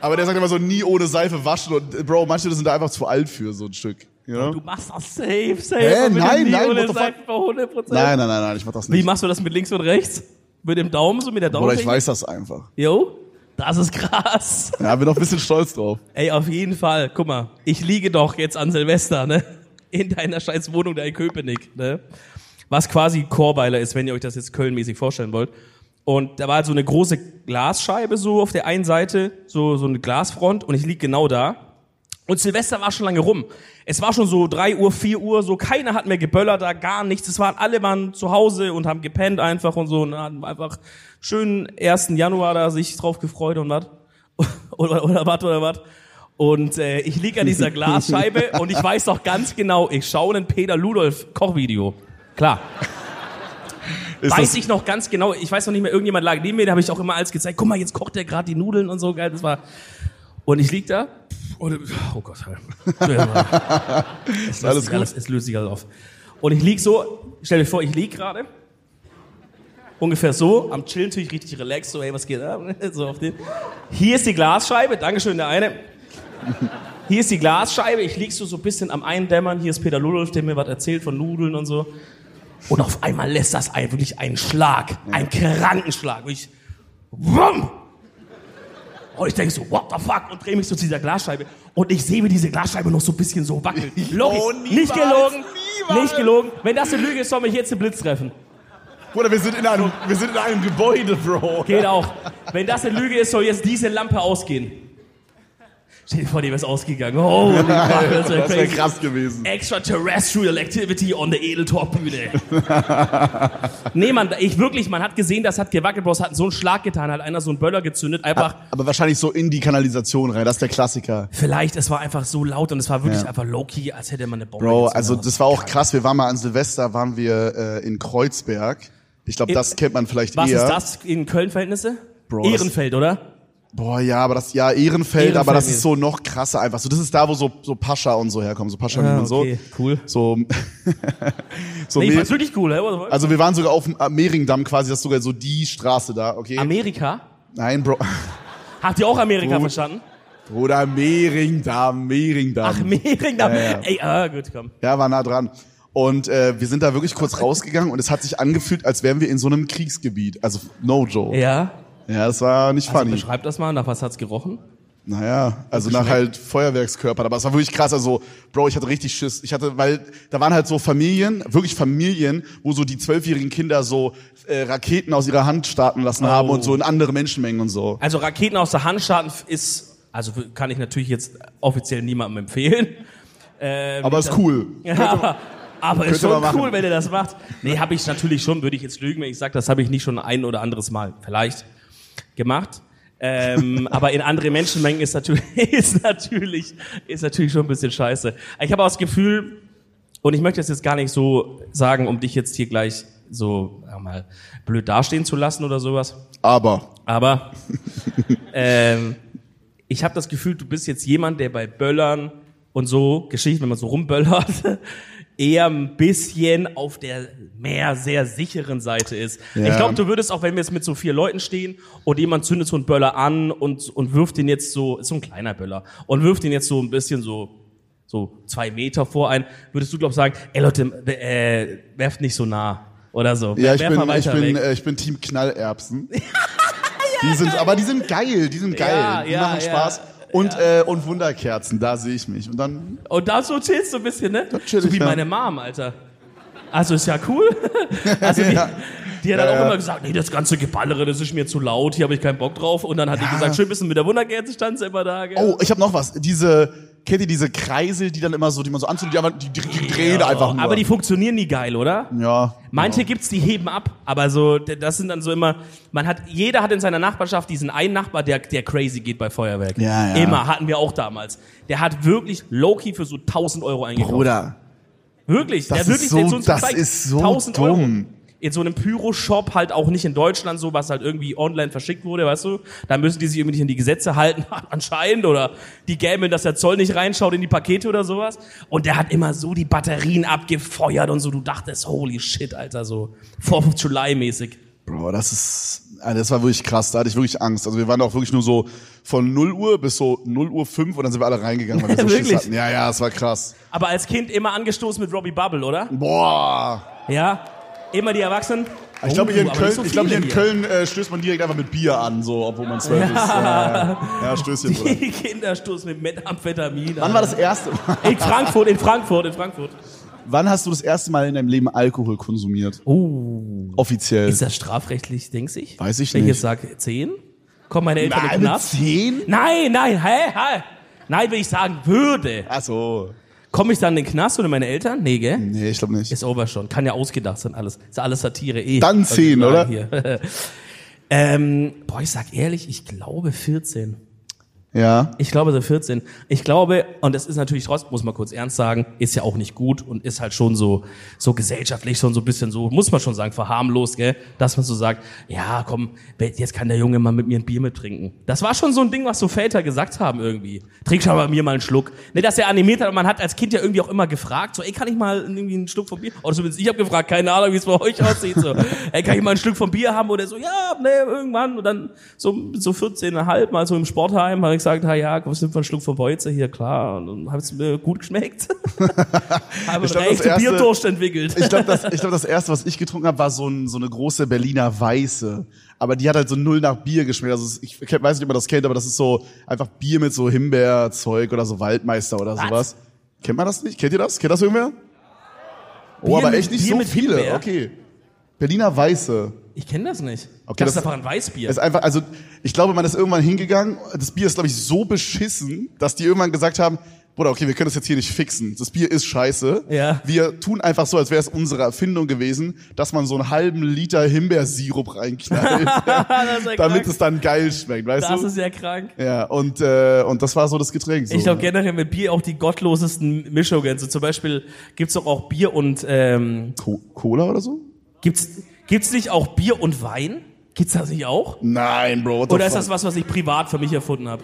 [SPEAKER 1] Aber der sagt immer so, nie ohne Seife waschen. Und äh, Bro, manche sind da einfach zu alt für so ein Stück. You know?
[SPEAKER 3] Du machst das safe, safe.
[SPEAKER 1] Hä?
[SPEAKER 3] Und wenn du
[SPEAKER 1] Nein,
[SPEAKER 3] nie
[SPEAKER 1] nein,
[SPEAKER 3] ohne
[SPEAKER 1] what the fuck?
[SPEAKER 3] Seiten bei 100%.
[SPEAKER 1] Nein, nein, nein, nein, ich mach das
[SPEAKER 3] Wie
[SPEAKER 1] nicht.
[SPEAKER 3] machst du das mit links und rechts? Mit dem Daumen, so mit der Daumen?
[SPEAKER 1] Oder ich weiß das einfach.
[SPEAKER 3] Yo, das ist krass.
[SPEAKER 1] Ja, bin auch ein bisschen stolz drauf.
[SPEAKER 3] Ey, auf jeden Fall. Guck mal, ich liege doch jetzt an Silvester, ne? In deiner scheiß Wohnung da in Köpenick, ne? Was quasi Chorweiler ist, wenn ihr euch das jetzt kölnmäßig vorstellen wollt. Und da war halt so eine große Glasscheibe so auf der einen Seite, so, so eine Glasfront und ich lieg genau da. Und Silvester war schon lange rum. Es war schon so 3 Uhr, 4 Uhr, so keiner hat mehr geböllert da, gar nichts. Es waren alle waren zu Hause und haben gepennt einfach und so und haben einfach schönen 1. Januar da sich drauf gefreut und was. (laughs) Oder, oder was, oder was. Und äh, ich lieg an dieser Glasscheibe und ich weiß noch ganz genau, ich schaue ein Peter Ludolf Kochvideo. Klar.
[SPEAKER 1] Ist
[SPEAKER 3] Weiß
[SPEAKER 1] das,
[SPEAKER 3] ich noch ganz genau. Ich weiß noch nicht mehr, irgendjemand lag neben mir, da habe ich auch immer alles gezeigt. Guck mal, jetzt kocht der gerade die Nudeln und so. Geil, das war. Und ich lieg da. Und, oh Gott,
[SPEAKER 1] (laughs)
[SPEAKER 3] halt. es löst
[SPEAKER 1] alles
[SPEAKER 3] sich
[SPEAKER 1] gut.
[SPEAKER 3] Alles, es löst sich alles auf. Und ich lieg so, stell dir vor, ich lieg gerade. Ungefähr so, am Chillen natürlich richtig relaxed, so, hey, was geht ab? (laughs) So auf den. Hier ist die Glasscheibe, Dankeschön, der eine. Hier ist die Glasscheibe, ich lieg so, so ein bisschen am Eindämmern. Hier ist Peter Ludolf, der mir was erzählt von Nudeln und so. Und auf einmal lässt das ein, wirklich einen Schlag, einen Krankenschlag. Und ich, Wumm! Und ich denke so, what the fuck? Und drehe mich so zu dieser Glasscheibe. Und ich sehe, wie diese Glasscheibe noch so ein bisschen so
[SPEAKER 1] (laughs)
[SPEAKER 3] wackelt. Logisch.
[SPEAKER 1] Oh,
[SPEAKER 3] nicht
[SPEAKER 1] niemals,
[SPEAKER 3] gelogen.
[SPEAKER 1] niemals.
[SPEAKER 3] Nicht gelogen. Wenn das eine Lüge ist, soll mich jetzt ein Blitz treffen.
[SPEAKER 1] Bruder, wir sind in einem, wir sind in einem Gebäude, Bro.
[SPEAKER 3] Geht auch. Wenn das eine Lüge ist, soll jetzt diese Lampe ausgehen. Stell dir vor, die ist
[SPEAKER 1] (laughs)
[SPEAKER 3] ausgegangen. Oh,
[SPEAKER 1] Das
[SPEAKER 3] das
[SPEAKER 1] wäre
[SPEAKER 3] wäre crazy.
[SPEAKER 1] krass gewesen.
[SPEAKER 3] Extraterrestrial Activity on the Edeltor-Bühne. (laughs) nee, man, ich wirklich, man hat gesehen, das hat gewackelt, Bros, hat so einen Schlag getan, hat einer so einen Böller gezündet, einfach,
[SPEAKER 1] Aber wahrscheinlich so in die Kanalisation rein, das ist der Klassiker.
[SPEAKER 3] vielleicht, es war einfach so laut und es war wirklich
[SPEAKER 1] Ja.
[SPEAKER 3] einfach low-key, als hätte man eine Bombe.
[SPEAKER 1] Bro,
[SPEAKER 3] gezündet.
[SPEAKER 1] also das war auch krass. Wir waren mal an Silvester, waren wir äh, in Kreuzberg. Ich glaube, das kennt man vielleicht
[SPEAKER 3] Äh, Was
[SPEAKER 1] eher.
[SPEAKER 3] ist das in Köln-Verhältnisse?
[SPEAKER 1] Bro, das-
[SPEAKER 3] Ehrenfeld, oder?
[SPEAKER 1] Boah, ja, aber das, ja, Ehrenfeld,
[SPEAKER 3] Ehrenfeld
[SPEAKER 1] aber das
[SPEAKER 3] ist-
[SPEAKER 1] ist so noch krasser einfach. So, das ist da, wo so, so Pascha und so herkommen, so Pascha
[SPEAKER 3] Ah,
[SPEAKER 1] und so.
[SPEAKER 3] okay, cool.
[SPEAKER 1] So, (laughs) so
[SPEAKER 3] Nee, ich
[SPEAKER 1] Mer-
[SPEAKER 3] fand's wirklich cool, oder?
[SPEAKER 1] also wir waren sogar auf dem Meringdamm quasi, das ist sogar so die Straße da, okay?
[SPEAKER 3] Amerika?
[SPEAKER 1] Nein, Bro. (laughs)
[SPEAKER 3] Habt ihr auch Amerika
[SPEAKER 1] Gut.
[SPEAKER 3] verstanden?
[SPEAKER 1] Bruder, Meringdamm, Meringdamm.
[SPEAKER 3] Ach, Mering, da.
[SPEAKER 1] ja.
[SPEAKER 3] Ey, ah, gut, komm.
[SPEAKER 1] Ja, war nah dran. Und äh, wir sind da wirklich kurz rausgegangen und es hat sich angefühlt, als wären wir in so einem Kriegsgebiet. Also no joke. Ja,
[SPEAKER 3] Ja,
[SPEAKER 1] das war nicht
[SPEAKER 3] also
[SPEAKER 1] funny.
[SPEAKER 3] beschreib das mal, nach was hat's gerochen?
[SPEAKER 1] Naja, also nach halt Feuerwerkskörpern, aber es war wirklich krass. Also, Bro, ich hatte richtig Schiss. Ich hatte, weil da waren halt so Familien, wirklich Familien, wo so die zwölfjährigen Kinder so äh, Raketen aus ihrer Hand starten lassen haben und so in andere Menschenmengen und so.
[SPEAKER 3] Also Raketen aus der Hand starten ist, also kann ich natürlich jetzt offiziell niemandem empfehlen. (laughs) Ähm,
[SPEAKER 1] Aber ist cool.
[SPEAKER 3] Ja, (laughs) aber ist
[SPEAKER 1] könnte man
[SPEAKER 3] schon
[SPEAKER 1] machen.
[SPEAKER 3] cool, wenn ihr das macht. Nee, habe ich natürlich schon, würde ich jetzt lügen, wenn ich sage, das habe ich nicht schon ein oder anderes Mal vielleicht gemacht. Ähm, (laughs) aber in andere Menschenmengen ist natürlich, (laughs) ist natürlich, ist natürlich schon ein bisschen scheiße. Ich habe auch das Gefühl, und ich möchte das jetzt gar nicht so sagen, um dich jetzt hier gleich so sag mal blöd dastehen zu lassen oder sowas.
[SPEAKER 1] Aber,
[SPEAKER 3] Aber ähm, ich habe das Gefühl, du bist jetzt jemand, der bei Böllern und so Geschichten, wenn man so rumböllert, (laughs) eher ein bisschen auf der mehr sehr sicheren Seite ist.
[SPEAKER 1] Ja.
[SPEAKER 3] Ich glaube, du würdest auch, wenn wir jetzt mit so vier Leuten stehen und jemand zündet so einen Böller an und, und wirft den jetzt so, ist so ein kleiner Böller, und wirft den jetzt so ein bisschen so so zwei Meter vor ein, würdest du, glaube ich, sagen, ey Leute, äh, werft nicht so nah oder so.
[SPEAKER 1] ja, ich
[SPEAKER 3] Werf mal
[SPEAKER 1] bin, ich
[SPEAKER 3] weiter
[SPEAKER 1] bin,
[SPEAKER 3] weg.
[SPEAKER 1] äh, ich bin Team
[SPEAKER 3] (laughs)
[SPEAKER 1] Knallerbsen. die sind, aber die sind geil, die sind geil.
[SPEAKER 3] Ja,
[SPEAKER 1] die
[SPEAKER 3] ja,
[SPEAKER 1] machen
[SPEAKER 3] ja.
[SPEAKER 1] Spaß. Und, äh, und Wunderkerzen, da sehe ich mich. Und dann,
[SPEAKER 3] Und da so chillst du ein bisschen, ne?
[SPEAKER 1] chill
[SPEAKER 3] so
[SPEAKER 1] ich,
[SPEAKER 3] wie
[SPEAKER 1] ja.
[SPEAKER 3] meine Mom, Alter. Also ist ja cool. (laughs) Also die,
[SPEAKER 1] Ja.
[SPEAKER 3] die hat dann
[SPEAKER 1] Ja,
[SPEAKER 3] auch
[SPEAKER 1] ja.
[SPEAKER 3] immer gesagt, nee, das ganze Geballere, das ist mir zu laut, hier habe ich keinen Bock drauf. Und dann hat die
[SPEAKER 1] Ja.
[SPEAKER 3] gesagt, schön bisschen mit der Wunderkerze stand sie immer da. Gell?
[SPEAKER 1] Oh, ich habe noch was. Diese, kennt ihr diese Kreisel, die dann immer so, die man so anzündet, die, einfach- die, die, die drehen einfach nur.
[SPEAKER 3] Aber die funktionieren nie geil, oder?
[SPEAKER 1] ja.
[SPEAKER 3] Manche gibt's, die heben ab, aber so, d- das sind dann so immer, man hat, jeder hat in seiner Nachbarschaft diesen einen Nachbar, der, der crazy geht bei Feuerwerk.
[SPEAKER 1] Ja, ja.
[SPEAKER 3] Immer, hatten wir auch damals. Der hat wirklich Loki für so 1000 Euro eingekauft.
[SPEAKER 1] Bruder,
[SPEAKER 3] Wirklich,
[SPEAKER 1] Das
[SPEAKER 3] der wirklich
[SPEAKER 1] ist so-
[SPEAKER 3] der hat uns
[SPEAKER 1] das
[SPEAKER 3] gezeigt,
[SPEAKER 1] ist so
[SPEAKER 3] 1000
[SPEAKER 1] dumm.
[SPEAKER 3] Euro. In so einem Pyro-Shop halt auch nicht in Deutschland so, was halt irgendwie online verschickt wurde, weißt du? Da müssen die sich irgendwie nicht an die Gesetze halten, (laughs) anscheinend, oder die gämeln, dass der Zoll nicht reinschaut in die Pakete oder sowas. Und der hat immer so die Batterien abgefeuert und so, du dachtest, holy shit, Alter, so 4th of July mäßig.
[SPEAKER 1] Bro, das ist, Alter, das war wirklich krass. Da hatte ich wirklich Angst. Also wir waren auch wirklich nur so von 0 Uhr bis so 0 Uhr 5 und dann sind wir alle reingegangen, weil wir so Schiss
[SPEAKER 3] (laughs) Wirklich?
[SPEAKER 1] hatten. Ja, ja, es war krass.
[SPEAKER 3] Aber als Kind immer angestoßen mit Robbie Bubble, oder?
[SPEAKER 1] Boah.
[SPEAKER 3] Ja? Immer die Erwachsenen?
[SPEAKER 1] Ich glaube,
[SPEAKER 3] Oh,
[SPEAKER 1] hier in
[SPEAKER 3] aber nicht
[SPEAKER 1] Köln,
[SPEAKER 3] so
[SPEAKER 1] ich glaube, hier in
[SPEAKER 3] viele (laughs)
[SPEAKER 1] Köln
[SPEAKER 3] hier.
[SPEAKER 1] äh, stößt man direkt einfach mit Bier an, so, obwohl man zwölf ist. äh,
[SPEAKER 3] (laughs)
[SPEAKER 1] Ja, ja Stößchen, Bruder.
[SPEAKER 3] Die Kinder stoßen mit Methamphetamin.
[SPEAKER 1] Wann war das erste Mal?
[SPEAKER 3] In Frankfurt, in Frankfurt, in Frankfurt.
[SPEAKER 1] Wann hast du das erste Mal in deinem Leben Alkohol konsumiert?
[SPEAKER 3] Oh.
[SPEAKER 1] Offiziell.
[SPEAKER 3] Ist das strafrechtlich, denkst ich?
[SPEAKER 1] Weiß ich
[SPEAKER 3] Wenn ich
[SPEAKER 1] nicht.
[SPEAKER 3] jetzt sage, 10? Kommen meine Eltern
[SPEAKER 1] Na,
[SPEAKER 3] in den
[SPEAKER 1] mit
[SPEAKER 3] Knast?
[SPEAKER 1] 10?
[SPEAKER 3] Nein, nein, hä, hä? Nein, wenn ich sagen würde.
[SPEAKER 1] Ach so.
[SPEAKER 3] Komme ich dann in den Knast oder meine Eltern? Nee, gell?
[SPEAKER 1] Nee, ich glaube nicht.
[SPEAKER 3] Ist over schon. Kann ja ausgedacht sein alles. Ist ja alles Satire eh.
[SPEAKER 1] Dann
[SPEAKER 3] Was
[SPEAKER 1] 10,
[SPEAKER 3] wir
[SPEAKER 1] oder?
[SPEAKER 3] sagen Hier. (laughs) ähm, boah, ich sag ehrlich, ich glaube 14.
[SPEAKER 1] Ja.
[SPEAKER 3] Ich glaube so 14. Ich glaube, und das ist natürlich trotzdem, muss man kurz ernst sagen, ist ja auch nicht gut und ist halt schon so, so gesellschaftlich schon so ein bisschen so, muss man schon sagen, verharmlost, gell? Dass man so sagt, ja, komm, jetzt kann der Junge mal mit mir ein Bier mittrinken. Das war schon so ein Ding, was so Väter gesagt haben irgendwie. Trink schon mal bei mir mal einen Schluck. Ne, dass er animiert hat und man hat als Kind ja irgendwie auch immer gefragt, so, ey, kann ich mal irgendwie einen Schluck vom Bier? Oder zumindest ich habe gefragt, keine Ahnung, wie es bei euch
[SPEAKER 1] (laughs)
[SPEAKER 3] aussieht, so, ey, kann ich mal einen Schluck vom Bier haben? Oder so, ja, ne, irgendwann. Und dann so, so 14,5 mal so im Sportheim, habe ich gesagt, na ja, was nimmt man einen Schluck vom Beuze? Hier, klar. Und dann hat es mir
[SPEAKER 1] (laughs)
[SPEAKER 3] gut geschmeckt. (laughs) habe
[SPEAKER 1] Ich glaub, das
[SPEAKER 3] einen echten
[SPEAKER 1] erste-
[SPEAKER 3] Bierdurst entwickelt.
[SPEAKER 1] Ich glaube, das, ich glaub, das erste, was ich getrunken habe, war so, ein, so eine große Berliner Weiße. aber die hat halt so null nach Bier geschmeckt. Also es- ich ke- weiß nicht, ob man das kennt, aber das ist so einfach Bier mit so Himbeerzeug oder so Waldmeister oder sowas. Kennt man das nicht? Kennt ihr das? Kennt das irgendwer?
[SPEAKER 3] Bier
[SPEAKER 1] oh, aber
[SPEAKER 3] mit-
[SPEAKER 1] echt nicht
[SPEAKER 3] Bier
[SPEAKER 1] so
[SPEAKER 3] mit
[SPEAKER 1] viele.
[SPEAKER 3] Himbeer?
[SPEAKER 1] Okay. Berliner Weiße.
[SPEAKER 3] Ich kenne das nicht.
[SPEAKER 1] Okay,
[SPEAKER 3] das,
[SPEAKER 1] das-
[SPEAKER 3] ist einfach ein Weißbier.
[SPEAKER 1] Ist einfach, also ich glaube, man ist irgendwann hingegangen. Das Bier ist, glaube ich, so beschissen, dass die irgendwann gesagt haben, Bruder, okay, wir können das jetzt hier nicht fixen. Das Bier ist scheiße.
[SPEAKER 3] Ja.
[SPEAKER 1] Wir tun einfach so, als wäre es unsere Erfindung gewesen, dass man so einen halben Liter Himbeersirup
[SPEAKER 3] (laughs)
[SPEAKER 1] reinknallt,
[SPEAKER 3] das ist
[SPEAKER 1] damit
[SPEAKER 3] ja krank.
[SPEAKER 1] es dann geil schmeckt, weißt
[SPEAKER 3] das
[SPEAKER 1] du?
[SPEAKER 3] ist ja krank.
[SPEAKER 1] ja, und, äh, und das war so das Getränk. So.
[SPEAKER 3] Ich glaube generell mit Bier auch die gottlosesten Mischungen. So zum Beispiel gibt's doch auch Bier und ähm,
[SPEAKER 1] Co Cola oder so?
[SPEAKER 3] gibt's gibt's nicht auch Bier und Wein? Gibt's das nicht auch?
[SPEAKER 1] Nein, Bro. what the
[SPEAKER 3] Oder ist
[SPEAKER 1] fuck?
[SPEAKER 3] das was, was ich privat für mich erfunden
[SPEAKER 1] (laughs)
[SPEAKER 3] habe?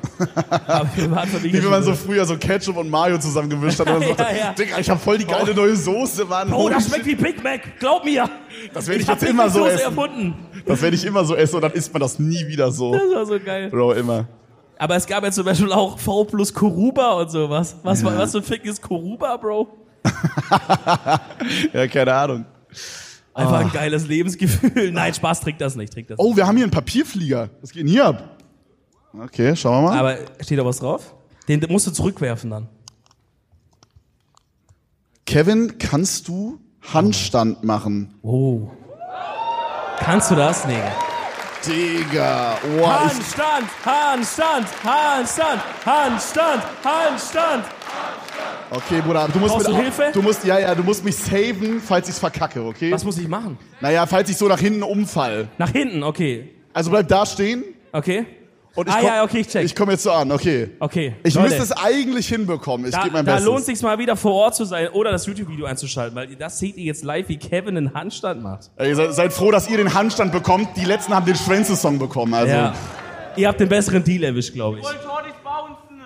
[SPEAKER 3] Hab ich privat für mich
[SPEAKER 1] Wie wenn man so
[SPEAKER 3] erfunden.
[SPEAKER 1] früher so Ketchup und Mayo zusammengemischt hat und man
[SPEAKER 3] (laughs) Ja,
[SPEAKER 1] sagte,
[SPEAKER 3] ja.
[SPEAKER 1] Digga, ich hab voll die geile neue Soße, Mann.
[SPEAKER 3] Oh, das schmeckt wie Big Mac. Glaub mir.
[SPEAKER 1] Das werd ich
[SPEAKER 3] hab
[SPEAKER 1] jetzt immer
[SPEAKER 3] die
[SPEAKER 1] so
[SPEAKER 3] Soße
[SPEAKER 1] essen.
[SPEAKER 3] erfunden.
[SPEAKER 1] Das werde ich immer so essen und dann isst man das nie wieder so.
[SPEAKER 3] Das war so geil.
[SPEAKER 1] Bro, immer.
[SPEAKER 3] Aber es gab ja zum Beispiel auch V plus Koruba und sowas. Was, war, was so fick ist Koruba, Bro?
[SPEAKER 1] Ja, keine Ahnung.
[SPEAKER 3] Einfach ein geiles Lebensgefühl. (laughs) Nein, Spaß, trink das nicht, trink das nicht.
[SPEAKER 1] Ah. Oh, wir haben hier einen Papierflieger. Was geht denn hier ab? Okay, schauen wir mal.
[SPEAKER 3] Aber steht da was drauf? Den musst du zurückwerfen dann.
[SPEAKER 1] Kevin, kannst du Handstand machen?
[SPEAKER 3] Oh. Kannst du das? Nee.
[SPEAKER 1] Digga, wow. Ich,
[SPEAKER 3] Handstand, Handstand, Handstand, Handstand, Handstand.
[SPEAKER 1] okay, Bruder, du musst
[SPEAKER 3] Brauchst
[SPEAKER 1] mit,
[SPEAKER 3] du Hilfe?
[SPEAKER 1] Du musst, ja, ja, du musst mich saven, falls ich's verkacke, okay?
[SPEAKER 3] Was muss ich machen?
[SPEAKER 1] Naja, falls ich so nach hinten umfall.
[SPEAKER 3] Nach hinten, okay.
[SPEAKER 1] Also bleib da stehen
[SPEAKER 3] Okay?
[SPEAKER 1] und ich
[SPEAKER 3] Ah,
[SPEAKER 1] komm,
[SPEAKER 3] ja, okay, ich check.
[SPEAKER 1] Ich komme jetzt so an, okay.
[SPEAKER 3] Okay.
[SPEAKER 1] Ich
[SPEAKER 3] Leute,
[SPEAKER 1] müsste es eigentlich hinbekommen. Ich
[SPEAKER 3] da,
[SPEAKER 1] gebe mein
[SPEAKER 3] da
[SPEAKER 1] Bestes.
[SPEAKER 3] lohnt sich mal wieder vor Ort zu sein oder das YouTube-Video einzuschalten, weil das seht ihr jetzt live, wie Kevin einen Handstand macht.
[SPEAKER 1] Ey, seid, seid froh, dass ihr den Handstand bekommt. Die letzten haben den Schwänze-Song bekommen. Also.
[SPEAKER 3] Ja. Ihr habt den besseren Deal erwischt, glaube ich.
[SPEAKER 2] Voll Tordi Bouncen.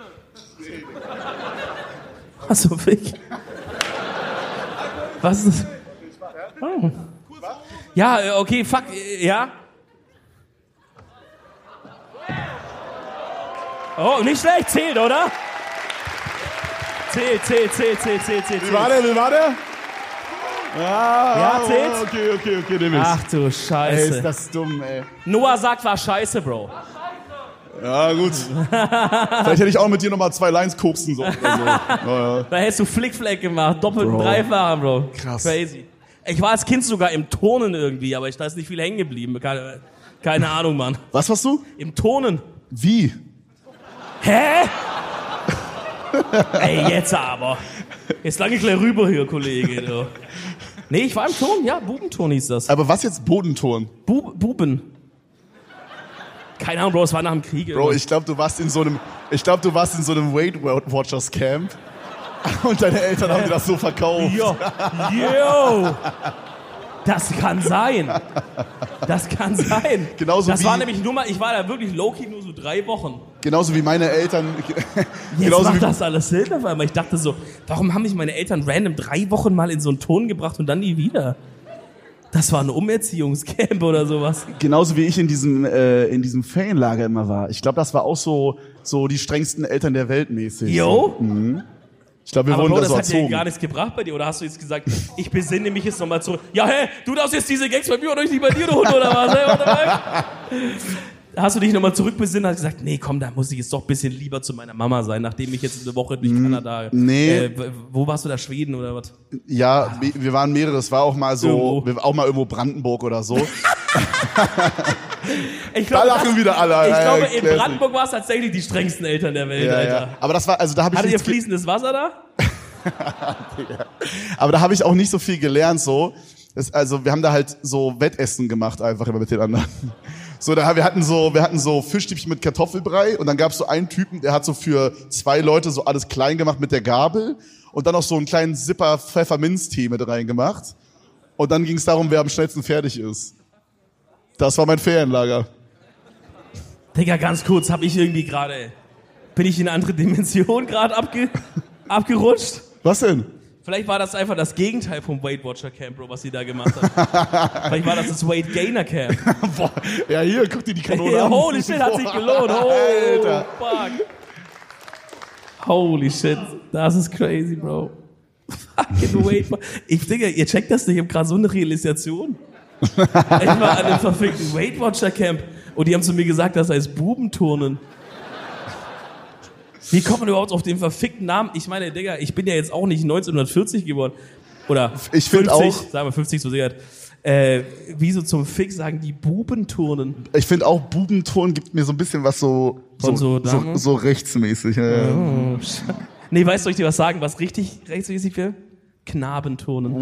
[SPEAKER 3] Was so Fick? Was ist das? Oh. Ja, äh, okay, fuck, äh, ja. Oh, nicht schlecht, zählt, oder? Zählt, zählt, zählt, zählt, zählt, zählt.
[SPEAKER 1] Wie war der? Wie war der? Ah,
[SPEAKER 3] Ja, zählt's?
[SPEAKER 1] Okay, okay, okay, nehm ich.
[SPEAKER 3] Ach du
[SPEAKER 1] Ey, ist
[SPEAKER 3] Scheiße.
[SPEAKER 1] das dumm, ey.
[SPEAKER 3] Noah sagt, war scheiße, Bro.
[SPEAKER 1] Ja, gut. Vielleicht hätte ich auch mit dir nochmal zwei Lines koksen sollen. Also, naja.
[SPEAKER 3] Da hättest du Flickflack gemacht, doppelten
[SPEAKER 1] Bro.
[SPEAKER 3] Dreifacher, Bro.
[SPEAKER 1] Krass.
[SPEAKER 3] Crazy. Ich war als Kind sogar im Turnen irgendwie, aber ich, da ist nicht viel hängen geblieben. Keine, keine Ahnung, Mann. (laughs)
[SPEAKER 1] Was warst du?
[SPEAKER 3] Im Turnen.
[SPEAKER 1] Wie?
[SPEAKER 3] Hä? Ey, jetzt aber. Jetzt lang ich gleich rüber hier, Kollege. Du. Nee, ich war im Ton, ja, Bubenton hieß das.
[SPEAKER 1] Aber was jetzt Bodenturn?
[SPEAKER 3] Bub Buben. Keine Ahnung, Bro, es war nach dem Krieg.
[SPEAKER 1] Bro, ich glaube, du warst in so einem, ich glaube, du warst in so einem Weight Watchers Camp. (laughs) Und deine Eltern haben dir das so verkauft.
[SPEAKER 3] Yo, yo. Das kann sein. Das kann sein.
[SPEAKER 1] Genauso
[SPEAKER 3] das
[SPEAKER 1] wie-
[SPEAKER 3] war nämlich nur mal, ich war da wirklich low-key nur so drei Wochen.
[SPEAKER 1] Genauso wie meine Eltern. (laughs)
[SPEAKER 3] Jetzt
[SPEAKER 1] genauso wie,
[SPEAKER 3] macht das alles Sinn auf einmal. Ich dachte so, warum haben mich meine Eltern random drei Wochen mal in so einen Ton gebracht und dann nie wieder? Das war ein Umerziehungscamp oder sowas.
[SPEAKER 1] genauso wie ich in diesem, äh, in diesem Ferienlager immer war. Ich glaube, das war auch so, so die strengsten Eltern der Welt mäßig.
[SPEAKER 3] Yo,
[SPEAKER 1] Ich glaube, wir
[SPEAKER 3] aber
[SPEAKER 1] wurden
[SPEAKER 3] Bro,
[SPEAKER 1] da
[SPEAKER 3] das
[SPEAKER 1] so
[SPEAKER 3] hat dir
[SPEAKER 1] erzogen.
[SPEAKER 3] gar nichts gebracht bei dir. Oder hast du jetzt gesagt, ich besinne mich jetzt nochmal zurück. Ja, hä, du darfst jetzt diese Gags bei mir oder ich nicht bei dir, du Hund, oder was? Hey, what the fuck? Hast du dich nochmal zurückbesinnt und hast gesagt, nee, komm, da muss ich jetzt doch ein bisschen lieber zu meiner Mama sein, nachdem ich jetzt eine Woche durch Kanada...
[SPEAKER 1] Hm, nee.
[SPEAKER 3] Äh, w- wo warst du da, Schweden oder was?
[SPEAKER 1] Ja, wir- wir waren mehrere. Es war auch mal so,
[SPEAKER 3] Irgendwo.
[SPEAKER 1] wir- auch mal irgendwo Brandenburg oder
[SPEAKER 3] (laughs)
[SPEAKER 1] so.
[SPEAKER 3] Ich
[SPEAKER 1] Da
[SPEAKER 3] glaube,
[SPEAKER 1] lachen wieder alle.
[SPEAKER 3] Ich
[SPEAKER 1] Ja,
[SPEAKER 3] glaube,
[SPEAKER 1] ja,
[SPEAKER 3] in
[SPEAKER 1] classic.
[SPEAKER 3] Brandenburg war es tatsächlich die strengsten Eltern der Welt,
[SPEAKER 1] Ja,
[SPEAKER 3] Alter.
[SPEAKER 1] ja. Aber das war, also da habe ich,
[SPEAKER 3] Hattet ihr
[SPEAKER 1] nichts ge-
[SPEAKER 3] fließendes Wasser da?
[SPEAKER 1] aber da habe ich auch nicht so viel gelernt so. Das, also wir haben da halt so Wettessen gemacht einfach immer mit den anderen. (laughs) So, da, wir hatten so, wir hatten so Fischstäbchen mit Kartoffelbrei und dann gab es so einen Typen, der hat so für zwei Leute so alles klein gemacht mit der Gabel und dann noch so einen kleinen Zipper Pfefferminztee mit reingemacht. Und dann ging es darum, wer am schnellsten fertig ist. Das war mein Ferienlager.
[SPEAKER 3] Digga, ganz kurz, hab ich irgendwie gerade. Bin ich in eine andere (laughs) Dimension
[SPEAKER 1] (laughs)
[SPEAKER 3] gerade abge abgerutscht?
[SPEAKER 1] Was denn?
[SPEAKER 3] Vielleicht war das einfach das Gegenteil vom Weight Watcher Camp, Bro, was ihr da gemacht
[SPEAKER 1] (laughs)
[SPEAKER 3] habt. Vielleicht war das das Weight Gainer Camp.
[SPEAKER 1] Boah, ja hier, guck dir die (laughs) Kanone an.
[SPEAKER 3] Holy shit, hat sich
[SPEAKER 1] (laughs)
[SPEAKER 3] gelohnt. Oh,
[SPEAKER 1] Alter.
[SPEAKER 3] fuck. Holy shit, das ist crazy, Bro. Fucking Weight Watcher. Ich, Digga, ihr checkt das nicht, ich hab gerade so eine Realisation. Ich war an einem verfickten Weight Watcher Camp und die haben zu mir gesagt, das heißt Bubenturnen. Wie kommt man überhaupt auf den verfickten Namen? Ich meine, Digga, ich bin ja jetzt auch nicht 1940 geworden. Oder
[SPEAKER 1] Ich find
[SPEAKER 3] 50,
[SPEAKER 1] auch-
[SPEAKER 3] sagen wir 50 zur Sicherheit. Äh, wieso zum Fick sagen die Bubenturnen?
[SPEAKER 1] Ich finde auch Bubenton gibt mir so ein bisschen was so so,
[SPEAKER 3] Von so
[SPEAKER 1] so, so,
[SPEAKER 3] Dame?
[SPEAKER 1] rechtsmäßig. Ja, ja.
[SPEAKER 3] Nee, weißt du, soll ich dir was sagen, was richtig rechtsmäßig wäre? Knabenturnen.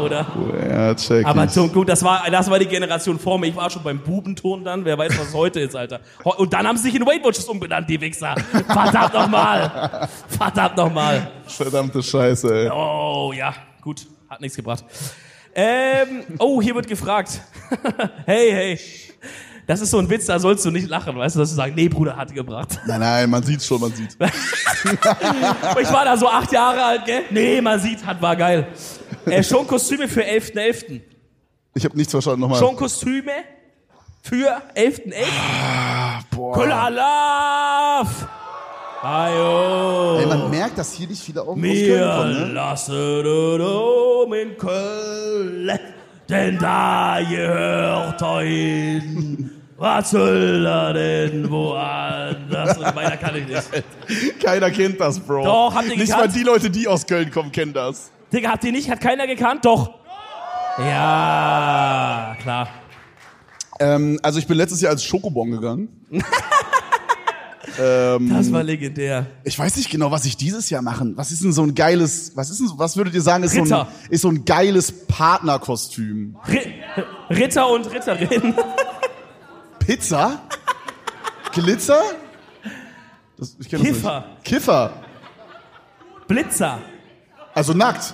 [SPEAKER 3] Oder?
[SPEAKER 1] Uh. Ja, check.
[SPEAKER 3] Aber
[SPEAKER 1] ich.
[SPEAKER 3] zum, gut, das war, das war die Generation vor mir. Ich war schon beim Bubenton dann. Wer weiß, was heute ist, Alter. Ho- Und dann haben sie sich in Weight Watchers umbenannt, die Wichser. Verdammt nochmal. Verdammt nochmal.
[SPEAKER 1] Verdammte Scheiße, ey.
[SPEAKER 3] Oh, ja. Gut. Hat nichts gebracht. Ähm, oh, hier wird gefragt. (laughs) hey, hey. Das ist so ein Witz, da sollst du nicht lachen, weißt du, dass du sagst, nee, Bruder, hat gebracht.
[SPEAKER 1] Nein, nein, man sieht's schon, man sieht.
[SPEAKER 3] Ich war da so acht Jahre alt, gell? Nee, man sieht, hat, war geil. Äh, schon Kostüme für 11.11.
[SPEAKER 1] Ich habe nichts verstanden nochmal.
[SPEAKER 3] Schon Kostüme für 11.11. Köller Love!
[SPEAKER 1] Ey,
[SPEAKER 3] Ajo!
[SPEAKER 1] man merkt, dass hier nicht viele auf
[SPEAKER 3] Wir
[SPEAKER 1] ne?
[SPEAKER 3] lassen den Dom in Köln, denn da gehört er hin. Was soll er denn woanders? Und weiter kann ich nicht.
[SPEAKER 1] Keiner kennt das, Bro.
[SPEAKER 3] Doch, habt ihr
[SPEAKER 1] Nicht
[SPEAKER 3] gekannt?
[SPEAKER 1] mal die Leute, die aus Köln kommen, kennen das.
[SPEAKER 3] Digga, habt ihr nicht? Hat keiner gekannt? Doch. Ja, klar.
[SPEAKER 1] Ähm, also ich bin letztes Jahr als Schokobon gegangen.
[SPEAKER 3] Das war legendär.
[SPEAKER 1] Ich weiß nicht genau, was ich dieses Jahr machen. Was ist denn so ein geiles, was ist denn, so- was würdet ihr sagen, ist so ein,
[SPEAKER 3] Ritter.
[SPEAKER 1] ist so ein geiles Partnerkostüm?
[SPEAKER 3] Ri- Ritter und
[SPEAKER 1] (laughs)
[SPEAKER 3] Ritterin.
[SPEAKER 1] Pizza? Glitzer? Das, ich kenn das
[SPEAKER 3] Kiffer.
[SPEAKER 1] Nicht. Kiffer.
[SPEAKER 3] Blitzer.
[SPEAKER 1] Also nackt.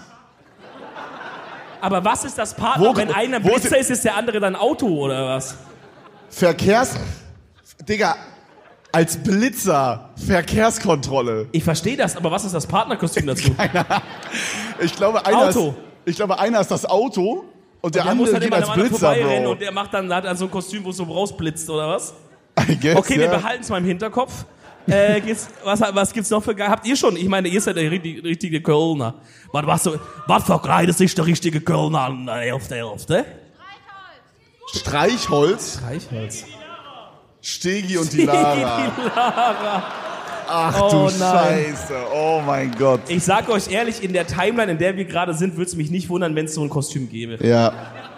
[SPEAKER 3] Aber was ist das Partner?
[SPEAKER 1] Wo-
[SPEAKER 3] Wenn einer
[SPEAKER 1] wo ist-
[SPEAKER 3] Blitzer ist, ist der andere dann Auto oder was?
[SPEAKER 1] Verkehrs. Digga, als Blitzer. Verkehrskontrolle.
[SPEAKER 3] Ich verstehe das, aber was ist das Partnerkostüm dazu?
[SPEAKER 1] Ich glaube, einer
[SPEAKER 3] Auto.
[SPEAKER 1] Ist, ich glaube, einer ist das Auto und der
[SPEAKER 3] Der muss
[SPEAKER 1] andere
[SPEAKER 3] halt
[SPEAKER 1] geht
[SPEAKER 3] immer
[SPEAKER 1] als
[SPEAKER 3] einem anderen
[SPEAKER 1] Blitzer,
[SPEAKER 3] vorbeirennen
[SPEAKER 1] Bro.
[SPEAKER 3] und der macht dann, hat dann so ein Kostüm, wo es so rausblitzt oder was?
[SPEAKER 1] I guess,
[SPEAKER 3] Okay, wir
[SPEAKER 1] ja.
[SPEAKER 3] behalten es mal im Hinterkopf. Äh, geht's, was, was gibt's noch für geil? Habt ihr schon? Ich meine, ihr seid der richtig- richtige Kölner. Was, was, so- was verkleidet sich der richtige Kölner an äh, der Hälfte, Hälfte?
[SPEAKER 1] Streichholz,
[SPEAKER 3] Reichholz.
[SPEAKER 1] Stegi und die Lara. Ach du
[SPEAKER 3] Oh nein.
[SPEAKER 1] Scheiße. Oh mein Gott.
[SPEAKER 3] Ich sag euch ehrlich, in der Timeline, in der wir gerade sind, würde es mich nicht wundern, wenn es so ein Kostüm gäbe.
[SPEAKER 1] Ja.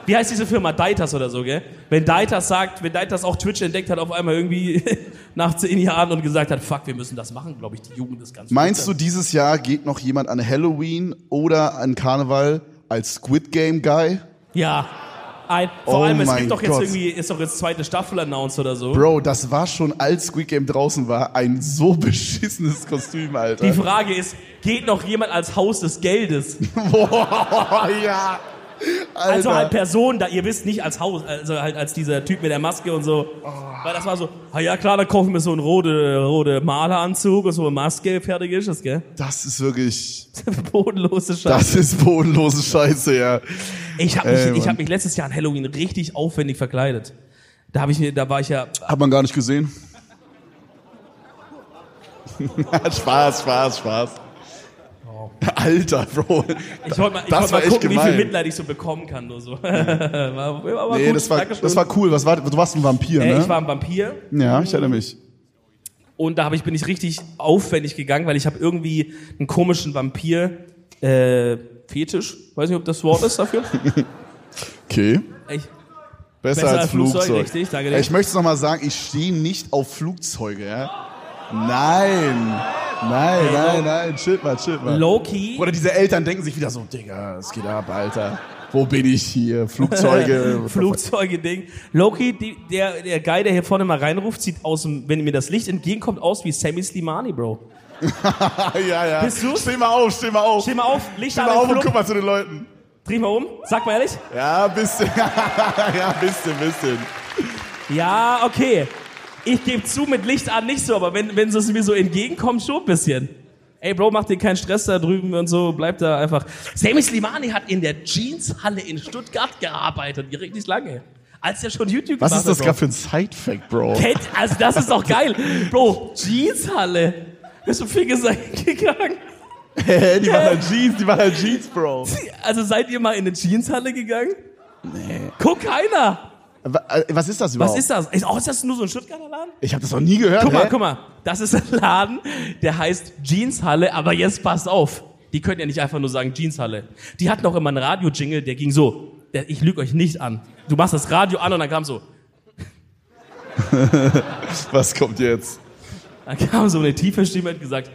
[SPEAKER 3] Wie heißt diese Firma? Deitas oder so, gell? Wenn Deitas sagt, wenn Deitas auch Twitch entdeckt hat, auf einmal irgendwie (laughs) nach zehn Jahren und gesagt hat, fuck, wir müssen das machen, glaube ich, die Jugend ist ganz
[SPEAKER 1] Meinst du, dieses Jahr geht noch jemand an Halloween oder an Karneval als Squid Game Guy?
[SPEAKER 3] Ja. Ein, vor
[SPEAKER 1] Oh
[SPEAKER 3] allem, es
[SPEAKER 1] mein
[SPEAKER 3] gibt doch jetzt
[SPEAKER 1] Gott.
[SPEAKER 3] irgendwie, ist doch jetzt zweite Staffel announced oder so.
[SPEAKER 1] Bro, das war schon, als Squid Game draußen war, ein so beschissenes Kostüm, Alter.
[SPEAKER 3] Die Frage ist, geht noch jemand als Haus des Geldes?
[SPEAKER 1] (laughs) Boah, ja. Alter.
[SPEAKER 3] Also halt Person, da ihr wisst, nicht als Haus, also halt als dieser Typ mit der Maske und so.
[SPEAKER 1] Oh.
[SPEAKER 3] Weil das war so, ah ja klar, dann kaufen wir so einen rote, rote Maleranzug und so eine Maske, fertig ist es, gell? (laughs)
[SPEAKER 1] das ist wirklich,
[SPEAKER 3] Bodenlose Scheiße.
[SPEAKER 1] das ist bodenlose Scheiße, ja.
[SPEAKER 3] Ich habe mich,
[SPEAKER 1] Ey,
[SPEAKER 3] ich
[SPEAKER 1] Mann.
[SPEAKER 3] hab mich letztes Jahr an Halloween richtig aufwendig verkleidet. Da habe ich mir, da war ich ja,
[SPEAKER 1] Hat man gar nicht gesehen. (laughs) Spaß, Spaß, Spaß. Alter, Bro.
[SPEAKER 3] ich wollte mal,
[SPEAKER 1] Das
[SPEAKER 3] ich wollt
[SPEAKER 1] war
[SPEAKER 3] mal
[SPEAKER 1] echt
[SPEAKER 3] gucken, wie
[SPEAKER 1] gemein. Mhm.
[SPEAKER 3] viel Mitleid ich so bekommen kann, nur so. (laughs) war, war, war
[SPEAKER 1] Nee,
[SPEAKER 3] gut,
[SPEAKER 1] das war,
[SPEAKER 3] Dankeschön.
[SPEAKER 1] das war cool. Was war, du warst ein Vampir,
[SPEAKER 3] Äh,
[SPEAKER 1] ne?
[SPEAKER 3] Ich war ein Vampir
[SPEAKER 1] ja, ich erinnere mich.
[SPEAKER 3] und da hab ich, bin ich richtig aufwendig gegangen, weil ich habe irgendwie einen komischen Vampir äh, Fetisch, weiß nicht, ob das Wort
[SPEAKER 1] (laughs)
[SPEAKER 3] ist dafür.
[SPEAKER 1] Okay.
[SPEAKER 3] Ich,
[SPEAKER 1] Besser,
[SPEAKER 3] Besser
[SPEAKER 1] als,
[SPEAKER 3] als
[SPEAKER 1] Flugzeug.
[SPEAKER 3] Flugzeug, richtig, danke dir.
[SPEAKER 1] ich möchte es nochmal sagen, ich stehe nicht auf Flugzeuge, ja? Nein. Nein, nein, nein. Chill mal, chill mal.
[SPEAKER 3] Loki,
[SPEAKER 1] Oder diese Eltern denken sich wieder so, Digga, es geht ab, Alter. Wo bin ich hier?
[SPEAKER 3] (laughs)
[SPEAKER 1] Flugzeuge.
[SPEAKER 3] äh, Flugzeuge-Ding. Loki, die, der, der Guy, der hier vorne mal reinruft, sieht aus dem, wenn mir das Licht entgegenkommt, aus wie Sammy Slimani, Bro.
[SPEAKER 1] (laughs) ja, ja.
[SPEAKER 3] Bist du's?
[SPEAKER 1] Steh mal auf, steh mal auf.
[SPEAKER 3] Steh mal auf, Licht
[SPEAKER 1] Steh
[SPEAKER 3] an
[SPEAKER 1] mal auf
[SPEAKER 3] im
[SPEAKER 1] und guck
[SPEAKER 3] Club.
[SPEAKER 1] mal zu den Leuten.
[SPEAKER 3] Dreh mal um, sag mal ehrlich.
[SPEAKER 1] Ja, bisschen. (laughs) ja, bisschen, bisschen.
[SPEAKER 3] Ja, okay. Ich gebe zu, mit Licht an nicht so, aber wenn, wenn es mir so entgegenkommt, schon ein bisschen. Ey, Bro, mach dir keinen Stress da drüben und so, bleib da einfach. Sammy Slimani hat in der Jeanshalle in Stuttgart gearbeitet, richtig lange. Als er schon YouTube
[SPEAKER 1] Was
[SPEAKER 3] gemacht
[SPEAKER 1] ist das
[SPEAKER 3] hat, Bro.
[SPEAKER 1] gerade für ein Side-Fact, Bro? (laughs)
[SPEAKER 3] Kennt, also das ist doch geil. Bro, Jeanshalle. Bist du viel gesagt (laughs) gegangen? (laughs)
[SPEAKER 1] Hä, die machen halt Jeans, die machen halt Jeans, Bro.
[SPEAKER 3] Also seid ihr mal in eine Jeanshalle gegangen? Guck keiner.
[SPEAKER 1] Wa- äh, Was ist das überhaupt?
[SPEAKER 3] Was ist das? Ist, auch, ist das nur so ein Stuttgarter Laden?
[SPEAKER 1] Ich habe das noch nie gehört.
[SPEAKER 3] Guck
[SPEAKER 1] hä?
[SPEAKER 3] mal, guck mal. Das ist ein Laden, der heißt Jeanshalle, aber jetzt passt auf. Die können ja nicht einfach nur sagen Jeanshalle. Die hatten auch immer einen Radio-Jingle, der ging so. Der, ich lüge euch nicht an. Du machst das Radio an und dann kam so.
[SPEAKER 1] Was kommt jetzt?
[SPEAKER 3] Dann kam so eine tiefe Stimme und hat gesagt,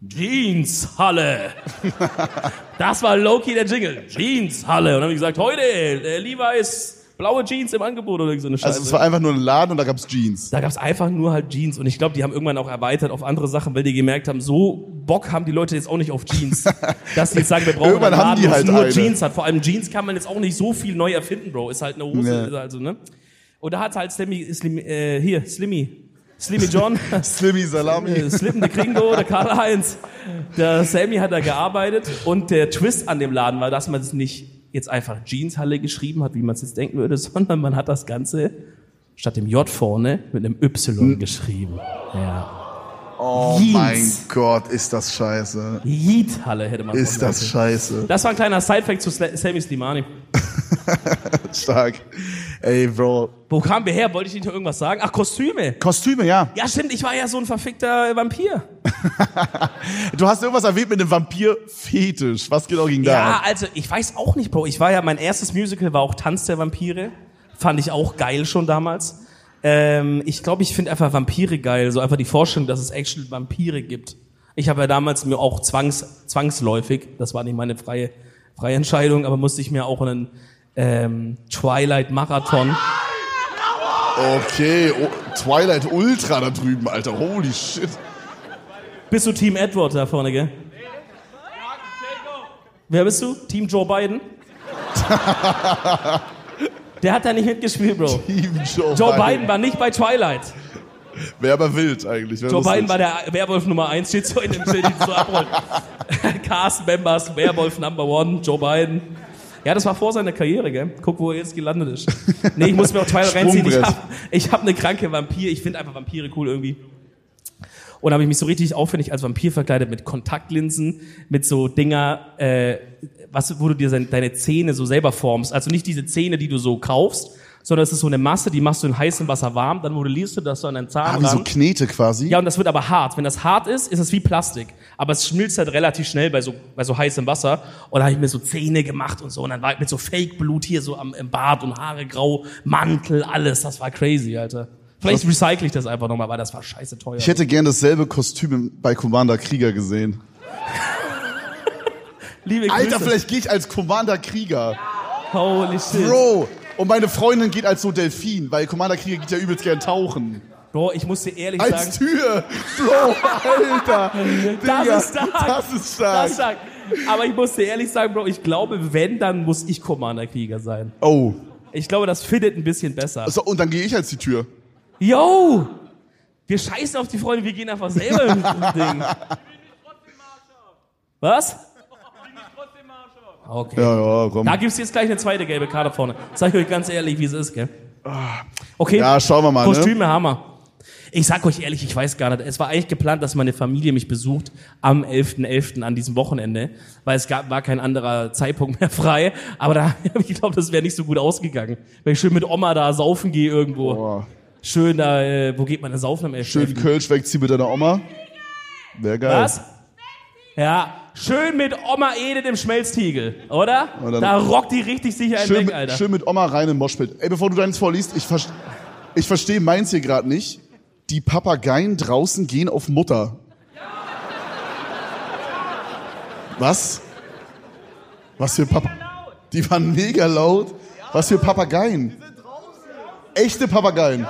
[SPEAKER 3] Jeanshalle. Das war Loki der Jingle. Jeanshalle. Und dann haben die gesagt, heute, äh, Levi's blaue Jeans im Angebot oder irgend so eine Scheiße.
[SPEAKER 1] Also es war einfach nur ein Laden und da gab's Jeans.
[SPEAKER 3] da gab's einfach nur halt Jeans. Und ich glaube, die haben irgendwann auch erweitert auf andere Sachen, weil die gemerkt haben, so Bock haben die Leute jetzt auch nicht
[SPEAKER 1] (laughs)
[SPEAKER 3] auf Jeans. dass die jetzt sagen, wir brauchen
[SPEAKER 1] Irgendwann
[SPEAKER 3] einen
[SPEAKER 1] haben die
[SPEAKER 3] Laden, wo es
[SPEAKER 1] halt
[SPEAKER 3] nur
[SPEAKER 1] eine.
[SPEAKER 3] Jeans hat. Vor allem Jeans kann man jetzt auch nicht so viel neu erfinden, Bro. Ist halt eine Hose.
[SPEAKER 1] Nee.
[SPEAKER 3] Ist also, ne? Und da hat halt Slimmy, Slim, äh, hier, Slimmy, Slimmy
[SPEAKER 1] (laughs)
[SPEAKER 3] John.
[SPEAKER 1] Slimmy Salami.
[SPEAKER 3] Äh, Slippen de Kringo, der Karl-Heinz. Der Sammy hat da gearbeitet und der Twist an dem Laden war, dass man es nicht jetzt einfach Jeanshalle geschrieben hat, wie man es jetzt denken würde, (laughs) sondern man hat das Ganze statt dem J vorne mit einem
[SPEAKER 1] Hm.
[SPEAKER 3] Y geschrieben. Ja.
[SPEAKER 1] Oh
[SPEAKER 3] Jeans.
[SPEAKER 1] mein Gott, ist das scheiße.
[SPEAKER 3] Yeet-Halle hätte man
[SPEAKER 1] Ist
[SPEAKER 3] sagen
[SPEAKER 1] das
[SPEAKER 3] können.
[SPEAKER 1] scheiße.
[SPEAKER 3] Das war ein kleiner Sidefact zu Sla- Sammy Slimani.
[SPEAKER 1] Stark. Ey, Bro.
[SPEAKER 3] Wo kamen wir her? Wollte ich nicht noch irgendwas sagen? Ach, Kostüme.
[SPEAKER 1] Kostüme, ja.
[SPEAKER 3] Ja, stimmt, ich war ja so ein verfickter Vampir.
[SPEAKER 1] Du hast irgendwas erwähnt mit einem Vampir-Fetisch. Was genau ging
[SPEAKER 3] Ja,
[SPEAKER 1] da?
[SPEAKER 3] also ich weiß auch nicht, Bro. Ich war ja, mein erstes Musical war auch Tanz der Vampire. Fand ich auch geil schon damals. Ähm, ich glaube, ich finde einfach Vampire geil. So einfach die Vorstellung, dass es actually Vampire gibt. Ich habe ja damals mir auch zwangs, zwangsläufig, das war nicht meine freie, freie Entscheidung, aber musste ich mir auch einen ähm, Twilight-Marathon...
[SPEAKER 1] Okay, oh, Twilight Ultra da drüben, Alter. Holy shit.
[SPEAKER 3] Bist du Team Edward da vorne, gell? Wer bist du? Team Joe Biden? Der hat da nicht mitgespielt, Bro.
[SPEAKER 1] Team Joe,
[SPEAKER 3] Joe Biden war nicht bei Twilight.
[SPEAKER 1] Wäre aber wild eigentlich. Wär
[SPEAKER 3] Joe
[SPEAKER 1] lustig.
[SPEAKER 3] Biden war der Werwolf Nummer 1, steht so in dem Schild, die so abrollt.
[SPEAKER 1] (laughs)
[SPEAKER 3] Cast Members, Werwolf Number 1, Joe Biden. Ja, das war vor seiner Karriere, gell? Guck, wo er jetzt gelandet ist. Nee, ich muss mir auch Twilight reinziehen. Ich
[SPEAKER 1] Sprungbrett.
[SPEAKER 3] hab, ich hab eine kranke Vampir. Ich finde einfach Vampire cool irgendwie. Und habe ich mich so richtig aufwendig als Vampir verkleidet mit Kontaktlinsen, mit so Dinger, äh, was, wo du dir sein- deine Zähne so selber formst. Also nicht diese Zähne, die du so kaufst, sondern es ist so eine Masse, die machst du in heißem Wasser warm, dann modellierst du das so an deinen Zahn.
[SPEAKER 1] Ah, wie so Knete quasi.
[SPEAKER 3] Ja, und das wird aber hart. Wenn das hart ist, ist es wie Plastik. Aber es schmilzt halt relativ schnell bei so, bei so heißem Wasser. Und da habe ich mir so Zähne gemacht und so. Und dann war ich mit so Fake-Blut hier so am im Bart und Haare grau, Mantel, alles. Das war crazy, Alter. Vielleicht
[SPEAKER 1] Also
[SPEAKER 3] recycle ich das einfach nochmal, weil das war scheiße teuer.
[SPEAKER 1] Ich hätte gern dasselbe Kostüm bei Commander Krieger gesehen.
[SPEAKER 3] Liebe Grüße.
[SPEAKER 1] Alter, vielleicht gehe ich als Commander Krieger.
[SPEAKER 3] Holy shit. Bro.
[SPEAKER 1] Bro! Und meine Freundin geht als so Delfin, weil Commander Krieger geht ja übelst gern tauchen.
[SPEAKER 3] ich muss dir ehrlich sagen,
[SPEAKER 1] Als Tür! Bro, Alter! Digga,
[SPEAKER 3] das ist stark.
[SPEAKER 1] Das ist stark!
[SPEAKER 3] Das ist stark. Aber ich muss dir ehrlich sagen, Bro, ich glaube, wenn, dann muss ich Commander Krieger sein.
[SPEAKER 1] Oh.
[SPEAKER 3] Ich glaube, das fittet ein bisschen besser.
[SPEAKER 1] So, und dann gehe ich als die Tür.
[SPEAKER 3] Yo! Wir scheißen auf die Freunde, wir gehen einfach selber mit dem Ding. Was? Okay.
[SPEAKER 1] Ja, ja, komm.
[SPEAKER 3] Da gibt's jetzt gleich eine zweite gelbe Karte vorne. Sag ich euch ganz ehrlich, wie es ist, gell? Okay,
[SPEAKER 1] Ja, schauen wir mal, ne?
[SPEAKER 3] Kostüme Hammer. Ich sag euch ehrlich, ich weiß gar nicht. Es war eigentlich geplant, dass meine Familie mich besucht am 11.11. an diesem Wochenende, weil es gab, war kein anderer Zeitpunkt mehr frei. Aber da, (laughs) ich glaube, das wäre nicht so gut ausgegangen. Wenn ich schön mit Oma da saufen gehe irgendwo.
[SPEAKER 1] Boah.
[SPEAKER 3] Schön da, äh, wo geht man denn saufen am 11.11.?
[SPEAKER 1] Schön Kölsch wegziehen mit deiner Oma. Wär geil.
[SPEAKER 3] Was? Ja, schön mit Oma Edith im Schmelztiegel, oder?
[SPEAKER 1] Und dann-
[SPEAKER 3] da rockt die richtig sicher einen
[SPEAKER 1] Schön,
[SPEAKER 3] weg,
[SPEAKER 1] mit,
[SPEAKER 3] Alter.
[SPEAKER 1] schön mit Oma rein in Moshpit. Ey, bevor du deins vorliest, ich, verst- ich verstehe meins hier gerade nicht. Die Papageien draußen gehen auf Mutter. Was? Was für Papa? Die waren mega laut. Was für Papageien? Echte Papageien.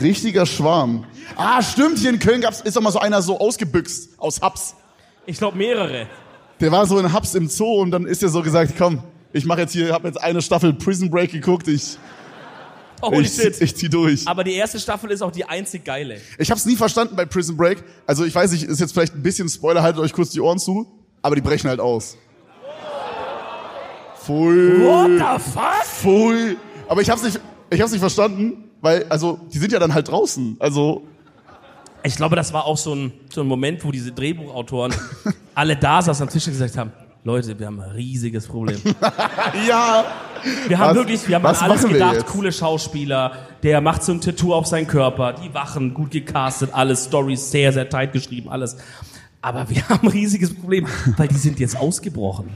[SPEAKER 1] Richtiger Schwarm. Ah, stimmt, hier in Köln gab's, ist doch mal so einer so ausgebüxt aus Haps.
[SPEAKER 3] Ich glaube mehrere.
[SPEAKER 1] Der war so in Hubs im Zoo und dann ist er so gesagt, komm, ich mache jetzt hier, habe jetzt eine Staffel Prison Break geguckt, ich,
[SPEAKER 3] Holy
[SPEAKER 1] ich,
[SPEAKER 3] shit.
[SPEAKER 1] ich zieh durch.
[SPEAKER 3] Aber die erste Staffel ist auch die einzig geile.
[SPEAKER 1] Ich habe es nie verstanden bei Prison Break. Also ich weiß nicht, ist jetzt vielleicht ein bisschen Spoiler, haltet euch kurz die Ohren zu, aber die brechen halt aus.
[SPEAKER 3] What
[SPEAKER 1] Pfui,
[SPEAKER 3] the fuck?
[SPEAKER 1] pfui. Aber ich hab's nicht, ich hab's nicht verstanden, weil also die sind ja dann halt draußen. Also (laughs)
[SPEAKER 3] Ich glaube, das war auch so ein, so ein Moment, wo diese Drehbuchautoren alle da saßen am Tisch und gesagt haben, Leute, wir haben ein riesiges Problem.
[SPEAKER 1] Ja.
[SPEAKER 3] Wir haben
[SPEAKER 1] Was-
[SPEAKER 3] wirklich, wir haben an
[SPEAKER 1] was
[SPEAKER 3] alles
[SPEAKER 1] machen wir
[SPEAKER 3] gedacht,
[SPEAKER 1] jetzt?
[SPEAKER 3] coole Schauspieler, der macht so ein Tattoo auf seinen Körper, die Wachen, gut gecastet, alles, Stories sehr, sehr tight geschrieben, alles. Aber wir (laughs) haben ein riesiges Problem, weil die sind jetzt ausgebrochen.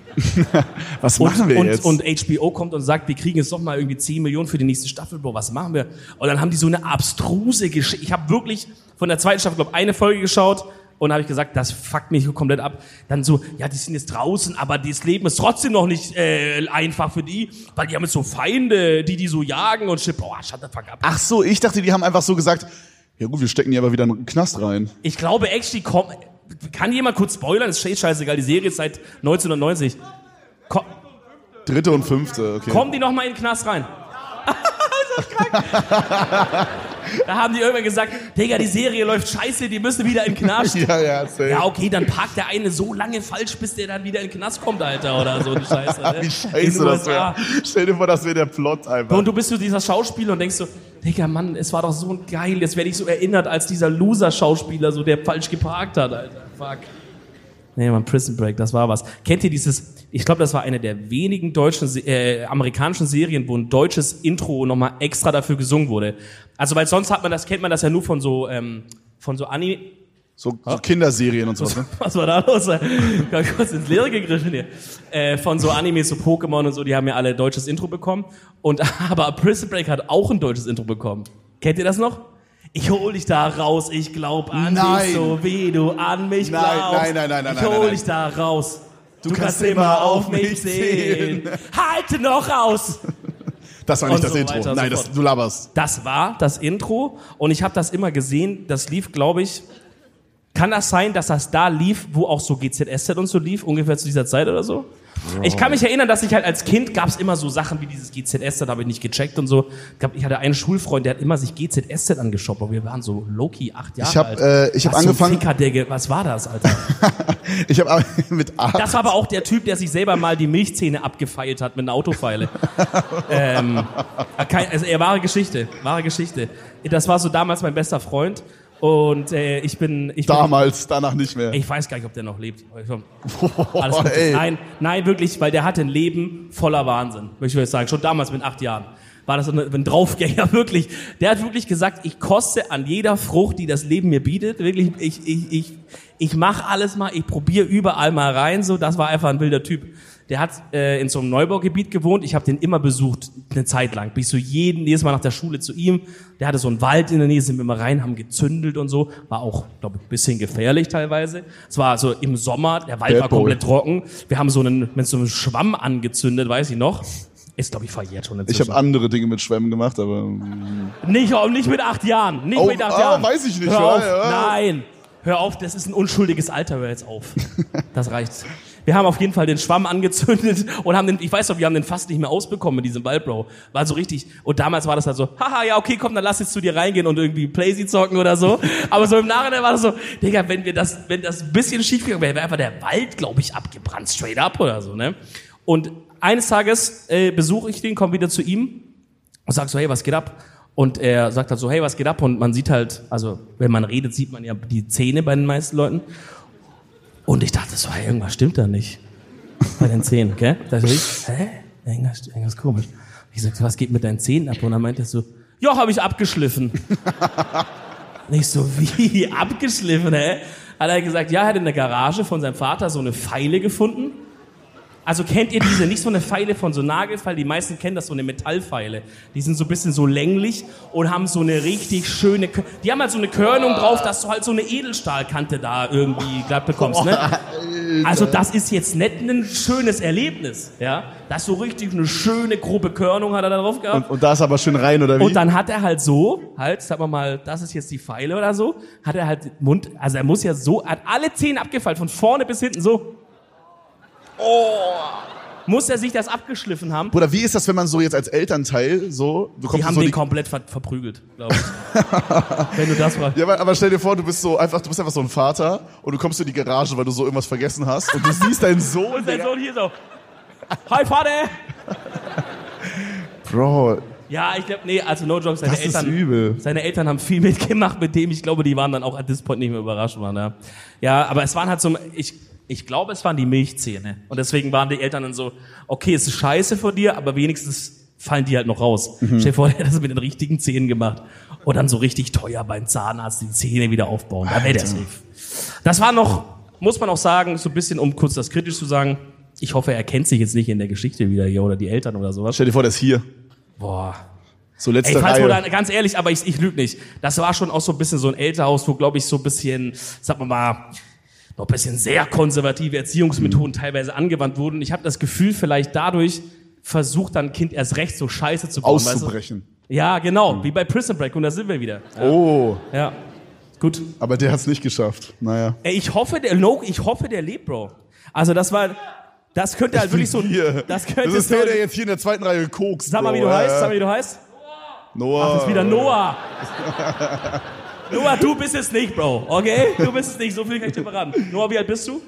[SPEAKER 1] Was
[SPEAKER 3] Und,
[SPEAKER 1] machen wir
[SPEAKER 3] und,
[SPEAKER 1] jetzt?
[SPEAKER 3] und HBO kommt und sagt, wir kriegen jetzt doch mal irgendwie 10 Millionen für die nächste Staffel, Bro, was machen wir? Und dann haben die so eine abstruse Geschichte. Ich habe wirklich von der zweiten Staffel, glaube eine Folge geschaut und habe ich gesagt, das fuckt mich komplett ab. Dann so, ja, die sind jetzt draußen, aber das Leben ist trotzdem noch nicht äh, einfach für die, weil die haben jetzt so Feinde, die die so jagen und shit. Boah, shut the fuck up.
[SPEAKER 1] Ach so, ich dachte, die haben einfach so gesagt, ja gut, wir stecken die aber wieder in den Knast rein.
[SPEAKER 3] Ich glaube, actually, komm, kann jemand kurz spoilern? Ist eh scheißegal, die Serie ist seit 1990. Ko
[SPEAKER 1] Dritte und fünfte, okay.
[SPEAKER 3] Kommen die noch mal in den Knast rein? ist das krank? da haben die irgendwann gesagt, Digga, die Serie läuft scheiße, die müssen wieder in den Knast.
[SPEAKER 1] (laughs) (laughs) Ja, ja, safe.
[SPEAKER 3] Ja, okay, dann parkt der eine so lange falsch, bis der dann wieder in den Knast kommt, Alter, oder so eine Scheiße. Ne?
[SPEAKER 1] Wie
[SPEAKER 3] In
[SPEAKER 1] scheiße
[SPEAKER 3] den
[SPEAKER 1] das
[SPEAKER 3] USA.
[SPEAKER 1] wäre. Stell dir vor, das wäre der Plot einfach.
[SPEAKER 3] Und du bist so dieser Schauspieler und denkst so, Digga, Mann, es war doch so ein geil, jetzt werde ich so erinnert als dieser Loser-Schauspieler, so der falsch geparkt hat, Alter. Fuck. Nee, Mann, Prison Break, das war was. Kennt ihr dieses, ich glaube, das war eine der wenigen deutschen, Se- äh, amerikanischen Serien, wo ein deutsches Intro nochmal extra dafür gesungen wurde. Also, weil sonst hat man das, kennt man das ja nur von so, ähm, von so Anime.
[SPEAKER 1] so, so Kinderserien und sowas. Ne?
[SPEAKER 3] Was war da los? Ich hab kurz ins Leere gegriffen hier. Äh, von so Animes, so Pokémon und so, die haben ja alle deutsches Intro bekommen. Und (laughs) aber Prison Break hat auch ein deutsches Intro bekommen. Kennt ihr das noch? Ich hol dich da raus, ich glaub an
[SPEAKER 1] Nein.
[SPEAKER 3] dich, so wie du an mich
[SPEAKER 1] Nein,
[SPEAKER 3] glaubst.
[SPEAKER 1] nein, nein, nein, nein,
[SPEAKER 3] Ich
[SPEAKER 1] nein,
[SPEAKER 3] hol
[SPEAKER 1] nein.
[SPEAKER 3] dich da raus. Du,
[SPEAKER 1] kannst
[SPEAKER 3] kannst, immer auf mich sehen. Halte noch aus.
[SPEAKER 1] Das war nicht
[SPEAKER 3] Und
[SPEAKER 1] das
[SPEAKER 3] so
[SPEAKER 1] Intro.
[SPEAKER 3] weiter und so
[SPEAKER 1] Nein, das,
[SPEAKER 3] fort.
[SPEAKER 1] du laberst.
[SPEAKER 3] Das war das Intro und ich habe das immer gesehen. Das lief, glaube ich. Kann das sein, dass das da lief, wo auch so GZSZ und so lief, ungefähr zu dieser Zeit oder so? Ich kann mich erinnern, dass ich halt als Kind gab's immer so Sachen wie dieses GZSZ, habe ich nicht gecheckt und so. Ich, glaub, ich hatte einen Schulfreund, der hat immer sich GZSZ angeschaut und wir waren so Loki, acht Jahre
[SPEAKER 1] Ich hab,
[SPEAKER 3] alt.
[SPEAKER 1] äh, ich hab
[SPEAKER 3] Was für ein
[SPEAKER 1] angefangen-
[SPEAKER 3] Fickerdecke, was war das, Alter?
[SPEAKER 1] Ich habe (laughs) mit A.
[SPEAKER 3] Das war aber auch der Typ, der sich selber mal die Milchzähne abgefeilt hat mit einer Autofeile. ähm, kein, also eher wahre Geschichte, wahre Geschichte. Das war so damals mein bester Freund und äh, ich bin, ich bin,
[SPEAKER 1] damals, danach nicht mehr.
[SPEAKER 3] ich weiß gar nicht, ob der noch lebt. Aber ich glaub,
[SPEAKER 1] (laughs) Boah,
[SPEAKER 3] Alles gut.
[SPEAKER 1] Oh, ey.
[SPEAKER 3] Nein, nein, wirklich, weil der hatte ein Leben voller Wahnsinn, möchte ich euch sagen. Schon damals mit acht Jahren war das so eine- ein Draufgänger, (laughs) wirklich. Der hat wirklich gesagt, ich koste an jeder Frucht, die das Leben mir bietet, wirklich, ich, ich, ich, ich mache alles mal, ich probiere überall mal rein, so, das war einfach ein wilder Typ. Der hat äh, in so einem Neubaugebiet gewohnt, ich habe den immer besucht, eine Zeit lang, bis so jeden, jedes Mal nach der Schule zu ihm. Der hatte so einen Wald in der Nähe, sind wir immer rein, haben gezündelt und so, war auch, glaube ich, ein bisschen gefährlich teilweise. Es war so im Sommer, der Wald
[SPEAKER 1] Bad
[SPEAKER 3] war
[SPEAKER 1] Boy.
[SPEAKER 3] komplett trocken. Wir haben so einen, mit so einem Schwamm angezündet, weiß ich noch. Ist, glaube ich, verjährt schon
[SPEAKER 1] Ich habe
[SPEAKER 3] inzwischen.
[SPEAKER 1] andere Dinge mit Schwämmen gemacht, aber
[SPEAKER 3] nicht, oh, nicht mit acht Jahren. Nicht
[SPEAKER 1] Oh,
[SPEAKER 3] mit acht
[SPEAKER 1] ah,
[SPEAKER 3] Jahren.
[SPEAKER 1] weiß ich nicht,
[SPEAKER 3] Hör
[SPEAKER 1] ja,
[SPEAKER 3] auf.
[SPEAKER 1] ja.
[SPEAKER 3] Nein. Hör auf, das ist ein unschuldiges Alter, hör jetzt auf. Das reicht. Wir haben auf jeden Fall den Schwamm angezündet und haben den, ich weiß noch, wir haben den fast nicht mehr ausbekommen mit diesem Ball, Bro. War so richtig. Und damals war das halt so, haha, ja, okay, komm, dann lass jetzt zu dir reingehen und irgendwie Playsy zocken oder so. Aber so im Nachhinein war das so, Digga, wenn wir das, wenn das ein bisschen schief gegangen wäre, wäre einfach der Wald, glaube ich, abgebrannt, straight up oder so, ne? Und eines Tages äh, besuche ich den, komme wieder zu ihm und sag so, hey, was geht ab? Und er sagt halt so, hey, was geht ab? Und man sieht halt, also wenn man redet, sieht man ja die Zähne bei den meisten Leuten. Und ich dachte so, hey, irgendwas stimmt da nicht. Bei den Zähnen, gell? Da so ich, hä? Irgendwas, st- irgendwas komisch. Ich sag so, was geht mit deinen Zähnen ab? Und dann meint er so, ja, habe ich abgeschliffen. Nicht so wie (laughs) abgeschliffen, hä? Hat er gesagt, ja, er hat in der Garage von seinem Vater so eine Pfeile gefunden. Also kennt ihr diese, nicht so eine Pfeile von so Nagelfeil, die meisten kennen das, so eine Metallpfeile. Die sind so ein bisschen so länglich und haben so eine richtig schöne, Kö- die haben halt so eine Körnung drauf, dass du halt so eine Edelstahlkante da irgendwie glatt bekommst, ne? Also das ist jetzt nicht ein schönes Erlebnis, ja? Das ist so richtig eine schöne grobe Körnung hat er da drauf gehabt.
[SPEAKER 1] und, und da ist aber schön rein oder wie?
[SPEAKER 3] Und dann hat er halt so, halt, sagen wir mal, das ist jetzt die Pfeile oder so, hat er halt den Mund, also er muss ja so, er hat alle Zehen abgefallen, von vorne bis hinten so. Oh. Muss er sich das abgeschliffen haben?
[SPEAKER 1] Bruder, wie ist das, wenn man so jetzt als Elternteil so, du
[SPEAKER 3] Die
[SPEAKER 1] kommst
[SPEAKER 3] haben
[SPEAKER 1] so
[SPEAKER 3] den
[SPEAKER 1] die,
[SPEAKER 3] komplett ver verprügelt, glaube ich. (laughs) Wenn du das fragst.
[SPEAKER 1] ja, aber- aber stell dir vor, du bist so einfach, du bist einfach so ein Vater und du kommst in die Garage, weil du so irgendwas vergessen hast und du siehst deinen Sohn.
[SPEAKER 3] (laughs) Und sein
[SPEAKER 1] Digga.
[SPEAKER 3] Sohn hier so. Hi, Vater!
[SPEAKER 1] Bro,
[SPEAKER 3] Ja, ich glaube, nee, also no joke, seine
[SPEAKER 1] das ist
[SPEAKER 3] Eltern.
[SPEAKER 1] übel.
[SPEAKER 3] Seine Eltern haben viel (laughs) mitgemacht mit dem. Ich glaube, die waren dann auch at this point nicht mehr überrascht. Waren, ja. ja, aber es waren halt so, ich Ich glaube, es waren die Milchzähne. Und deswegen waren die Eltern dann so, okay, es ist scheiße von dir, aber wenigstens fallen die halt noch raus. Stell dir vor, (laughs) der hat das mit den richtigen Zähnen gemacht. Und dann so richtig teuer beim Zahnarzt die Zähne wieder aufbauen. Da wäre der safe. Das war noch, muss man auch sagen, so ein bisschen, um kurz das kritisch zu sagen, ich hoffe, er kennt sich jetzt nicht in der Geschichte wieder hier oder die Eltern oder sowas.
[SPEAKER 1] Stell dir vor, der ist hier.
[SPEAKER 3] Boah.
[SPEAKER 1] So letzte
[SPEAKER 3] Ey,
[SPEAKER 1] Reihe.
[SPEAKER 3] Franz Modern, ganz ehrlich, aber ich, ich lüge nicht. Das war schon auch so ein bisschen so ein Elternhaus, wo, glaube ich, so ein bisschen, sag mal mal, noch ein bisschen sehr konservative
[SPEAKER 1] Mhm.
[SPEAKER 3] Erziehungsmethoden teilweise angewandt wurden. Ich habe das Gefühl, vielleicht dadurch versucht dann ein Kind erst recht so scheiße zu bauen. Weißt
[SPEAKER 1] auszubrechen. Mhm.
[SPEAKER 3] du? Ja, genau, wie bei Prison Break und da sind wir wieder.
[SPEAKER 1] Oh,
[SPEAKER 3] Ja, gut.
[SPEAKER 1] aber der hat's nicht geschafft. Naja.
[SPEAKER 3] Ey, ich hoffe, der no, ich hoffe, der lebt, Bro. Also das war, das könnte halt wirklich so,
[SPEAKER 1] Hier.
[SPEAKER 3] das könnte
[SPEAKER 1] das ist
[SPEAKER 3] so,
[SPEAKER 1] der, der jetzt hier in der zweiten Reihe kokst.
[SPEAKER 3] sag mal, wie
[SPEAKER 1] Bro.
[SPEAKER 3] du heißt,
[SPEAKER 1] Äh,
[SPEAKER 3] sag mal, wie du heißt.
[SPEAKER 1] Noah.
[SPEAKER 3] Das ist wieder Noah. Noah, du bist es nicht, Bro. Okay? Du bist es nicht. So viel kann ich dir verraten. Noah, wie alt bist du? 18.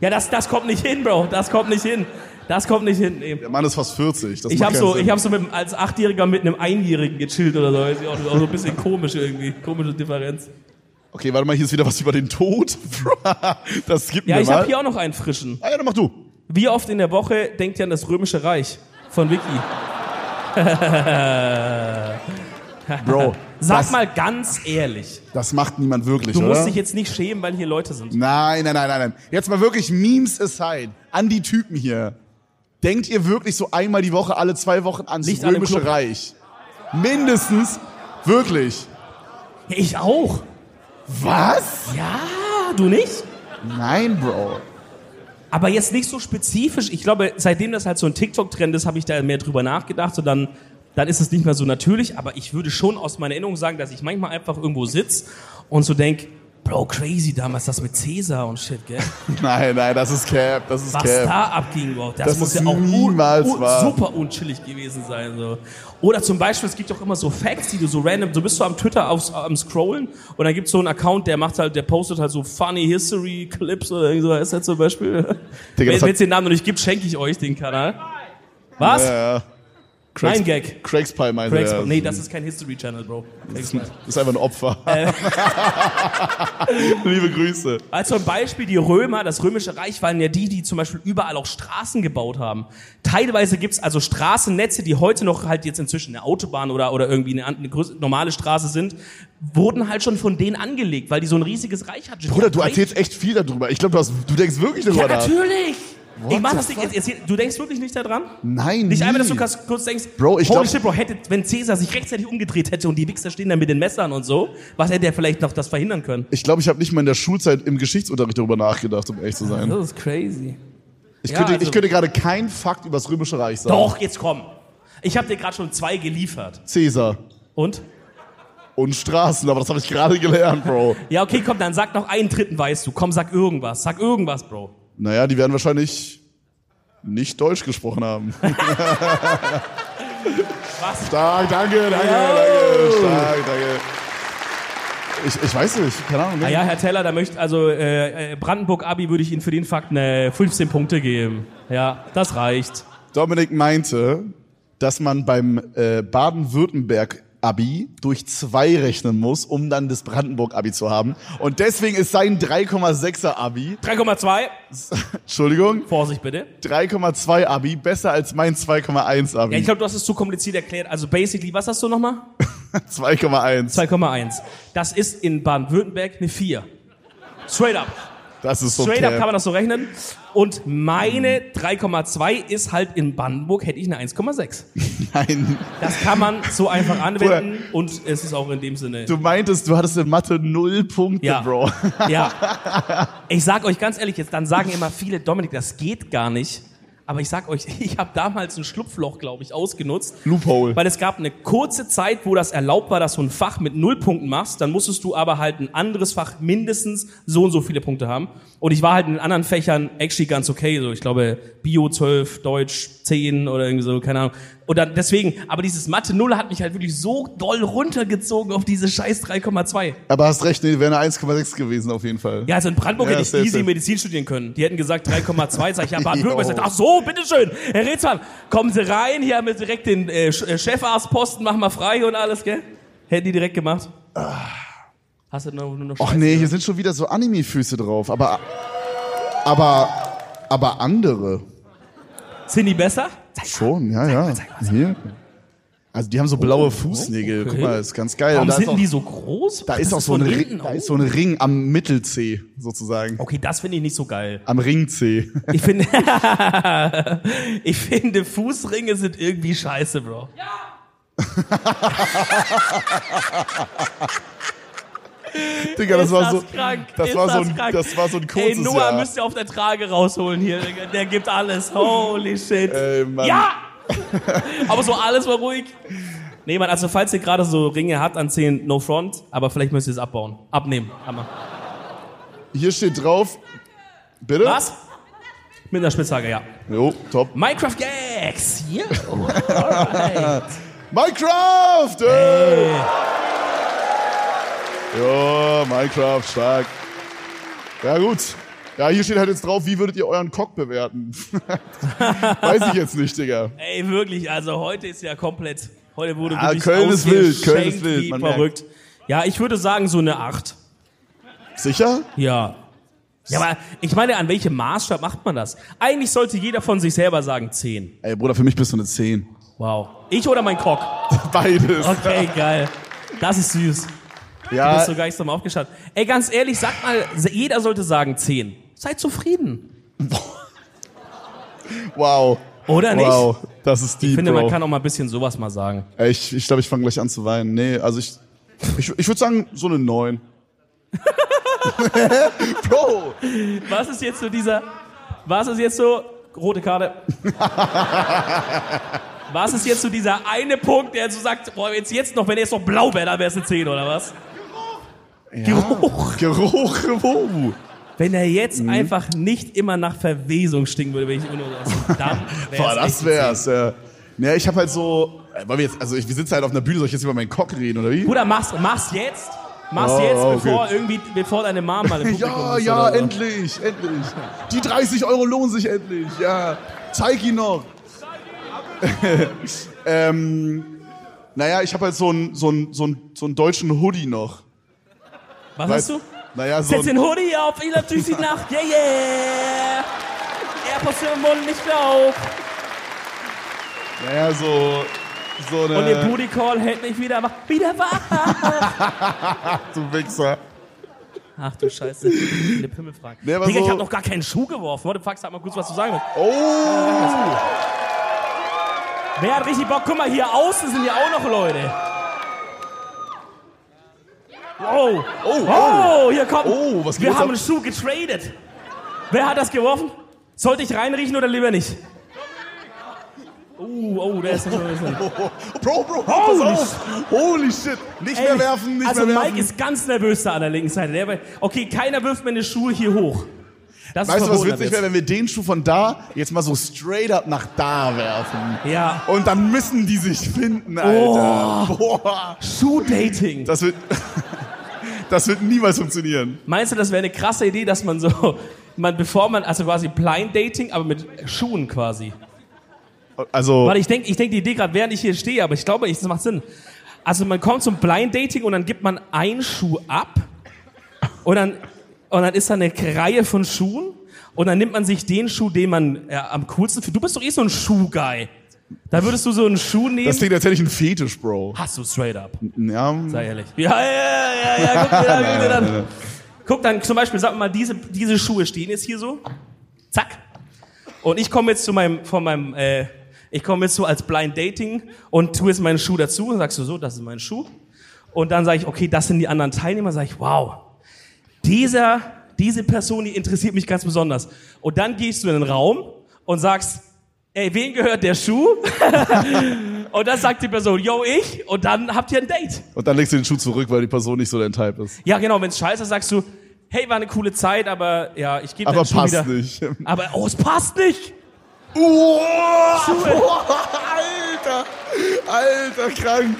[SPEAKER 3] Ja, das, das kommt nicht hin, Bro. Das kommt nicht hin. Das kommt nicht hin. Nee.
[SPEAKER 1] Der Mann ist fast 40. Das
[SPEAKER 3] Ich
[SPEAKER 1] macht
[SPEAKER 3] habe
[SPEAKER 1] keinen
[SPEAKER 3] so,
[SPEAKER 1] Sinn.
[SPEAKER 3] ich hab so mit, einem- als Achtjähriger mit einem Einjährigen gechillt oder so. Weiß ich auch, das ist auch so ein bisschen komisch irgendwie. Komische Differenz.
[SPEAKER 1] okay, warte mal, hier ist wieder was über den Tod. (laughs) das gibt
[SPEAKER 3] Ja,
[SPEAKER 1] mir
[SPEAKER 3] ich
[SPEAKER 1] mal.
[SPEAKER 3] habe hier auch noch einen frischen.
[SPEAKER 1] ah ja, dann mach du.
[SPEAKER 3] Wie oft in der Woche denkt ihr an das Römische Reich? Von Vicky.
[SPEAKER 1] Bro,
[SPEAKER 3] Sag
[SPEAKER 1] das,
[SPEAKER 3] mal ganz ehrlich.
[SPEAKER 1] das macht niemand wirklich,
[SPEAKER 3] Du
[SPEAKER 1] oder?
[SPEAKER 3] musst dich jetzt nicht schämen, weil hier Leute sind.
[SPEAKER 1] Nein, nein, nein, nein, nein. Jetzt mal wirklich Memes aside. An die Typen hier. Denkt ihr wirklich so einmal die Woche, alle zwei Wochen ans
[SPEAKER 3] Nicht an dem
[SPEAKER 1] Römische
[SPEAKER 3] Club.
[SPEAKER 1] Reich? Mindestens. Wirklich.
[SPEAKER 3] Ja, ich auch.
[SPEAKER 1] Was?
[SPEAKER 3] Ja, du nicht?
[SPEAKER 1] Nein, Bro. (laughs)
[SPEAKER 3] Aber jetzt nicht so spezifisch. Ich glaube, seitdem das halt so ein TikTok-Trend ist, habe ich da mehr drüber nachgedacht und dann, dann ist es nicht mehr so natürlich. Aber ich würde schon aus meiner Erinnerung sagen, dass ich manchmal einfach irgendwo sitz und so denk, Bro, crazy damals das mit Cäsar und shit, gell?
[SPEAKER 1] Nein, nein, das ist Cap, das ist
[SPEAKER 3] Was
[SPEAKER 1] Cap.
[SPEAKER 3] da abging, wow, das,
[SPEAKER 1] Das
[SPEAKER 3] muss
[SPEAKER 1] ist
[SPEAKER 3] ja auch un-
[SPEAKER 1] niemals
[SPEAKER 3] un-
[SPEAKER 1] wahr.
[SPEAKER 3] super unchillig gewesen sein. So. Oder zum Beispiel, es gibt auch immer so Facts, die du so random, du bist so am Twitter aufs, am Scrollen und dann gibt's so einen Account, der macht halt, der postet halt so funny History Clips oder irgend so ist er zum Beispiel. (laughs)
[SPEAKER 1] Digga, das
[SPEAKER 3] Wenn
[SPEAKER 1] hat-
[SPEAKER 3] es den Namen noch nicht gibt, schenke ich euch den Kanal. Was?
[SPEAKER 1] Ja, ja. Äh, Craigs-
[SPEAKER 3] Nein, Gag.
[SPEAKER 1] Craigs Pie meinte
[SPEAKER 3] Craigs,
[SPEAKER 1] er.
[SPEAKER 3] nee, das ist kein History Channel, Bro. Craigs-
[SPEAKER 1] Das ist einfach ein Opfer.
[SPEAKER 3] Äh.
[SPEAKER 1] (laughs) Liebe Grüße.
[SPEAKER 3] Als zum Beispiel die Römer, das römische Reich waren ja die, die zum Beispiel überall auch Straßen gebaut haben. Teilweise gibt's also Straßennetze, die heute noch halt jetzt inzwischen eine Autobahn oder, oder irgendwie eine, an- eine größ- normale Straße sind, wurden halt schon von denen angelegt, weil die so ein riesiges Reich hatten.
[SPEAKER 1] Bruder, du erzählst echt viel darüber. Ich glaube, du, hast- du denkst wirklich darüber
[SPEAKER 3] Ja,
[SPEAKER 1] nach.
[SPEAKER 3] natürlich!
[SPEAKER 1] What
[SPEAKER 3] Ich mach
[SPEAKER 1] the
[SPEAKER 3] das nicht,
[SPEAKER 1] fuck?
[SPEAKER 3] jetzt, jetzt, du denkst wirklich nicht daran?
[SPEAKER 1] Nein,
[SPEAKER 3] Nicht
[SPEAKER 1] nie.
[SPEAKER 3] einmal, dass du kurz, kurz denkst,
[SPEAKER 1] Bro, ich
[SPEAKER 3] holy
[SPEAKER 1] glaub-
[SPEAKER 3] shit, Bro, hätte, wenn Cäsar sich rechtzeitig umgedreht hätte und die Wichser stehen da mit den Messern und so, was hätte er vielleicht noch das verhindern können?
[SPEAKER 1] Ich glaube, ich habe nicht mal in der Schulzeit im Geschichtsunterricht darüber nachgedacht, um ehrlich zu sein.
[SPEAKER 3] Das ist crazy.
[SPEAKER 1] Ich
[SPEAKER 3] Ja,
[SPEAKER 1] könnte,
[SPEAKER 3] also-
[SPEAKER 1] ich könnte gerade keinen Fakt über das Römische Reich sagen.
[SPEAKER 3] Doch, jetzt komm. Ich habe dir gerade schon zwei geliefert.
[SPEAKER 1] Cäsar
[SPEAKER 3] Und?
[SPEAKER 1] und Straßen, aber das habe ich gerade gelernt, Bro.
[SPEAKER 3] Ja, okay, komm, dann sag noch einen dritten, weißt du. Komm, sag irgendwas. Sag irgendwas, Bro.
[SPEAKER 1] Naja, die werden wahrscheinlich nicht Deutsch gesprochen haben.
[SPEAKER 3] (laughs) Was?
[SPEAKER 1] Stark, danke, danke, danke. Stark, danke. Ich, ich weiß nicht, keine Ahnung.
[SPEAKER 3] Naja, Herr Teller, da möchte, also äh, äh, Brandenburg-Abi würde ich Ihnen für den Fakt eine 15 Punkte geben. Ja, das reicht.
[SPEAKER 1] ne? Dominik meinte, dass man beim äh, Baden-Württemberg-Abi durch zwei rechnen muss, um dann das Brandenburg-Abi zu haben. Und deswegen ist sein 3,6er-Abi,
[SPEAKER 3] 3,2.
[SPEAKER 1] Entschuldigung,
[SPEAKER 3] Vorsicht bitte.
[SPEAKER 1] 3,2-Abi besser als mein
[SPEAKER 3] Ja, ich
[SPEAKER 1] 2,1-Abi.
[SPEAKER 3] glaube, du hast es zu kompliziert erklärt. Also basically, was hast du nochmal?
[SPEAKER 1] 2,1.
[SPEAKER 3] 2,1. Das ist in Baden-Württemberg eine 4. Straight up.
[SPEAKER 1] Das ist so
[SPEAKER 3] Straight up
[SPEAKER 1] cap.
[SPEAKER 3] kann man das so rechnen. Und meine 3,2 ist halt in Brandenburg, hätte ich eine 1,6.
[SPEAKER 1] Nein.
[SPEAKER 3] Das kann man so einfach anwenden und es ist auch in dem Sinne.
[SPEAKER 1] Du meintest, du hattest in Mathe null Punkte,
[SPEAKER 3] Ja.
[SPEAKER 1] Bro.
[SPEAKER 3] (laughs) Ja. Ich sag euch ganz ehrlich, jetzt dann sagen immer viele, Dominik, das geht gar nicht. Aber ich sag euch, (laughs) ich habe damals ein Schlupfloch, glaube ich, ausgenutzt.
[SPEAKER 1] Loophole.
[SPEAKER 3] Weil es gab eine kurze Zeit, wo das erlaubt war, dass du ein Fach mit null Punkten machst. Dann musstest du aber halt ein anderes Fach mindestens so und so viele Punkte haben. Und ich war halt in den anderen Fächern actually ganz okay. So, ich glaube, Bio 12, Deutsch 10 oder irgendwie so, keine Ahnung. Und dann deswegen, aber dieses Mathe Null hat mich halt wirklich so doll runtergezogen auf diese scheiß 3,2.
[SPEAKER 1] Aber hast recht, nee, wäre eine 1,6 gewesen auf jeden Fall.
[SPEAKER 3] Ja, also in Brandenburg
[SPEAKER 1] Ja,
[SPEAKER 3] hätte ich
[SPEAKER 1] safe,
[SPEAKER 3] easy
[SPEAKER 1] safe.
[SPEAKER 3] Medizin studieren können. Die hätten gesagt 3,2. Sag ich, ja,
[SPEAKER 1] Jo. (laughs)
[SPEAKER 3] Baden-Württemberg sagt, ach so, bitteschön, Herr Rezwan, kommen Sie rein, hier haben wir direkt den äh, Sch- äh, Chefarztposten, machen wir frei und alles, gell? Hätten die direkt gemacht. Hast du nur, nur noch
[SPEAKER 1] Ah. Och
[SPEAKER 3] Scheiße.
[SPEAKER 1] nee, hier sind schon wieder so Anime-Füße drauf, aber Aber, aber andere
[SPEAKER 3] Sind die besser? Zeig mal. Oh,
[SPEAKER 1] schon, ja, ja. Hier. Also die haben so blaue Fußnägel. Guck mal, ist ganz geil. Und
[SPEAKER 3] Warum
[SPEAKER 1] da ist
[SPEAKER 3] sind
[SPEAKER 1] auch,
[SPEAKER 3] die so groß?
[SPEAKER 1] da
[SPEAKER 3] Das
[SPEAKER 1] ist auch so ein
[SPEAKER 3] von
[SPEAKER 1] Ring,
[SPEAKER 3] hinten.
[SPEAKER 1] da
[SPEAKER 3] Oh.
[SPEAKER 1] ist so ein Ring am Mittelzeh sozusagen.
[SPEAKER 3] Okay, das finde ich nicht so geil.
[SPEAKER 1] Am
[SPEAKER 3] (laughs)
[SPEAKER 1] Ringzeh.
[SPEAKER 3] Ich finde, (laughs) ich finde Fußringe sind irgendwie scheiße, Bro.
[SPEAKER 1] Digga, das
[SPEAKER 3] Ist
[SPEAKER 1] war so
[SPEAKER 3] krank?
[SPEAKER 1] das
[SPEAKER 3] Ist
[SPEAKER 1] war so ein
[SPEAKER 3] krank?
[SPEAKER 1] das war so ein kurzes
[SPEAKER 3] Ey, Noah
[SPEAKER 1] Jahr.
[SPEAKER 3] müsst ihr auf der Trage rausholen hier. Digga. Der gibt alles. Holy shit.
[SPEAKER 1] Ey, Äh, Mann.
[SPEAKER 3] Ja! (laughs) aber so alles war ruhig. Nee, Mann, also falls ihr gerade so Ringe habt an 10, no front, aber vielleicht müsst ihr es abbauen. Abnehmen. Hammer.
[SPEAKER 1] Hier steht drauf. Bitte?
[SPEAKER 3] Was? Mit einer Spitzhacke, ja.
[SPEAKER 1] Jo, top.
[SPEAKER 3] Minecraft Gags! Yo!
[SPEAKER 1] Minecraft! Äh. Ey. Jo, Minecraft, stark. Ja, gut. Ja, hier steht halt jetzt drauf, wie würdet ihr euren Cock bewerten? (laughs) Weiß ich jetzt nicht, Digga.
[SPEAKER 3] Ey, wirklich, also heute ist ja komplett. Heute wurde
[SPEAKER 1] Ah,
[SPEAKER 3] wirklich
[SPEAKER 1] Köln ist wild, Köln ist
[SPEAKER 3] ausgeschenkt
[SPEAKER 1] wild,
[SPEAKER 3] wie
[SPEAKER 1] man
[SPEAKER 3] verrückt. Ja, ich würde sagen so eine 8.
[SPEAKER 1] Sicher?
[SPEAKER 3] Ja. Ja, aber ich meine, an welchem Maßstab macht man das? Eigentlich sollte jeder von sich selber sagen 10.
[SPEAKER 1] Ey, Bruder, für mich bist du eine 10.
[SPEAKER 3] Wow. Ich oder mein Cock?
[SPEAKER 1] (laughs) Beides.
[SPEAKER 3] Okay,
[SPEAKER 1] (laughs)
[SPEAKER 3] geil. Das ist süß. Du
[SPEAKER 1] ja,
[SPEAKER 3] bist so gar nicht so mal aufgeschaut. Ey, ganz ehrlich, sag mal, jeder sollte sagen 10. Seid zufrieden.
[SPEAKER 1] wow.
[SPEAKER 3] Oder nicht?
[SPEAKER 1] Wow, das ist deep,
[SPEAKER 3] Ich finde,
[SPEAKER 1] Bro.
[SPEAKER 3] man kann auch mal ein bisschen sowas mal sagen.
[SPEAKER 1] Ey, ich ich, glaub, ich fange gleich an zu weinen. Nee, also ich, ich, ich würde sagen, so eine
[SPEAKER 3] (laughs)
[SPEAKER 1] 9. (laughs) Bro,
[SPEAKER 3] Was ist jetzt so dieser. Was ist jetzt so.
[SPEAKER 1] (laughs)
[SPEAKER 3] Rote Karte. Was ist jetzt so dieser eine Punkt, der so sagt, boah, jetzt, jetzt noch, wenn jetzt noch blau wäre, dann wäre es eine 10 oder was? Geruch.
[SPEAKER 1] Geruch, wow.
[SPEAKER 3] Wenn er
[SPEAKER 1] Mhm.
[SPEAKER 3] jetzt einfach nicht immer nach Verwesung stinken würde, wenn ich ohne das,
[SPEAKER 1] (laughs)
[SPEAKER 3] dann
[SPEAKER 1] Boah,
[SPEAKER 3] wär's
[SPEAKER 1] das
[SPEAKER 3] echt-
[SPEAKER 1] wär's. Ja, ja ich habe halt so, äh, weil wir jetzt, also ich, wir sitzen halt auf einer Bühne, soll ich jetzt über meinen Cock reden oder wie?
[SPEAKER 3] Bruder, mach's, mach's jetzt. Mach's
[SPEAKER 1] Oh,
[SPEAKER 3] jetzt,
[SPEAKER 1] okay.
[SPEAKER 3] bevor irgendwie, bevor deine
[SPEAKER 1] (laughs)
[SPEAKER 3] Mama mal im Publikum
[SPEAKER 1] Ja,
[SPEAKER 3] ist
[SPEAKER 1] ja,
[SPEAKER 3] oder so.
[SPEAKER 1] endlich, endlich. Die 30 Euro lohnen sich endlich. Ja, zeig ihn noch. (laughs) ähm, naja, ich habe halt so einen so einen- so einen- so einen deutschen Hoodie noch.
[SPEAKER 3] Was
[SPEAKER 1] Weißt-
[SPEAKER 3] hast du?
[SPEAKER 1] Naja, so
[SPEAKER 3] Setz
[SPEAKER 1] ein,
[SPEAKER 3] den Hoodie auf, ich lauf durch die Nacht, yeah, yeah. Airpods im Mund, nicht mehr auf.
[SPEAKER 1] naja, so, so
[SPEAKER 3] Und der
[SPEAKER 1] eine,
[SPEAKER 3] Booty Call hält mich wieder wach. Wieder wach.
[SPEAKER 1] du Wichser.
[SPEAKER 3] Ach du Scheiße. Eine Pimmelfrage.
[SPEAKER 1] Nee, aber
[SPEAKER 3] Digga, ich
[SPEAKER 1] so-
[SPEAKER 3] hab noch gar keinen Schuh geworfen. Warte, Fax, sag mal kurz, was du sagen willst.
[SPEAKER 1] Oh!
[SPEAKER 3] Wer hat richtig Bock? Guck mal, hier außen sind ja auch noch Leute. Wow.
[SPEAKER 1] Oh, oh.
[SPEAKER 3] Oh, hier kommt.
[SPEAKER 1] Oh, was
[SPEAKER 3] Wir
[SPEAKER 1] geht's
[SPEAKER 3] haben
[SPEAKER 1] ab?
[SPEAKER 3] einen Schuh getradet. Wer hat das geworfen? Sollte ich reinriechen oder lieber nicht? Oh, oh, der ist schon so ein bisschen.
[SPEAKER 1] Bro, Bro,
[SPEAKER 3] Holy
[SPEAKER 1] pass auf! Holy shit! Nicht mehr
[SPEAKER 3] Ey,
[SPEAKER 1] werfen, nicht
[SPEAKER 3] also
[SPEAKER 1] mehr werfen.
[SPEAKER 3] Mike ist ganz nervös da an der linken Seite. Der, okay, keiner wirft mir eine Schuhe hier hoch. Das
[SPEAKER 1] Weißt
[SPEAKER 3] ist
[SPEAKER 1] du, was
[SPEAKER 3] verboten ab
[SPEAKER 1] witzig wäre, wenn wir den Schuh von da jetzt mal so straight up nach da werfen?
[SPEAKER 3] jetzt. Ja,
[SPEAKER 1] Und dann müssen die sich finden,
[SPEAKER 3] Oh.
[SPEAKER 1] Alter. Boah.
[SPEAKER 3] Schuh-Dating.
[SPEAKER 1] Das wird, (laughs) das wird niemals funktionieren.
[SPEAKER 3] Meinst du, das wäre eine krasse Idee, dass man so, (laughs) man, bevor man, also quasi Blind Dating, aber mit Schuhen quasi.
[SPEAKER 1] Also,
[SPEAKER 3] Weil ich denke, ich denk die Idee gerade, während ich hier stehe, aber ich glaube, ich- das macht Sinn. Also man kommt zum Blind Dating und dann gibt man einen Schuh ab und dann, und dann ist da eine Reihe von Schuhen und dann nimmt man sich den Schuh, den man äh, am coolsten findet. Du bist doch eh so ein Schuh-Guy. Da würdest du so einen Schuh
[SPEAKER 1] das
[SPEAKER 3] nehmen.
[SPEAKER 1] klingt als hätte ich einen Fetisch, Bro.
[SPEAKER 3] Hast du straight up.
[SPEAKER 1] Ja.
[SPEAKER 3] Sei ehrlich. Ja, ja, ja, ja, guck dir dann, guck dir dann.
[SPEAKER 1] Äh,
[SPEAKER 3] Guck dann zum Beispiel, sag mal, diese, diese Schuhe stehen jetzt hier so. Zack. Und ich komme jetzt zu meinem, von meinem, äh, ich komme jetzt so als Blind Dating und tue jetzt meinen Schuh dazu und sagst du so, das ist mein Schuh. Und dann sage ich, okay, das sind die anderen Teilnehmer. Sage ich, wow, dieser, diese Person, die interessiert mich ganz besonders. Und dann gehst du in den Raum und sagst, ey, wem gehört der Schuh? (laughs) und dann sagt die Person, yo, ich. Und dann habt ihr ein Date.
[SPEAKER 1] Und dann legst du den Schuh zurück, weil die Person nicht so dein Type ist.
[SPEAKER 3] Ja, genau, wenn's scheiße ist, sagst du, hey, war eine coole Zeit, aber ja, ich gebe
[SPEAKER 1] Aber
[SPEAKER 3] deinen Schuh
[SPEAKER 1] passt
[SPEAKER 3] wieder.
[SPEAKER 1] nicht. (laughs)
[SPEAKER 3] Aber oh, es passt nicht.
[SPEAKER 1] Uah,
[SPEAKER 3] Schuhe.
[SPEAKER 1] boah, Alter. Alter, krank.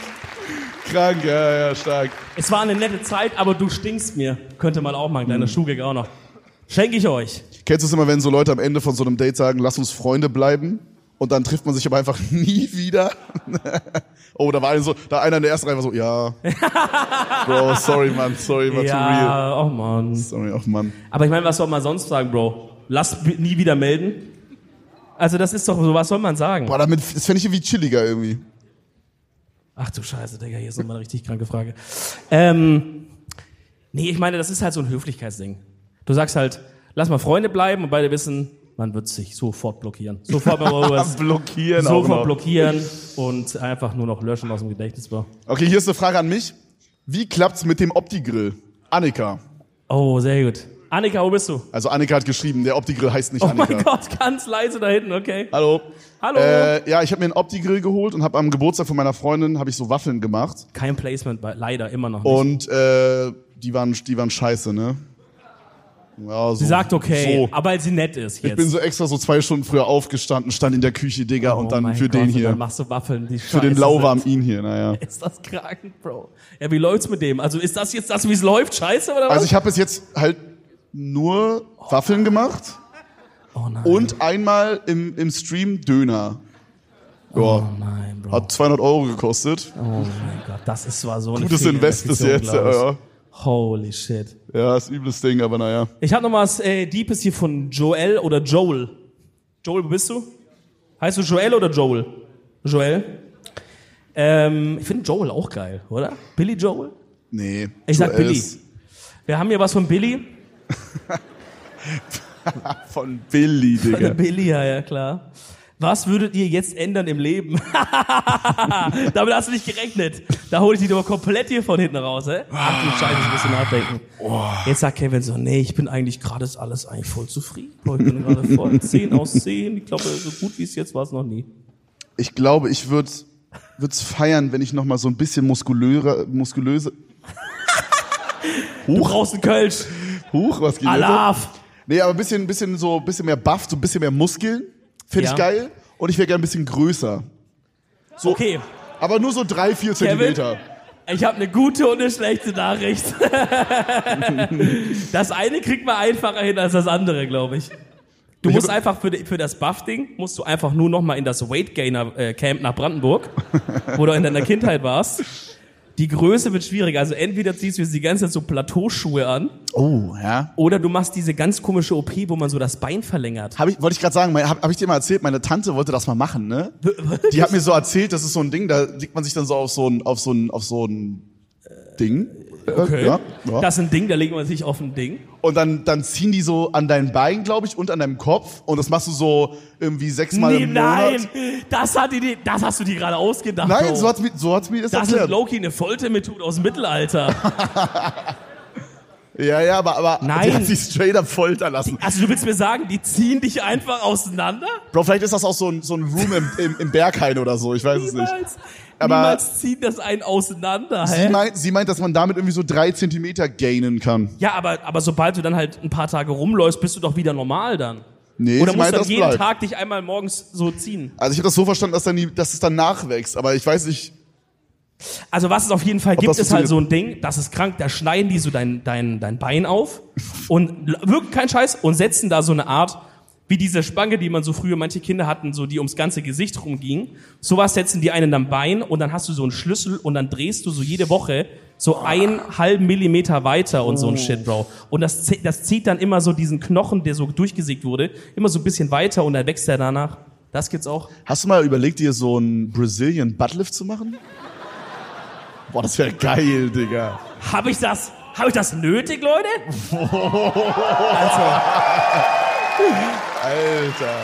[SPEAKER 1] Krank, ja, ja, stark.
[SPEAKER 3] Es war eine nette Zeit, aber du stinkst mir. Könnte man auch mal ein
[SPEAKER 1] Hm.
[SPEAKER 3] kleiner Schuhgag auch noch. Schenke ich euch.
[SPEAKER 1] Kennst du es immer, wenn so Leute am Ende von so einem Date sagen, lass uns Freunde bleiben? Und dann trifft man sich aber einfach (laughs) nie wieder. oh, da war einer so, da einer in der ersten Reihe war so,
[SPEAKER 3] (laughs)
[SPEAKER 1] ja. Bro, sorry, Mann, sorry, war too real.
[SPEAKER 3] Ja, oh Mann.
[SPEAKER 1] Sorry, ach Mann.
[SPEAKER 3] Aber ich meine, was soll man sonst sagen, Bro? Lasst bi- nie wieder melden. Also das ist doch so, was soll man sagen?
[SPEAKER 1] Boah, damit, das fände ich irgendwie chilliger irgendwie.
[SPEAKER 3] Ach du Scheiße, Digga, hier ist nochmal eine richtig kranke Frage. Ähm, nee, ich meine, das ist halt so ein Höflichkeitsding. Du sagst halt, lass mal Freunde bleiben und beide wissen, man wird sich sofort blockieren.
[SPEAKER 1] (laughs)
[SPEAKER 3] Sofort mal was.
[SPEAKER 1] Blockieren auch
[SPEAKER 3] Sofort
[SPEAKER 1] noch.
[SPEAKER 3] blockieren und einfach nur noch löschen aus dem Gedächtnisbau.
[SPEAKER 1] Okay, hier ist eine Frage an mich. Wie klappt's mit dem Opti-Grill? Annika.
[SPEAKER 3] Oh, sehr gut. Annika, wo bist du?
[SPEAKER 1] Also Annika hat geschrieben, der Opti-Grill heißt nicht
[SPEAKER 3] Oh
[SPEAKER 1] Annika.
[SPEAKER 3] mein Gott, ganz leise da hinten, okay.
[SPEAKER 1] Hallo.
[SPEAKER 3] Hallo.
[SPEAKER 1] Äh, ja, ich habe mir einen Opti-Grill geholt und habe am Geburtstag von meiner Freundin habe ich so Waffeln gemacht
[SPEAKER 3] Kein Placement, bei- leider immer noch nicht.
[SPEAKER 1] und äh, die waren die waren scheiße, ne? Ja, so,
[SPEAKER 3] sie sagt okay,
[SPEAKER 1] So.
[SPEAKER 3] aber weil sie nett ist jetzt.
[SPEAKER 1] Ich bin so extra so zwei Stunden früher aufgestanden, stand in der Küche, Digga,
[SPEAKER 3] Oh
[SPEAKER 1] und dann
[SPEAKER 3] mein
[SPEAKER 1] für
[SPEAKER 3] Gott,
[SPEAKER 1] den
[SPEAKER 3] und Dann
[SPEAKER 1] hier,
[SPEAKER 3] machst du Waffeln, die Scheiße
[SPEAKER 1] für den
[SPEAKER 3] sind.
[SPEAKER 1] lauwarm ihn hier, naja.
[SPEAKER 3] (laughs) Ist das krank, Bro? Ja, wie läuft's mit dem? Also ist das jetzt das, wie es läuft? Scheiße oder was?
[SPEAKER 1] Also ich habe bis jetzt halt nur Waffeln gemacht
[SPEAKER 3] oh nein,
[SPEAKER 1] und einmal im, im Stream Döner. Ja,
[SPEAKER 3] oh nein, Bro.
[SPEAKER 1] hat 200 Euro gekostet.
[SPEAKER 3] Oh mein Gott, das ist zwar so ein
[SPEAKER 1] Gutes Invest ist jetzt, ja.
[SPEAKER 3] Holy shit.
[SPEAKER 1] Ja, ist übles Ding, aber naja.
[SPEAKER 3] Ich habe noch mal was äh, Deepes hier von Joel oder Joel. Joel, wo bist du? Heißt du Joel oder Joel? Joel. Ähm, ich finde Joel auch geil, oder? Billy Joel?
[SPEAKER 1] Nee.
[SPEAKER 3] Ich sag
[SPEAKER 1] Joel
[SPEAKER 3] Billy.
[SPEAKER 1] ist
[SPEAKER 3] Wir haben hier was von Billy.
[SPEAKER 1] Von Billy, Digga.
[SPEAKER 3] Billy, ja, ja, klar. Was würdet ihr jetzt ändern im Leben? (laughs) Damit hast du nicht gerechnet. Da hole ich dich aber komplett hier von hinten raus, hä? Ach du Scheiße, ich muss hier nachdenken. Jetzt sagt Kevin so, nee, ich bin eigentlich gerade ist alles eigentlich voll zufrieden. Bro. Ich bin gerade voll 10 aus 10. Ich glaube, so gut wie es jetzt war es noch nie.
[SPEAKER 1] Ich glaube, ich würde es feiern, wenn ich noch mal so ein bisschen muskulöser, muskulöse.
[SPEAKER 3] Du brauchst einen Kölsch.
[SPEAKER 1] Huch, was geht jetzt ab?
[SPEAKER 3] Alarv.
[SPEAKER 1] Nee, aber ein bisschen, ein bisschen so, ein bisschen mehr Buff, so ein bisschen mehr Muskeln. Finde
[SPEAKER 3] Ja.
[SPEAKER 1] ich geil. Und ich wäre gern ein bisschen größer. So,
[SPEAKER 3] Okay,
[SPEAKER 1] Aber nur so drei, vier Zentimeter.
[SPEAKER 3] ich habe eine gute und eine schlechte Nachricht.
[SPEAKER 1] (laughs)
[SPEAKER 3] das eine kriegt man einfacher hin als das andere, glaube ich. Du
[SPEAKER 1] Ich
[SPEAKER 3] musst
[SPEAKER 1] hab-
[SPEAKER 3] einfach für, die- für das Buff-Ding, musst du einfach nur nochmal in das Weight Gainer äh, Camp nach Brandenburg,
[SPEAKER 1] (laughs)
[SPEAKER 3] wo du in deiner Kindheit warst. Die Größe wird schwierig. Also entweder ziehst du jetzt die ganze Zeit so Plateauschuhe an
[SPEAKER 1] Oh, ja.
[SPEAKER 3] oder du machst diese ganz komische OP, wo man so das Bein verlängert.
[SPEAKER 1] Hab ich, wollte ich gerade sagen, mein- hab, hab ich dir mal erzählt, meine Tante wollte das mal machen, ne? Die hat mir so erzählt, das ist so ein Ding, da legt man sich dann so auf so ein, auf so ein, auf so ein Ding. Okay. Äh, Ja, ja.
[SPEAKER 3] Das ist ein Ding, da legt man sich auf ein Ding.
[SPEAKER 1] Und dann, dann ziehen die so an deinen Beinen, glaube ich, und an deinem Kopf. Und das machst du so irgendwie sechsmal
[SPEAKER 3] Nee,
[SPEAKER 1] im Monat.
[SPEAKER 3] nein, das, hat die, das hast du dir gerade ausgedacht.
[SPEAKER 1] Nein,
[SPEAKER 3] Bro.
[SPEAKER 1] so hat's mir, so hat's mir das,
[SPEAKER 3] Das ist
[SPEAKER 1] erklärt.
[SPEAKER 3] Loki eine Foltermethode aus dem Mittelalter.
[SPEAKER 1] ja, ja, aber, aber
[SPEAKER 3] Nein.
[SPEAKER 1] die hat sich straight up foltern lassen.
[SPEAKER 3] Also du willst mir sagen, die ziehen dich einfach auseinander?
[SPEAKER 1] Bro, vielleicht ist das auch so ein, so ein Room im, im, im Berghain oder so. Ich weiß es nicht.
[SPEAKER 3] Niemals,
[SPEAKER 1] Aber-
[SPEAKER 3] niemals ziehen das einen auseinander.
[SPEAKER 1] Sie
[SPEAKER 3] Hä?
[SPEAKER 1] meint, sie meint, dass man damit irgendwie so drei Zentimeter gainen kann.
[SPEAKER 3] Ja, aber, aber sobald du dann halt ein paar Tage rumläufst, bist du doch wieder normal dann.
[SPEAKER 1] Nee,
[SPEAKER 3] Oder
[SPEAKER 1] sie
[SPEAKER 3] musst
[SPEAKER 1] meint,
[SPEAKER 3] du dann
[SPEAKER 1] das
[SPEAKER 3] jeden
[SPEAKER 1] bleibt.
[SPEAKER 3] Tag dich einmal morgens so ziehen?
[SPEAKER 1] Also ich habe das so verstanden, dass, dann die, dass es dann nachwächst. Aber ich weiß nicht,
[SPEAKER 3] Also was es auf jeden Fall gibt,
[SPEAKER 1] das
[SPEAKER 3] ist halt
[SPEAKER 1] funktioniert?
[SPEAKER 3] so ein Ding, das ist krank, da schneiden die so dein, dein, dein Bein auf und l- wirklich kein Scheiß und setzen da so eine Art, wie diese Spange, die man so früher manche Kinder hatten, so die ums ganze Gesicht rumging. Sowas setzen die einen am Bein und dann hast du so einen Schlüssel und dann drehst du so jede Woche so einen halben Millimeter weiter und so ein Shit, Bro. Und das, zie- das zieht dann immer so diesen Knochen, der so durchgesägt wurde, immer so ein bisschen weiter und dann wächst er danach. Das gibt's auch.
[SPEAKER 1] hast du mal überlegt, dir so einen Brazilian Buttlift zu machen? Boah, das wäre geil, Digga.
[SPEAKER 3] Habe ich das? Habe ich das nötig, Leute? Also.
[SPEAKER 1] Alter.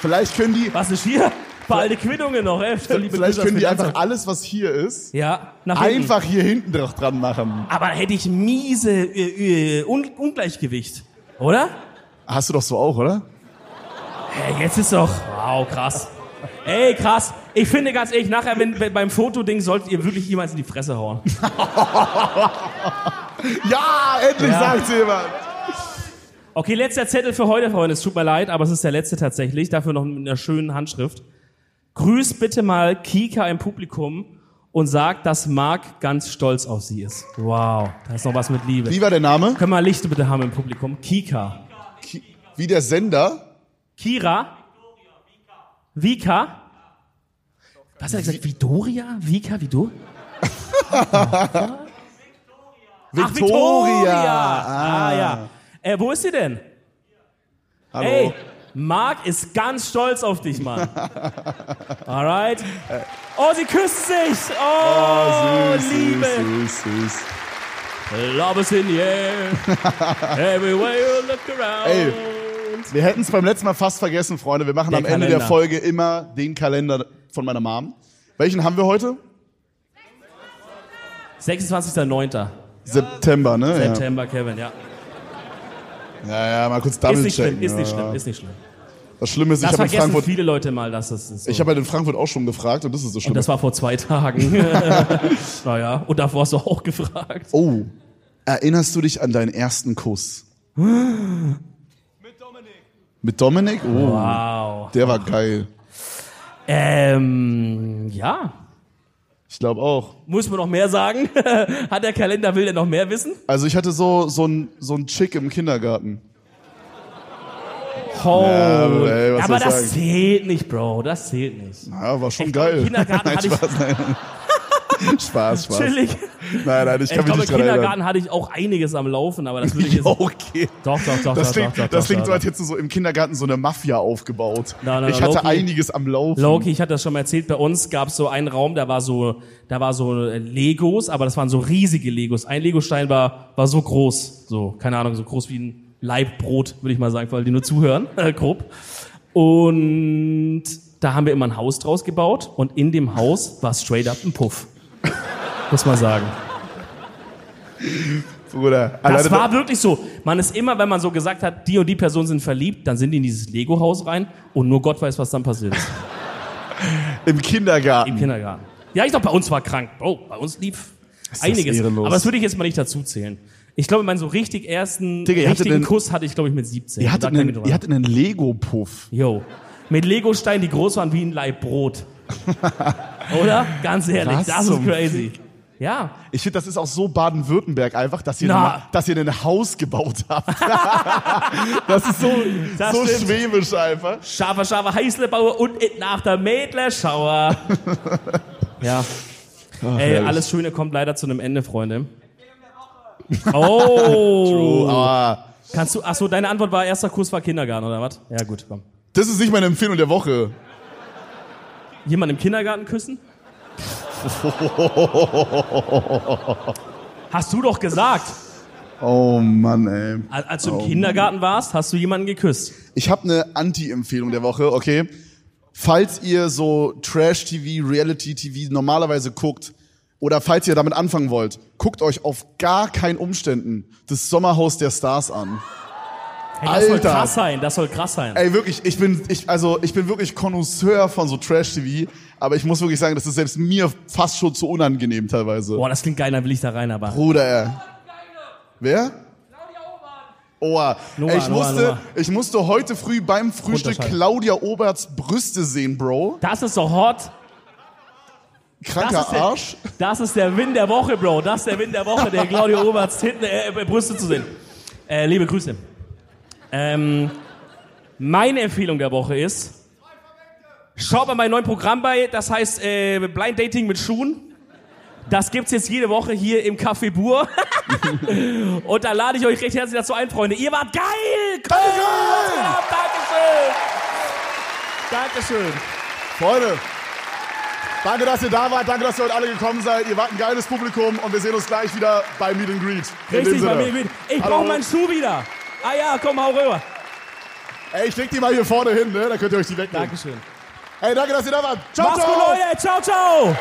[SPEAKER 1] Vielleicht können die,
[SPEAKER 3] Was ist hier? Paar alte Quittungen noch, ey. Liebe
[SPEAKER 1] vielleicht
[SPEAKER 3] Grüße
[SPEAKER 1] können die
[SPEAKER 3] aus Finanzamt.
[SPEAKER 1] einfach alles, was hier ist,
[SPEAKER 3] Ja, nach hinten.
[SPEAKER 1] einfach hier hinten doch dran machen.
[SPEAKER 3] Aber hätte ich miese äh, äh, Un Ungleichgewicht, oder?
[SPEAKER 1] Hast du doch so auch, oder?
[SPEAKER 3] Äh, jetzt ist doch. Wow, krass. Ey, krass. Ich finde ganz ehrlich, nachher wenn, wenn, beim Fotoding solltet ihr wirklich jemals in die Fresse hauen.
[SPEAKER 1] Ja, endlich sagt's jemand.
[SPEAKER 3] Okay, letzter Zettel für heute, Freunde. Es tut mir leid, aber es ist der letzte tatsächlich. Dafür noch mit einer schönen Handschrift. Grüß bitte mal Kika im Publikum und sagt, dass Marc ganz stolz auf sie ist. Wow, da ist noch was mit Liebe.
[SPEAKER 1] Wie war der Name?
[SPEAKER 3] Können wir Lichter bitte haben im Publikum? Kika.
[SPEAKER 1] Ki- Wie der Sender?
[SPEAKER 3] Kira? Vika? Was hat er gesagt? Vidoria? Vika? Vido? Ach, Victoria! Ah, ja. Ah, Äh, wo ist sie denn?
[SPEAKER 1] Ah, Hallo.
[SPEAKER 3] Ey, Marc ist ganz stolz auf
[SPEAKER 1] (laughs)
[SPEAKER 3] dich, Mann. Alright. Oh, sie küsst sich. Oh,
[SPEAKER 1] Äh. Oh,
[SPEAKER 3] Liebe.
[SPEAKER 1] süß, süß, süß.
[SPEAKER 3] Love is in the
[SPEAKER 1] (laughs)
[SPEAKER 3] air. Everywhere you look around.
[SPEAKER 1] Ey. Wir hätten es beim letzten Mal fast vergessen, Freunde. Wir machen
[SPEAKER 3] Der
[SPEAKER 1] am Ende der
[SPEAKER 3] Kalender.
[SPEAKER 1] Folge immer den Kalender von meiner Mom. Welchen haben wir heute?
[SPEAKER 3] 26.09.
[SPEAKER 1] September, ne?
[SPEAKER 3] September, Kevin, ja.
[SPEAKER 1] Ja. ja, ja, mal kurz
[SPEAKER 3] Ist
[SPEAKER 1] double
[SPEAKER 3] nicht schlimm,
[SPEAKER 1] checken.
[SPEAKER 3] ist nicht
[SPEAKER 1] ja.
[SPEAKER 3] schlimm, ist nicht schlimm.
[SPEAKER 1] Das Schlimme ist, ich
[SPEAKER 3] Das
[SPEAKER 1] habe in
[SPEAKER 3] vergessen
[SPEAKER 1] Frankfurt,
[SPEAKER 3] viele Leute mal, dass es ist. So.
[SPEAKER 1] ich habe halt in Frankfurt auch schon gefragt und das ist das Schlimme.
[SPEAKER 3] Oh. das war vor
[SPEAKER 1] (laughs)
[SPEAKER 3] zwei Tagen. (laughs) naja, und davor hast du auch gefragt.
[SPEAKER 1] oh, erinnerst du dich an deinen ersten Kuss? Mit Dominik. Mit Dominik? Oh,
[SPEAKER 3] Wow.
[SPEAKER 1] der war geil.
[SPEAKER 3] Ähm, ja.
[SPEAKER 1] Ich glaube auch.
[SPEAKER 3] Muss man noch mehr sagen? (laughs) Hat der Kalender, will der noch mehr wissen?
[SPEAKER 1] Also ich hatte so so ein so ein Chick im Kindergarten.
[SPEAKER 3] Oh.
[SPEAKER 1] aber ey, was
[SPEAKER 3] aber
[SPEAKER 1] soll ich
[SPEAKER 3] das
[SPEAKER 1] sagen?
[SPEAKER 3] zählt nicht, Bro. Das zählt nicht.
[SPEAKER 1] Ja, Ah, war schon
[SPEAKER 3] Ich glaube,
[SPEAKER 1] geil.
[SPEAKER 3] im Kindergarten
[SPEAKER 1] (laughs) nein,
[SPEAKER 3] hatte ich-
[SPEAKER 1] Spaß, nein. (laughs) Spaß, Spaß.
[SPEAKER 3] Chillig.
[SPEAKER 1] Nein, nein, ich
[SPEAKER 3] Ich,
[SPEAKER 1] kann mich
[SPEAKER 3] glaube, im
[SPEAKER 1] nicht dran erinnern.
[SPEAKER 3] Kindergarten hatte ich auch einiges am Laufen, aber das
[SPEAKER 1] (laughs)
[SPEAKER 3] würde ich jetzt.
[SPEAKER 1] Okay.
[SPEAKER 3] Doch, doch, doch,
[SPEAKER 1] Das
[SPEAKER 3] doch,
[SPEAKER 1] klingt,
[SPEAKER 3] doch, doch,
[SPEAKER 1] das
[SPEAKER 3] doch,
[SPEAKER 1] klingt
[SPEAKER 3] doch,
[SPEAKER 1] so, als hättest du so im Kindergarten so eine Mafia aufgebaut.
[SPEAKER 3] Nein, nein,
[SPEAKER 1] ich
[SPEAKER 3] nein,
[SPEAKER 1] hatte
[SPEAKER 3] Loki-
[SPEAKER 1] einiges am Laufen.
[SPEAKER 3] Loki, ich hatte das schon mal erzählt, bei uns gab es so einen Raum, da war so, da war so äh, Legos, aber das waren so riesige Legos. Ein Legostein war, war so groß, so, keine Ahnung, so groß wie ein Leibbrot, würde ich mal sagen, weil die nur zuhören, (laughs) äh, grob. Und da haben wir immer ein Haus draus gebaut und in dem Haus war straight up ein Puff. (laughs) Muss man sagen.
[SPEAKER 1] Bruder.
[SPEAKER 3] Das
[SPEAKER 1] Alleine
[SPEAKER 3] war wirklich so. Man ist immer, wenn man so gesagt hat, die und die Personen sind verliebt, dann sind die in dieses Lego-Haus rein und nur Gott weiß, was dann passiert ist.
[SPEAKER 1] im Kindergarten.
[SPEAKER 3] Im Kindergarten. Ja, ich glaube, bei uns war krank. Oh, bei uns lief einiges.
[SPEAKER 1] ehrenlos.
[SPEAKER 3] Aber das würde ich jetzt mal nicht dazu zählen. Ich glaube, meinen so richtig ersten
[SPEAKER 1] Digga, ihr hattet
[SPEAKER 3] richtigen
[SPEAKER 1] den-
[SPEAKER 3] Kuss hatte ich, glaube ich, mit 17.
[SPEAKER 1] Ihr
[SPEAKER 3] Da
[SPEAKER 1] hattet
[SPEAKER 3] kann ich
[SPEAKER 1] einen,
[SPEAKER 3] mich dran
[SPEAKER 1] ihr hattet einen Lego-Puff.
[SPEAKER 3] erinnern. Yo. Mit Legosteinen, die groß waren wie ein
[SPEAKER 1] (laughs)
[SPEAKER 3] Laib Brot. Oder? Ganz ehrlich,
[SPEAKER 1] Was
[SPEAKER 3] das
[SPEAKER 1] zum
[SPEAKER 3] ist crazy. Ja,
[SPEAKER 1] Ich finde, das ist auch so Baden-Württemberg einfach, dass ihr,
[SPEAKER 3] Na.
[SPEAKER 1] einen, dass ihr ein Haus gebaut
[SPEAKER 3] (laughs)
[SPEAKER 1] habt. das ist so,
[SPEAKER 3] Das
[SPEAKER 1] so
[SPEAKER 3] stimmt.
[SPEAKER 1] schwäbisch einfach.
[SPEAKER 3] scharfer, scharfer Heißlebauer und it nach
[SPEAKER 1] (laughs)
[SPEAKER 3] der Mädlerschauer. ja. Ey,
[SPEAKER 1] herrlich.
[SPEAKER 3] alles Schöne kommt leider zu einem
[SPEAKER 1] (laughs)
[SPEAKER 3] Ende, Freunde. Oh,
[SPEAKER 1] Ah,
[SPEAKER 3] Kannst du, ach so, deine Antwort war, erster Kurs war Kindergarten, oder was? Ja, gut, komm.
[SPEAKER 1] das ist nicht meine Empfehlung der Woche. (laughs)
[SPEAKER 3] Jemand im Kindergarten küssen? Hast du doch gesagt,
[SPEAKER 1] Oh Mann, ey.
[SPEAKER 3] als, als
[SPEAKER 1] Oh.
[SPEAKER 3] du im Kindergarten warst, hast du jemanden geküsst.
[SPEAKER 1] Ich habe eine Anti-Empfehlung der Woche, okay? Falls ihr so Trash-TV, Reality-TV normalerweise guckt oder falls ihr damit anfangen wollt, guckt euch auf gar keinen Umständen das Sommerhaus der Stars an.
[SPEAKER 3] Hey, das soll
[SPEAKER 1] Alter.
[SPEAKER 3] krass sein, das soll krass sein.
[SPEAKER 1] Ey, wirklich, ich bin, ich, also, ich bin wirklich Connoisseur von so Trash-TV, aber ich muss wirklich sagen, das ist selbst mir fast schon zu unangenehm teilweise.
[SPEAKER 3] Boah, das klingt geil, dann will ich da rein, aber.
[SPEAKER 1] Bruder, ey. Wer? Oha.
[SPEAKER 3] Noah,
[SPEAKER 1] Ey, ich,
[SPEAKER 3] Noah,
[SPEAKER 1] musste,
[SPEAKER 3] Noah.
[SPEAKER 1] ich musste heute früh beim Frühstück
[SPEAKER 3] Runterschalten.
[SPEAKER 1] Claudia Oberts Brüste sehen, Bro.
[SPEAKER 3] Das ist doch hot.
[SPEAKER 1] Kranker
[SPEAKER 3] Das ist der-
[SPEAKER 1] Arsch.
[SPEAKER 3] Das ist der Win der Woche, Bro. Das ist der Win der Woche, der Claudio Oberts hinten äh, bei Brüste zu sehen. Äh, liebe Grüße. Ähm, meine Empfehlung der Woche ist, schaut mal mein neues Programm bei, das heißt äh, Blind Dating mit Schuhen. Das gibt's jetzt jede Woche hier im Café Bur. (laughs) Und da lade ich euch recht herzlich dazu ein, Freunde. Ihr wart geil! Kommt ab! Dankeschön! Dankeschön!
[SPEAKER 1] Freunde, danke, dass ihr da wart. Danke, dass ihr heute alle gekommen seid. Ihr wart ein geiles Publikum und wir sehen uns gleich wieder bei Meet and Greet. In dem
[SPEAKER 3] Richtig,
[SPEAKER 1] Sinne.
[SPEAKER 3] bei mir gewinnt. Ich
[SPEAKER 1] Hallo.
[SPEAKER 3] brauche meinen Schuh wieder. Ah ja, komm, hau rüber.
[SPEAKER 1] Ey, ich leg die mal hier vorne hin, ne? Da könnt ihr euch die wegnehmen.
[SPEAKER 3] Dankeschön.
[SPEAKER 1] Ey, danke, dass ihr da wart. Ciao,
[SPEAKER 3] Mach's gut,
[SPEAKER 1] ciao.
[SPEAKER 3] Leute. Ciao, ciao.